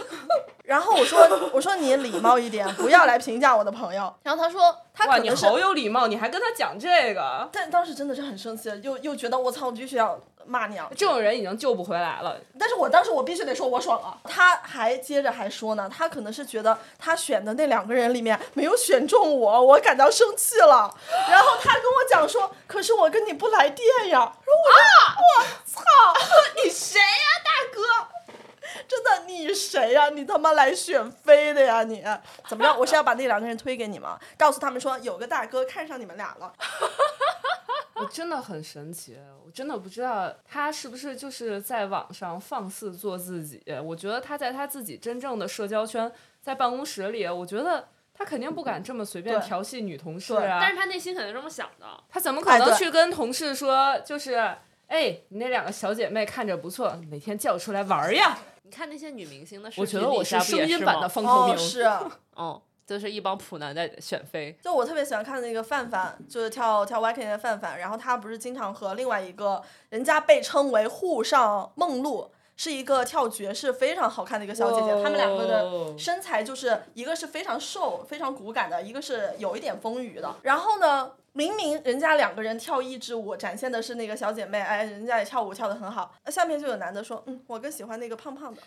[SPEAKER 5] 然后我说我说你礼貌一点，不要来评价我的朋友。然后他说他
[SPEAKER 6] 哇，
[SPEAKER 5] 可
[SPEAKER 6] 你
[SPEAKER 5] 能是，
[SPEAKER 6] 好有礼貌，你还跟他讲这个，
[SPEAKER 5] 但当时真的是很生气，又又觉得我操，我必须要骂你啊！
[SPEAKER 6] 这种人已经救不回来了。
[SPEAKER 5] 但是我当时我必须得说我爽了。他还接着还说呢，他可能是觉得他选的那两个人里面没有选中我，我感到生气了。然后他跟我讲说，可是我跟你不来电呀。然后我就、我操，你谁呀、大哥？真的，你谁呀、你他妈来选妃的呀你？怎么着？我是要把那两个人推给你吗？告诉他们说有个大哥看上你们俩了。
[SPEAKER 6] 我真的很神奇，我真的不知道他是不是就是在网上放肆做自己。我觉得他在他自己真正的社交圈，在办公室里，我觉得他肯定不敢这么随便
[SPEAKER 5] 对
[SPEAKER 6] 调戏女同事
[SPEAKER 5] 对
[SPEAKER 6] 啊。
[SPEAKER 2] 但是他内心肯定这么想的，
[SPEAKER 6] 他怎么
[SPEAKER 5] 哎
[SPEAKER 6] 可能
[SPEAKER 5] 对
[SPEAKER 6] 去跟同事说，就是哎，你那两个小姐妹看着不错，哪天叫出来玩儿呀？
[SPEAKER 2] 你看那些女明星的视频，
[SPEAKER 6] 我觉得我
[SPEAKER 2] 李莎不
[SPEAKER 6] 声
[SPEAKER 2] 也
[SPEAKER 6] 音版的
[SPEAKER 2] 吗
[SPEAKER 6] 方头
[SPEAKER 5] 哦，
[SPEAKER 6] 明，
[SPEAKER 5] 是。
[SPEAKER 2] 嗯，就是一帮普男在选妃，
[SPEAKER 5] 就我特别喜欢看那个范范，就是跳跳 Y K 的范范，然后他不是经常和另外一个人家被称为沪上梦露，是一个跳爵士非常好看的一个小姐姐，她们两个
[SPEAKER 6] 哦
[SPEAKER 5] 的身材就是一个是非常瘦、非常骨感的，一个是有一点丰腴的。然后呢，明明人家两个人跳一支舞，展现的是那个小姐妹，哎，人家也跳舞跳得很好。下面就有男的说，嗯，我更喜欢那个胖胖的。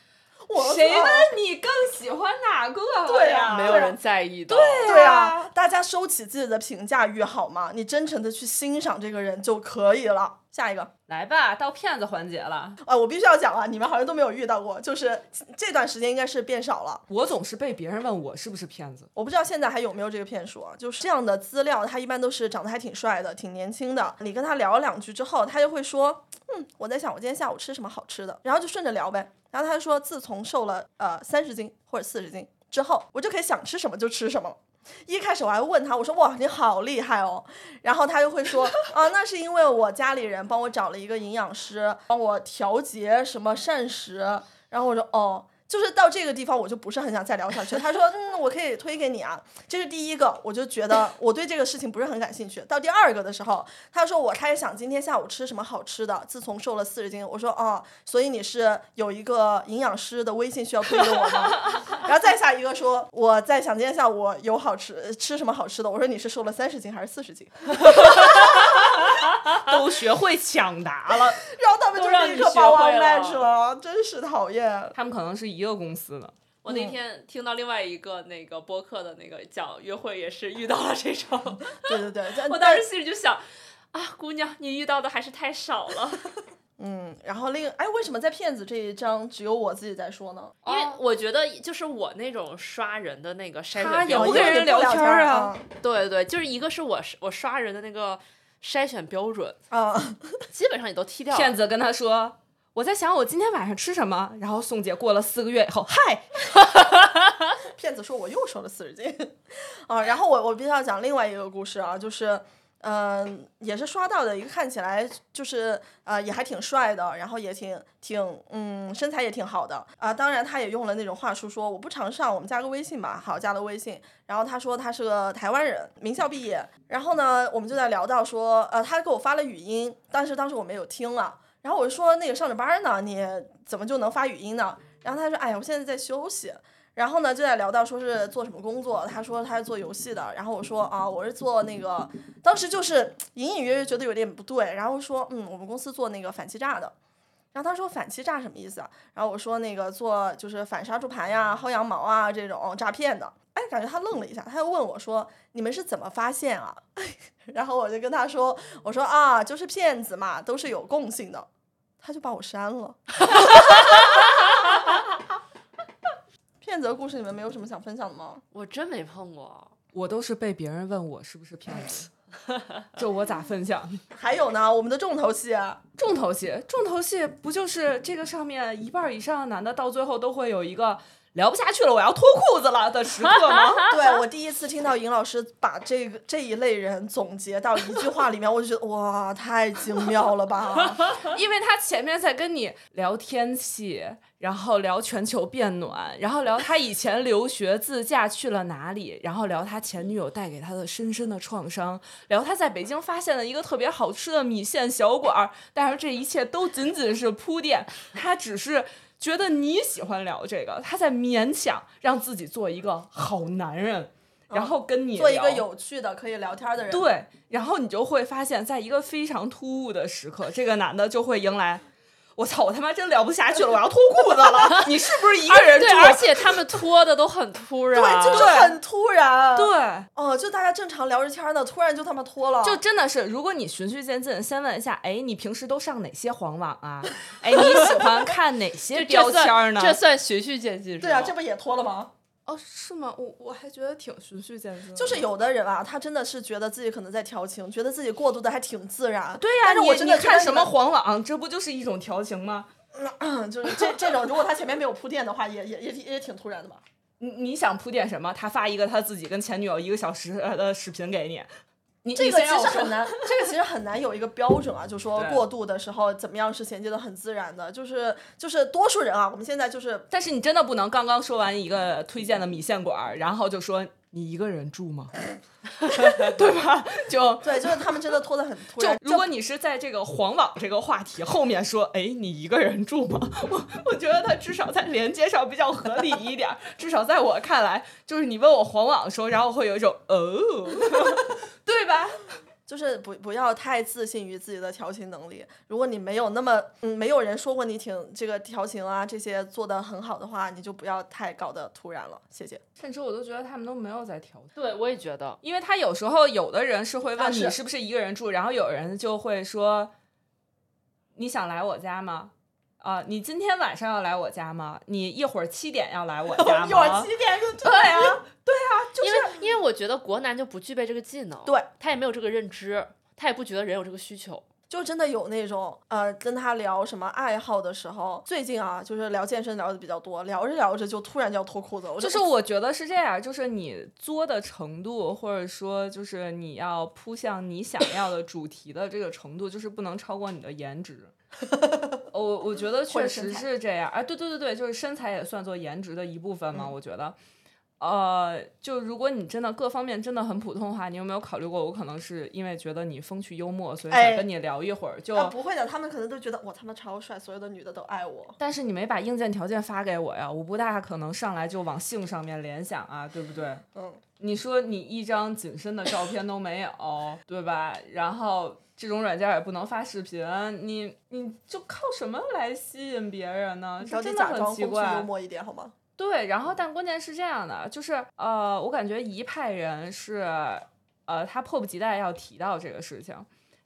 [SPEAKER 5] 我
[SPEAKER 6] 谁
[SPEAKER 5] 操
[SPEAKER 6] 问你更喜欢哪个？哎
[SPEAKER 5] 对呀
[SPEAKER 2] 没
[SPEAKER 5] 对
[SPEAKER 2] 有
[SPEAKER 5] 啊
[SPEAKER 2] 人在意的。嗯
[SPEAKER 5] 对啊，大家收起自己的评价欲好吗？你真诚的去欣赏这个人就可以了。下一个，
[SPEAKER 6] 来吧，到骗子环节了。
[SPEAKER 5] 啊，我必须要讲啊，你们好像都没有遇到过，就是这这段时间应该是变少了。
[SPEAKER 6] 我总是被别人问我是不是骗子，
[SPEAKER 5] 我不知道现在还有没有这个骗术啊，就是这样的资料，他一般都是长得还挺帅的，挺年轻的。你跟他聊两句之后，他就会说，嗯，我在想我今天下午吃什么好吃的，然后就顺着聊呗。然后他就说，自从瘦了呃三十斤或者四十斤之后，我就可以想吃什么就吃什么了。一开始我还问他，我说哇你好厉害哦，然后他就会说啊那是因为我家里人帮我找了一个营养师，帮我调节什么膳食，然后我说哦，就是到这个地方我就不是很想再聊下去。他说嗯我可以推给你啊，这是第一个，我就觉得我对这个事情不是很感兴趣。到第二个的时候，他说我开始想今天下午吃什么好吃的，自从瘦了四十斤，我说哦，所以你是有一个营养师的微信需要推给我吗？ 然后再下一个说我在想今天下午我有好吃吃什么好吃的，我说你是瘦了三十斤还是四十斤？
[SPEAKER 2] 啊
[SPEAKER 6] 都学会抢答了。
[SPEAKER 5] 然后他们就
[SPEAKER 2] 都让
[SPEAKER 5] 立
[SPEAKER 2] 你
[SPEAKER 5] 刻
[SPEAKER 2] 学
[SPEAKER 5] 把我
[SPEAKER 2] 会
[SPEAKER 5] match
[SPEAKER 2] 了
[SPEAKER 5] 了，真是讨厌。
[SPEAKER 6] 他们可能是一个公 司的。
[SPEAKER 2] 我那天听到另外一个那个播客的那个讲约会，也是遇到了这 种，
[SPEAKER 5] 对对对，但
[SPEAKER 2] 我当时心里就想。啊，姑娘，你遇到的还是太少了，
[SPEAKER 5] 嗯，然后另哎，为什么在骗子这一章只有我自己在说呢？
[SPEAKER 6] 哦
[SPEAKER 2] 因为我觉得就是我那种刷人的那个筛
[SPEAKER 6] 他
[SPEAKER 2] 选
[SPEAKER 6] 也
[SPEAKER 2] 标
[SPEAKER 6] 哦不
[SPEAKER 2] 准
[SPEAKER 6] 跟，人聊天儿啊
[SPEAKER 5] 啊
[SPEAKER 2] 对对，就是一个是我我刷人的那个筛选标准，
[SPEAKER 5] 啊！
[SPEAKER 2] 基本上也都踢掉了。
[SPEAKER 6] 骗子跟他说：“我在想我今天晚上吃什么。”然后宋姐过了四个月以后，嗨，
[SPEAKER 5] 骗子说我又瘦了四十斤啊！然后我我必须要讲另外一个故事啊，就是。嗯，也是刷到的一个看起来就是呃也还挺帅的，然后也挺挺嗯身材也挺好的啊、当然，他也用了那种话术说我不常上，我们加个微信吧。好，加了微信。然后他说他是个台湾人，名校毕业。然后呢，我们就在聊到说呃他给我发了语音，但是当时我没有听了。然后我就说那个上着班呢，你怎么就能发语音呢？然后他说哎呀，我现在在休息。然后呢，就在聊到说是做什么工作，他说他是做游戏的，然后我说啊，我是做那个，当时就是隐隐约约觉得有点不对，然后说嗯，我们公司做那个反欺诈的，然后他说反欺诈什么意思啊？然后我说那个做就是反杀猪盘呀、薅羊毛啊这种诈骗的，哎，感觉他愣了一下，他又问我说：“你们是怎么发现啊？” 然后我就跟他说：“我说啊，就是骗子嘛，都是有共性的。”他就把我删了。骗子的故事，你们没有什么想分享的吗？
[SPEAKER 2] 我真没碰过。
[SPEAKER 6] 我都是被别人问我是不是骗子，这我咋分享？
[SPEAKER 5] 还有呢，我们的重头戏
[SPEAKER 6] 重头戏，重头戏不就是这个上面一半以上的男的到最后都会有一个聊不下去了，我要脱裤子了的时刻吗？
[SPEAKER 5] 对我第一次听到尹老师把这个这一类人总结到一句话里面，我就觉得哇，太精妙了 吧！
[SPEAKER 6] 因为他前面在跟你聊天气，然后聊全球变暖，然后聊他以前留学自驾去了哪里，然后聊他前女友带给他的深深的创伤，聊他在北京发现了一个特别好吃的米线小馆儿，但是这一切都仅仅是铺垫，他只是。觉得你喜欢聊这个，他在勉强让自己做一个好男人，然后跟你
[SPEAKER 5] 做一个
[SPEAKER 6] 聊
[SPEAKER 5] 有趣的可以聊天的人，，
[SPEAKER 6] 对，然后你就会发现，在一个非常突兀的时刻，这个男的就会迎来。我操！我他妈真聊不下去了，我要脱裤子 了。你是不 是一个人住
[SPEAKER 2] 对，？
[SPEAKER 6] 啊
[SPEAKER 2] 而且他们脱的都很突然，
[SPEAKER 5] 对，哎就是很突然，
[SPEAKER 6] 对，
[SPEAKER 5] 哦，就大家正常聊着天儿呢，突然就他妈脱了，
[SPEAKER 6] 就真的是，如果你循序渐进，先问一下，哎，你平时都上哪些黄网啊？哎，你喜 欢看哪些
[SPEAKER 2] 这
[SPEAKER 6] 标
[SPEAKER 2] 这
[SPEAKER 6] 签儿
[SPEAKER 2] 算
[SPEAKER 6] 呢？
[SPEAKER 2] 这算循序渐进是吗？
[SPEAKER 5] 对啊，这不也脱了吗？
[SPEAKER 6] 哦，是吗？我我还觉得挺循序渐进的，
[SPEAKER 5] 就是有的人啊，他真的是觉得自己可能在调情，觉得自己过渡的还挺自然。
[SPEAKER 6] 对呀、
[SPEAKER 5] 但是
[SPEAKER 6] 你
[SPEAKER 5] 我真的
[SPEAKER 6] 你
[SPEAKER 5] 觉
[SPEAKER 6] 看
[SPEAKER 5] 得
[SPEAKER 6] 什么
[SPEAKER 5] 你们
[SPEAKER 6] 黄网，这不就是一种调情吗？
[SPEAKER 5] 就是这这种，如果他前面没有铺垫的话，也也也也挺突然的嘛。
[SPEAKER 6] 你你想铺垫什么？他发一个他自己跟前女友一个小时呃的视频给你，你
[SPEAKER 5] 这
[SPEAKER 6] 你
[SPEAKER 5] 个
[SPEAKER 6] 先
[SPEAKER 5] 其
[SPEAKER 6] 让
[SPEAKER 5] 实
[SPEAKER 6] 我说
[SPEAKER 5] 很难，这个其实很难有一个标准啊，就说
[SPEAKER 6] 对
[SPEAKER 5] 过渡的时候怎么样是衔接的很自然的，就是就是多数人啊，我们现在就是
[SPEAKER 6] 但是你真的不能刚刚说完一个推荐的米线馆儿，然后就说你一个人住 吗？对吧？就
[SPEAKER 5] 对，就是他们真的拖得很突
[SPEAKER 6] 就
[SPEAKER 5] 然。
[SPEAKER 6] 如果你是在这个黄网这个话题后面说，哎，你一个人住吗？ 我我觉得它至少在连接上比较合理一点儿，至少在我看来，就是你问我黄网的时候，然后会有一种哦，对吧？
[SPEAKER 5] 就是不不要太自信于自己的调情能力。如果你没有那么嗯，没有人说过你挺这个调情啊这些做得很好的话，你就不要太搞得突然了。谢谢。
[SPEAKER 6] 甚至我都觉得他们都没有在调
[SPEAKER 2] 对我也觉得，
[SPEAKER 6] 因为他有时候有的人是会
[SPEAKER 5] 啊
[SPEAKER 6] 问
[SPEAKER 5] 是
[SPEAKER 6] 你是不是一个人住，然后有人就会说你想来我家吗？啊、你今天晚上要来我家吗？你一会儿七点要来我家吗？
[SPEAKER 5] 一会儿七点就
[SPEAKER 6] 对啊，
[SPEAKER 2] 因为因为我觉得国男就不具备这个技能，
[SPEAKER 5] 对
[SPEAKER 2] 他也没有这个认知，他也不觉得人有这个需求。
[SPEAKER 5] 就真的有那种呃，跟他聊什么爱好的时候，最近啊，就是聊健身聊的比较多，聊着聊着就突然就要脱裤子了，我
[SPEAKER 6] 就是我觉得是这样，就是你作的程度，或者说就是你要扑向你想要的主题的这个程度，就是不能超过你的颜 值。我我觉得
[SPEAKER 5] 或
[SPEAKER 6] 确
[SPEAKER 5] 者身
[SPEAKER 6] 实
[SPEAKER 5] 材
[SPEAKER 6] 是这样，哎，对对对对，就是身材也算作颜值的一部分嘛，
[SPEAKER 5] 嗯
[SPEAKER 6] 我觉得。呃，就如果你真的各方面真的很普通的话，你有没有考虑过，我可能是因为觉得你风趣幽默，所以
[SPEAKER 5] 哎
[SPEAKER 6] 想跟你聊一会儿，就
[SPEAKER 5] 啊不会的，他们可能都觉得我他妈超帅，所有的女的都爱我。
[SPEAKER 6] 但是你没把硬件条件发给我呀，我不大可能上来就往性上面联想啊，对不对？
[SPEAKER 5] 嗯，
[SPEAKER 6] 你说你一张紧身的照片都没有，对吧？然后这种软件也不能发视频，你你就靠什么来吸引别人呢？
[SPEAKER 5] 然
[SPEAKER 6] 这
[SPEAKER 5] 后
[SPEAKER 6] 真
[SPEAKER 5] 你
[SPEAKER 6] 的
[SPEAKER 5] 假装
[SPEAKER 6] 很
[SPEAKER 5] 风
[SPEAKER 6] 奇
[SPEAKER 5] 趣幽
[SPEAKER 6] 怪。
[SPEAKER 5] 默一点好吗？
[SPEAKER 6] 对，然后但关键是这样的，就是呃，我感觉一派人是呃，他迫不及待要提到这个事情。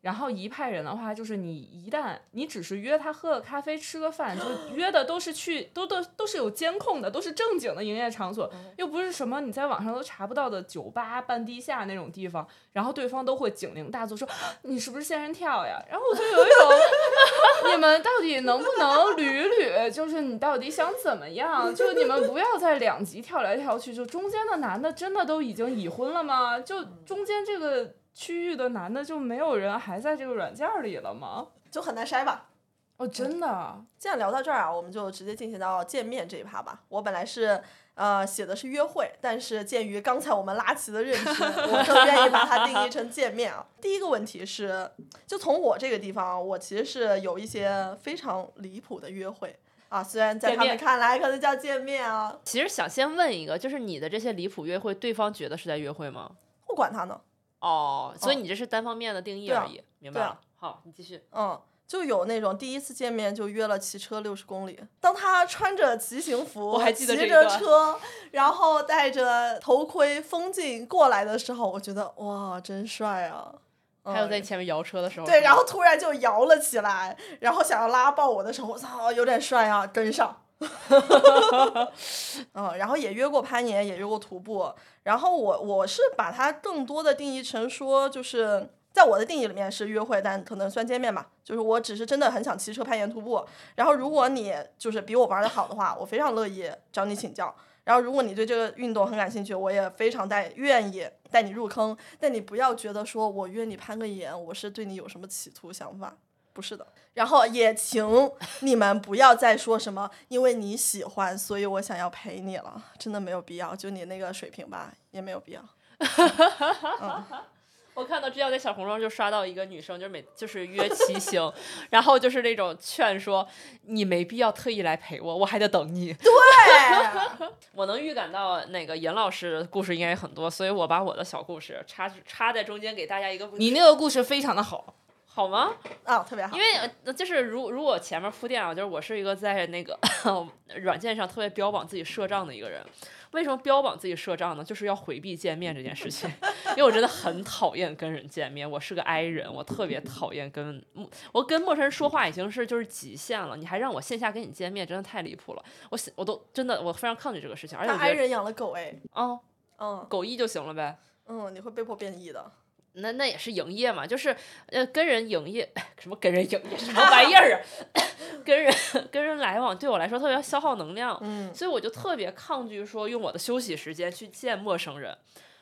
[SPEAKER 6] 然后一派人的话，就是你一旦你只是约他喝个咖啡、吃个饭，就约的都是去都都都是有监控的，都是正经的营业场所，又不是什么你在网上都查不到的酒吧、半地下那种地方。然后对方都会警铃大作说：“ 你是不是仙人跳呀？”然后我就有一种， 你们到底能不能捋捋？就是你到底想怎么样？ 就你们不要再两极跳来跳去。就中间的男的真的都已经已婚了吗？就中间这个。区域的男的就没有人还在这个软件里了吗？
[SPEAKER 5] 就很难筛吧。
[SPEAKER 6] 哦，真的，
[SPEAKER 5] 既然聊到这儿啊，我们就直接进行到见面这一趴吧。我本来是呃写的是约会，但是鉴于刚才我们拉齐的认知，我更愿意把它定义成见面啊。第一个问题是，就从我这个地方啊，我其实是有一些非常离谱的约会啊，虽然在
[SPEAKER 2] 见
[SPEAKER 5] 他们
[SPEAKER 2] 面
[SPEAKER 5] 看来可能叫见面啊，
[SPEAKER 2] 其实想先问一个，就是你的这些离谱约会，对方觉得是在约会吗？
[SPEAKER 5] 不管他呢，
[SPEAKER 2] 哦，所以
[SPEAKER 5] 哦
[SPEAKER 2] 你这是单方面的定义
[SPEAKER 5] 对啊
[SPEAKER 2] 而已，明
[SPEAKER 5] 对
[SPEAKER 2] 白
[SPEAKER 5] 啊
[SPEAKER 2] 了。好，你继续。
[SPEAKER 5] 嗯，就有那种第一次见面就约了骑车六十公里。当他穿着骑行服，
[SPEAKER 6] 我还记得
[SPEAKER 5] 骑
[SPEAKER 6] 这一
[SPEAKER 5] 着
[SPEAKER 6] 段
[SPEAKER 5] 车，然后戴着头盔、风镜过来的时候，我觉得哇，真帅啊！
[SPEAKER 2] 还有
[SPEAKER 5] 嗯
[SPEAKER 2] 在前面摇车的时候，
[SPEAKER 5] 对，然后突然就摇了起来，然后想要拉抱我的时候，我操，有点帅啊，跟上。 嗯，然后也约过攀岩，也约过徒步。然后我我是把它更多的定义成说，就是在我的定义里面是约会，但可能算见面吧。就是我只是真的很想骑车、攀岩、徒步。然后如果你就是比我玩的好的话，我非常乐意找你请教。然后如果你对这个运动很感兴趣，我也非常带愿意带你入坑，但你不要觉得说我约你攀个岩，我是对你有什么企图想法，不是的。然后也请你们不要再说什么，因为你喜欢，所以我想要陪你了，真的没有必要。就你那个水平吧，也没有必要。
[SPEAKER 2] 我看到之前在小红书上就刷到一个女生，就是每就是约骑行，然后就是那种劝说你没必要特意来陪我，我还得等你。
[SPEAKER 5] 对，
[SPEAKER 2] 我能预感到那个严老师故事应该很多，所以我把我的小故事插插在中间给大家一个
[SPEAKER 6] 你那个故事非常的好，
[SPEAKER 2] 好吗？
[SPEAKER 5] 啊、特别好
[SPEAKER 2] 因。为呃就是如如果前面铺垫啊，就是我是一个在那个 软件上特别标榜自己摄障的一个人。为什么标榜自己摄障呢？就是要回避见面这件事情， 因为我真的很讨厌跟人见面，我是个 I 人，我特别讨厌跟陌我跟陌生人说话已经是就是极限了，你还让我线下跟你见面，真的太离谱了。我喜我都真的我非常抗拒这个事情，而且
[SPEAKER 5] 那
[SPEAKER 2] 我
[SPEAKER 5] i
[SPEAKER 2] 觉得
[SPEAKER 5] 人养了狗哎，
[SPEAKER 2] 哦，
[SPEAKER 5] 嗯
[SPEAKER 2] 狗一就行了呗。
[SPEAKER 5] 嗯，你会被迫变异的。
[SPEAKER 2] 那那也是营业嘛，就是呃跟人营业 什么跟人营业什么玩意儿啊， 跟人跟人来往对我来说特别消耗能量，
[SPEAKER 5] 嗯，
[SPEAKER 2] 所以我就特别抗拒说用我的休息时间去见陌生人。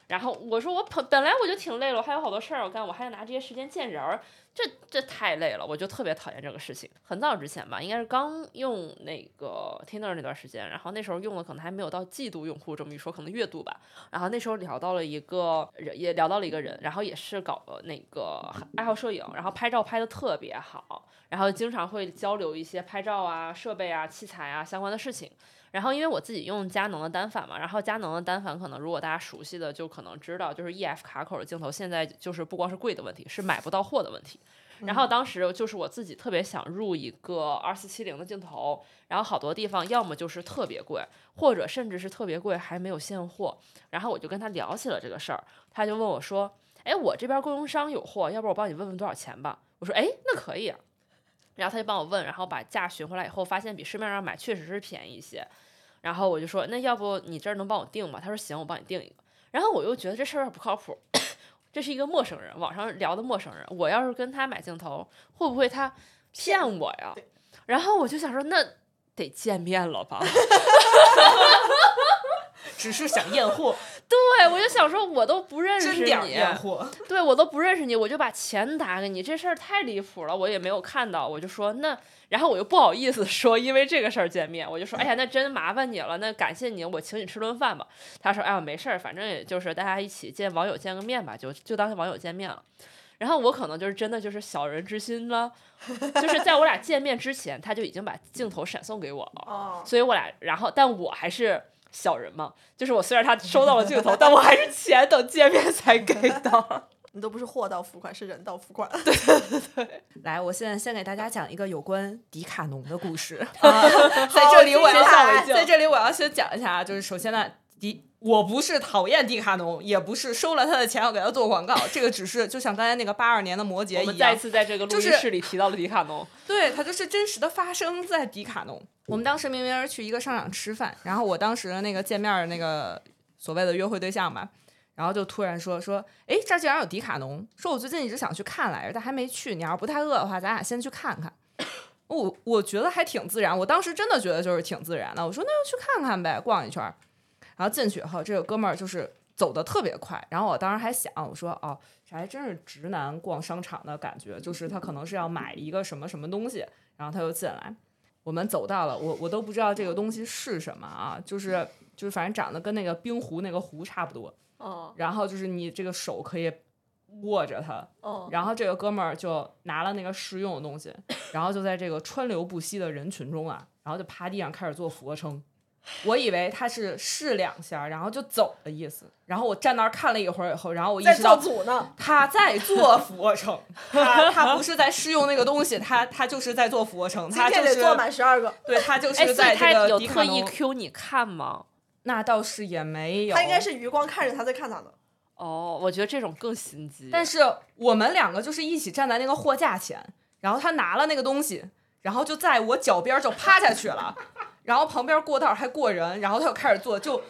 [SPEAKER 2] 然后我说我本本来我就挺累了，我还有好多事儿要干，我还要拿这些时间见人儿，这这太累了，我就特别讨厌这个事情。很早之前吧，应该是刚用那个 Tinder 那段时间，然后那时候用的可能还没有到季度用户这么一说，可能月度吧。然后那时候聊到了一个人，也聊到了一个人，然后也是搞那个爱好摄影，然后拍照拍的特别好，然后经常会交流一些拍照啊、设备啊、器材啊相关的事情。然后因为我自己用佳能的单反嘛，然后佳能的单反可能如果大家熟悉的就可能知道，就是 EF 卡口的镜头现在就是不光是贵的问题，是买不到货的问题。然后当时就是我自己特别想入一个二四七零的镜头，然后好多地方要么就是特别贵，或者甚至是特别贵还没有现货。然后我就跟他聊起了这个事儿，他就问我说：“哎，我这边供应商有货，要不我帮你问问多少钱吧？”我说：“哎，那可以啊。”然后他就帮我问，然后把价询回来以后，发现比市面上买确实是便宜一些。然后我就说：“那要不你这儿能帮我定吗？”他说：“行，我帮你定一个。”然后我又觉得这事儿不靠谱， 这是一个陌生人，网上聊的陌生人，我要是跟他买镜头，会不会他骗我呀？然后我就想说，那得见面了 吧？
[SPEAKER 6] 只是想验 货，
[SPEAKER 2] 对，我就想说，我都不认识
[SPEAKER 6] 真
[SPEAKER 2] 你，
[SPEAKER 6] 点儿验货。
[SPEAKER 2] 对我都不认识你，我就把钱打给你，这事儿太离谱了，我也没有看到，我就说那，然后我又不好意思说，因为这个事儿见面，我就说，哎呀，那真麻烦你了，那感谢你，我请你吃顿饭吧。他说，哎呀，没事儿，反正也就是大家一起见网友见个面吧，就就当网友见面了。然后我可能就是真的就是小人之心了，就是在我俩见面之前，他就已经把镜头闪送给我了。
[SPEAKER 5] 哦，
[SPEAKER 2] 所以我俩，然后但我还是小人嘛，就是我虽然他收到了镜头，但我还是钱等见面才给的。
[SPEAKER 5] 你都不是货到付款，是人到付款。
[SPEAKER 6] 来，我现在先给大家讲一个有关迪卡侬的 故事。啊在
[SPEAKER 5] 好
[SPEAKER 6] 这里我
[SPEAKER 5] 精
[SPEAKER 6] 要
[SPEAKER 5] 彩
[SPEAKER 6] 在这里我要先讲一下啊，就是首先呢，迪我不是讨厌迪卡侬，也不是收了他的钱要给他做广告，这个只是就像刚才那个八二年的摩
[SPEAKER 2] 我
[SPEAKER 6] 羯
[SPEAKER 2] 们
[SPEAKER 6] 一
[SPEAKER 2] 再
[SPEAKER 6] 样，
[SPEAKER 2] 次在这个录
[SPEAKER 6] 就
[SPEAKER 2] 音
[SPEAKER 6] 是
[SPEAKER 2] 室里提到了迪卡侬，
[SPEAKER 6] 对，它就是真实的发生在迪卡侬。我们当时明明是去一个商场吃饭，然后我当时的那个见面儿那个所谓的约会对象吧，然后就突然说说，哎，这儿竟然有迪卡侬，说我最近一直想去看来着，但还没去。你要是不太饿的话，咱俩先去看看。我我觉得还挺自然，我当时真的觉得就是挺自然的。我说那就去看看呗，逛一圈儿。然后进去以后，这个哥们儿就是走的特别快，然后我当时还想，我说哦，这还真是直男逛商场的感觉，就是他可能是要买一个什么什么东西，然后他就进来。我们走到了，我我都不知道这个东西是什么啊，就是就是反正长得跟那个冰壶那个壶差不多，
[SPEAKER 5] 哦
[SPEAKER 6] 然后就是你这个手可以握着它，
[SPEAKER 5] 哦，
[SPEAKER 6] 然后这个哥们儿就拿了那个试用的东西，然后就在这个川流不息的人群中啊，然后就趴地上开始做俯卧撑，我以为他是试两下，然后就走的意思。然后我站那儿看了一会儿以后，然后我意
[SPEAKER 5] 在
[SPEAKER 6] 识到
[SPEAKER 5] 造组呢，
[SPEAKER 6] 他在做俯卧 撑，他他不是在试用那个东西，他他就是在做俯卧撑，
[SPEAKER 5] 今
[SPEAKER 6] 他就
[SPEAKER 5] 天
[SPEAKER 6] 是
[SPEAKER 5] 得做满十二个。
[SPEAKER 6] 对他 就
[SPEAKER 2] 哎，
[SPEAKER 6] 是
[SPEAKER 2] 所
[SPEAKER 6] 在
[SPEAKER 2] 以他
[SPEAKER 6] 这个
[SPEAKER 2] 有
[SPEAKER 6] 迪
[SPEAKER 2] 特
[SPEAKER 6] 卡
[SPEAKER 2] 意
[SPEAKER 6] 侬，
[SPEAKER 2] Q 你看吗？
[SPEAKER 6] 那倒是也没有，
[SPEAKER 5] 他应该是余光看着他在看他呢。
[SPEAKER 2] 哦，我觉得这种更心机。
[SPEAKER 6] 但是我们两个就是一起站在那个货架前，然后他拿了那个东西，然后就在我脚边就趴下去了，然后旁边过道还过人，然后他又开始做，就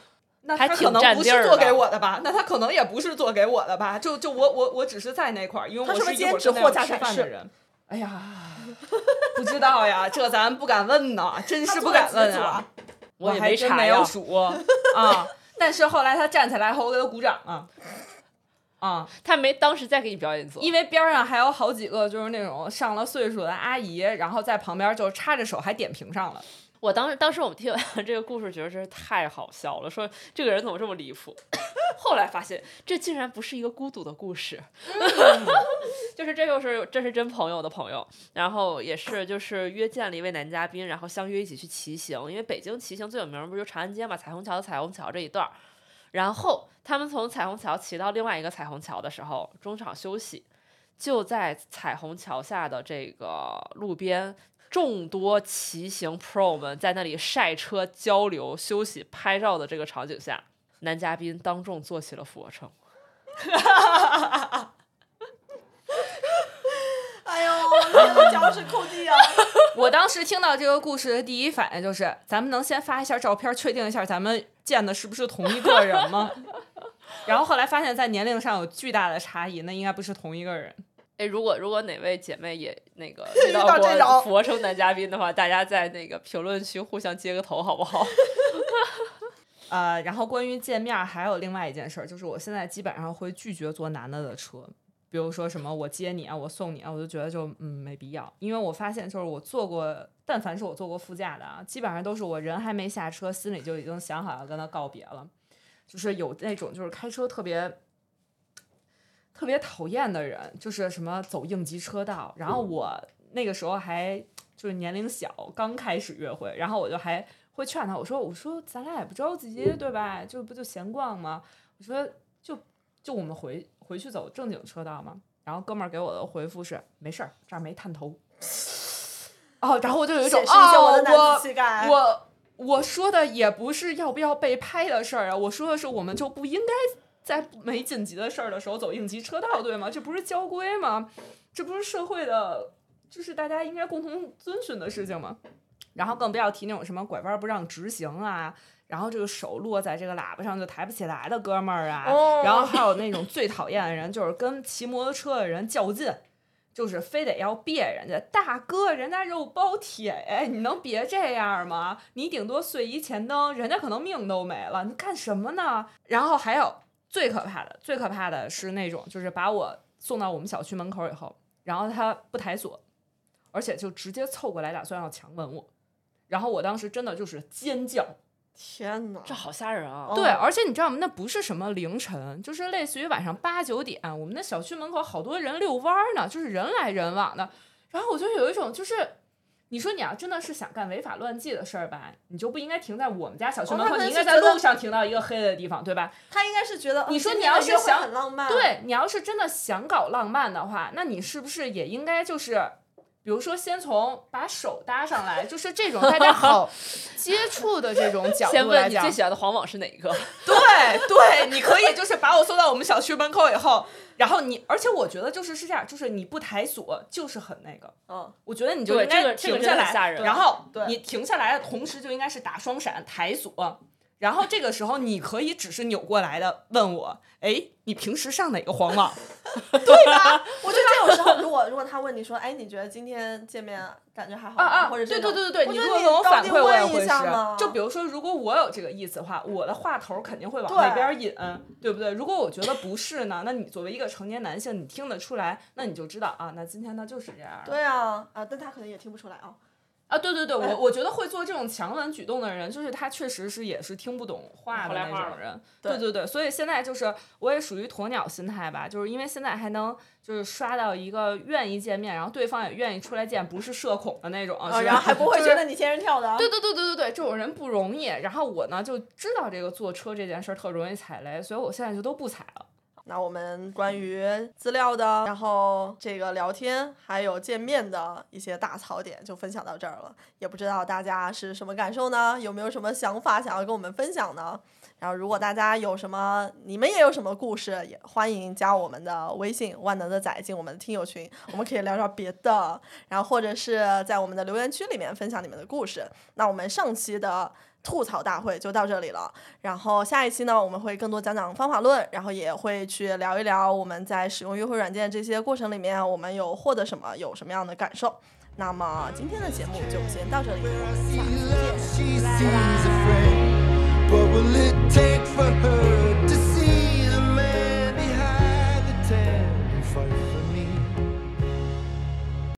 [SPEAKER 6] 那
[SPEAKER 2] 还
[SPEAKER 6] 他可
[SPEAKER 2] 挺
[SPEAKER 6] 能
[SPEAKER 2] 占
[SPEAKER 6] 不
[SPEAKER 2] 地儿
[SPEAKER 6] 是做
[SPEAKER 2] 的
[SPEAKER 6] 给我的吧？那他可能也不是做给我的吧？就就我我我只是在那块儿，因为
[SPEAKER 5] 他
[SPEAKER 6] 我
[SPEAKER 5] 是不
[SPEAKER 6] 是
[SPEAKER 5] 是
[SPEAKER 6] 一会儿
[SPEAKER 5] 兼职
[SPEAKER 6] 跟
[SPEAKER 5] 货
[SPEAKER 6] 他
[SPEAKER 5] 架
[SPEAKER 6] 要吃
[SPEAKER 5] 展
[SPEAKER 6] 饭
[SPEAKER 5] 示
[SPEAKER 6] 的人。哎呀，不知道呀， 这咱不敢问呐，真
[SPEAKER 5] 他
[SPEAKER 6] 是
[SPEAKER 5] 做
[SPEAKER 6] 不
[SPEAKER 5] 了
[SPEAKER 6] 敢
[SPEAKER 5] 几
[SPEAKER 6] 问
[SPEAKER 5] 组
[SPEAKER 6] 啊
[SPEAKER 5] 啊。
[SPEAKER 2] 我也
[SPEAKER 6] 还真
[SPEAKER 2] 查
[SPEAKER 6] 没
[SPEAKER 2] 呀
[SPEAKER 6] 有数 啊。但是后来他站起来后，我给他鼓掌 啊啊，
[SPEAKER 2] 他没当时在给你表演做，
[SPEAKER 6] 因为边儿上还有好几个就是那种上了岁数的阿姨，然后在旁边就插着手还点评上了。
[SPEAKER 2] 我当时当时我们听完 这个故事，觉得真是太好笑了，说这个人怎么这么离谱。后来发现，这竟然不是一个孤独的故事， 就是这就是这是真朋友的朋友，然后也是就是约见了一位男嘉宾，然后相约一起去骑行，因为北京骑行最有名儿不就长安街嘛，彩虹桥的彩虹桥这一段儿。然后他们从彩虹桥骑到另外一个彩虹桥的时候，中场休息，就在彩虹桥下的这个路边，众多骑行 Pro 们在那里晒车、交流、休息、拍照的这个场景下，男嘉宾当众做起了俯卧撑。
[SPEAKER 5] 哎呦，我觉得脚趾抠地啊！
[SPEAKER 6] 我当时听到这个故事的第一反应就是，咱们能先发一下照片，确定一下咱们见的是不是同一个人 吗？然后后来发现，在年龄上有巨大的差异，那应该不是同一个人。
[SPEAKER 2] 哎，如果如果哪位姐妹也那个
[SPEAKER 5] 遇
[SPEAKER 2] 遇
[SPEAKER 5] 到
[SPEAKER 2] 到
[SPEAKER 5] 这种
[SPEAKER 2] 过俯卧撑男嘉宾的话，大家在那个评论区互相接个头，好不好？
[SPEAKER 6] 呃，然后关于见面儿还有另外一件事儿，就是我现在基本上会拒绝坐男的的车，比如说什么我接你啊，我送你啊，我就觉得就嗯没必要，因为我发现就是我坐过，但凡是我坐过副驾的啊，基本上都是我人还没下车，心里就已经想好要跟他告别了，就是有那种就是开车特别。特别讨厌的人，就是什么走应急车道。然后我那个时候还就是年龄小，刚开始约会，然后我就还会劝他，我说我说咱俩也不着急，对吧？就不就闲逛吗？我说就就我们回回去走正经车道嘛。然后哥们儿给我的回复是没事儿，这儿没探头。 哦，然后我就有一种
[SPEAKER 5] 显示一下
[SPEAKER 6] 哦
[SPEAKER 5] 我的男
[SPEAKER 6] 我
[SPEAKER 5] 子气概
[SPEAKER 6] 我我说的也不是要不要被拍的事儿啊，我说的是我们就不应该在没紧急的事儿的时候走应急车道，对吗？这不是交规吗？这不是社会的，就是大家应该共同遵循的事情吗？然后更不要提那种什么拐弯不让直行啊，然后这个手落在这个喇叭上就抬不起来的哥们儿啊，
[SPEAKER 5] 哦
[SPEAKER 6] 然后还有那种最讨厌的人，就是跟骑摩托车的人较劲，就是非得要别人家大哥，人家肉包铁哎，你能别这样吗？你顶多碎一前灯，人家可能命都没了，你干什么呢？然后还有最可怕的，最可怕的是那种就是把我送到我们小区门口以后，然后他不抬锁，而且就直接凑过来打算要强吻我，然后我当时真的就是尖叫。哦
[SPEAKER 5] 天哪，
[SPEAKER 2] 这好吓人啊！
[SPEAKER 6] 对，而且你知道吗？那不是什么凌晨，就是类似于晚上八九点，我们那小区门口好多人遛弯儿呢，就是人来人往的。然后我就有一种，就是你说你要真的是想干违法乱纪的事儿吧，你就不应该停在我们家小区
[SPEAKER 5] 哦
[SPEAKER 6] 门
[SPEAKER 5] 他
[SPEAKER 6] 口，
[SPEAKER 5] 可能
[SPEAKER 6] 你应该
[SPEAKER 5] 是
[SPEAKER 6] 在
[SPEAKER 5] 觉得
[SPEAKER 6] 路上停到一个黑的地方，对吧？
[SPEAKER 5] 他应该是觉得
[SPEAKER 6] 你
[SPEAKER 5] 嗯
[SPEAKER 6] 说
[SPEAKER 5] 今
[SPEAKER 6] 你
[SPEAKER 5] 天
[SPEAKER 6] 要
[SPEAKER 5] 的
[SPEAKER 6] 是
[SPEAKER 5] 约会
[SPEAKER 6] 想
[SPEAKER 5] 很浪
[SPEAKER 2] 嗯
[SPEAKER 5] 漫，，
[SPEAKER 6] 对，你要是真的想搞浪漫的话，那你是不是也应该就是，比如说先从把手搭上来，就是这种大 家好接触的这种角
[SPEAKER 2] 先
[SPEAKER 6] 度来
[SPEAKER 2] 问你
[SPEAKER 6] 讲
[SPEAKER 2] 最。喜欢的黄网是哪一个？
[SPEAKER 6] 对对，你可以就是把我送到我们小区门口以后，然后你，而且我觉得就是是这样，就是你不抬锁就是很那个。
[SPEAKER 5] 嗯，
[SPEAKER 6] 我觉得你就
[SPEAKER 2] 对
[SPEAKER 6] 应该
[SPEAKER 2] 这个这个
[SPEAKER 6] 停下
[SPEAKER 2] 真的
[SPEAKER 6] 来，
[SPEAKER 2] 吓人
[SPEAKER 6] 然后
[SPEAKER 5] 对
[SPEAKER 6] 你停下来的同时就应该是打双闪、抬锁，然后这个时候你可以只是扭过来的问我，哎，你平时上哪个黄网？
[SPEAKER 5] 我觉得这种 时候，如果如果他问你说，哎，你觉得今天见面感觉还好吗？或者
[SPEAKER 6] 啊对对
[SPEAKER 5] 这种
[SPEAKER 6] 对对对，
[SPEAKER 5] 我
[SPEAKER 6] 你
[SPEAKER 5] 觉
[SPEAKER 6] 如
[SPEAKER 5] 得
[SPEAKER 6] 果
[SPEAKER 5] 你
[SPEAKER 6] 跟我
[SPEAKER 5] 到
[SPEAKER 6] 反
[SPEAKER 5] 底
[SPEAKER 6] 馈，我也
[SPEAKER 5] 问
[SPEAKER 6] 会
[SPEAKER 5] 一下嘛
[SPEAKER 6] 是。就比如说，如果我有这个意思的话，我的话头儿肯定会往
[SPEAKER 5] 对
[SPEAKER 6] 那边引，对不对？如果我觉得不是呢，那你作为一个成年男性，你听得出来，那你就知道啊，那今天他就是这样。
[SPEAKER 5] 对啊啊，但他可能也听不出来啊。
[SPEAKER 6] 啊，对对对，我我觉得会做这种强吻举动的人，就是他确实是也是听不懂话的
[SPEAKER 2] 后来
[SPEAKER 6] 那
[SPEAKER 2] 话
[SPEAKER 6] 种
[SPEAKER 2] 了
[SPEAKER 6] 人。
[SPEAKER 5] 对
[SPEAKER 6] 对对对，所以现在就是我也属于鸵鸟心态吧，就是因为现在还能就是刷到一个愿意见面，然后对方也愿意出来见，不是社恐的那种，
[SPEAKER 5] 啊，
[SPEAKER 6] 哦是
[SPEAKER 5] 然后还不 会
[SPEAKER 6] 就
[SPEAKER 5] 觉
[SPEAKER 6] 是
[SPEAKER 5] 得你仙人跳的啊。
[SPEAKER 6] 对对对对对对，这种人不容易。然后我呢就知道这个坐车这件事儿特容易踩雷，所以我现在就都不踩了。
[SPEAKER 5] 那我们关于资料的，然后这个聊天还有见面的一些大槽点就分享到这儿了，也不知道大家是什么感受呢？有没有什么想法想要跟我们分享呢？然后如果大家有什么，你们也有什么故事，也欢迎加我们的微信“万能的仔”进我们的听友群，我们可以聊聊别的，然后或者是在我们的留言区里面分享你们的故事。那我们上期的吐槽大会就到这里了。然后下一期呢，我们会更多讲讲方法论，然后也会去聊一聊我们在使用约会软件这些过程里面，我们有获得什么，有什么样的感受。那么今天的节目就先到这里，我们下期见。
[SPEAKER 1] She seems afraid. What will it take for her to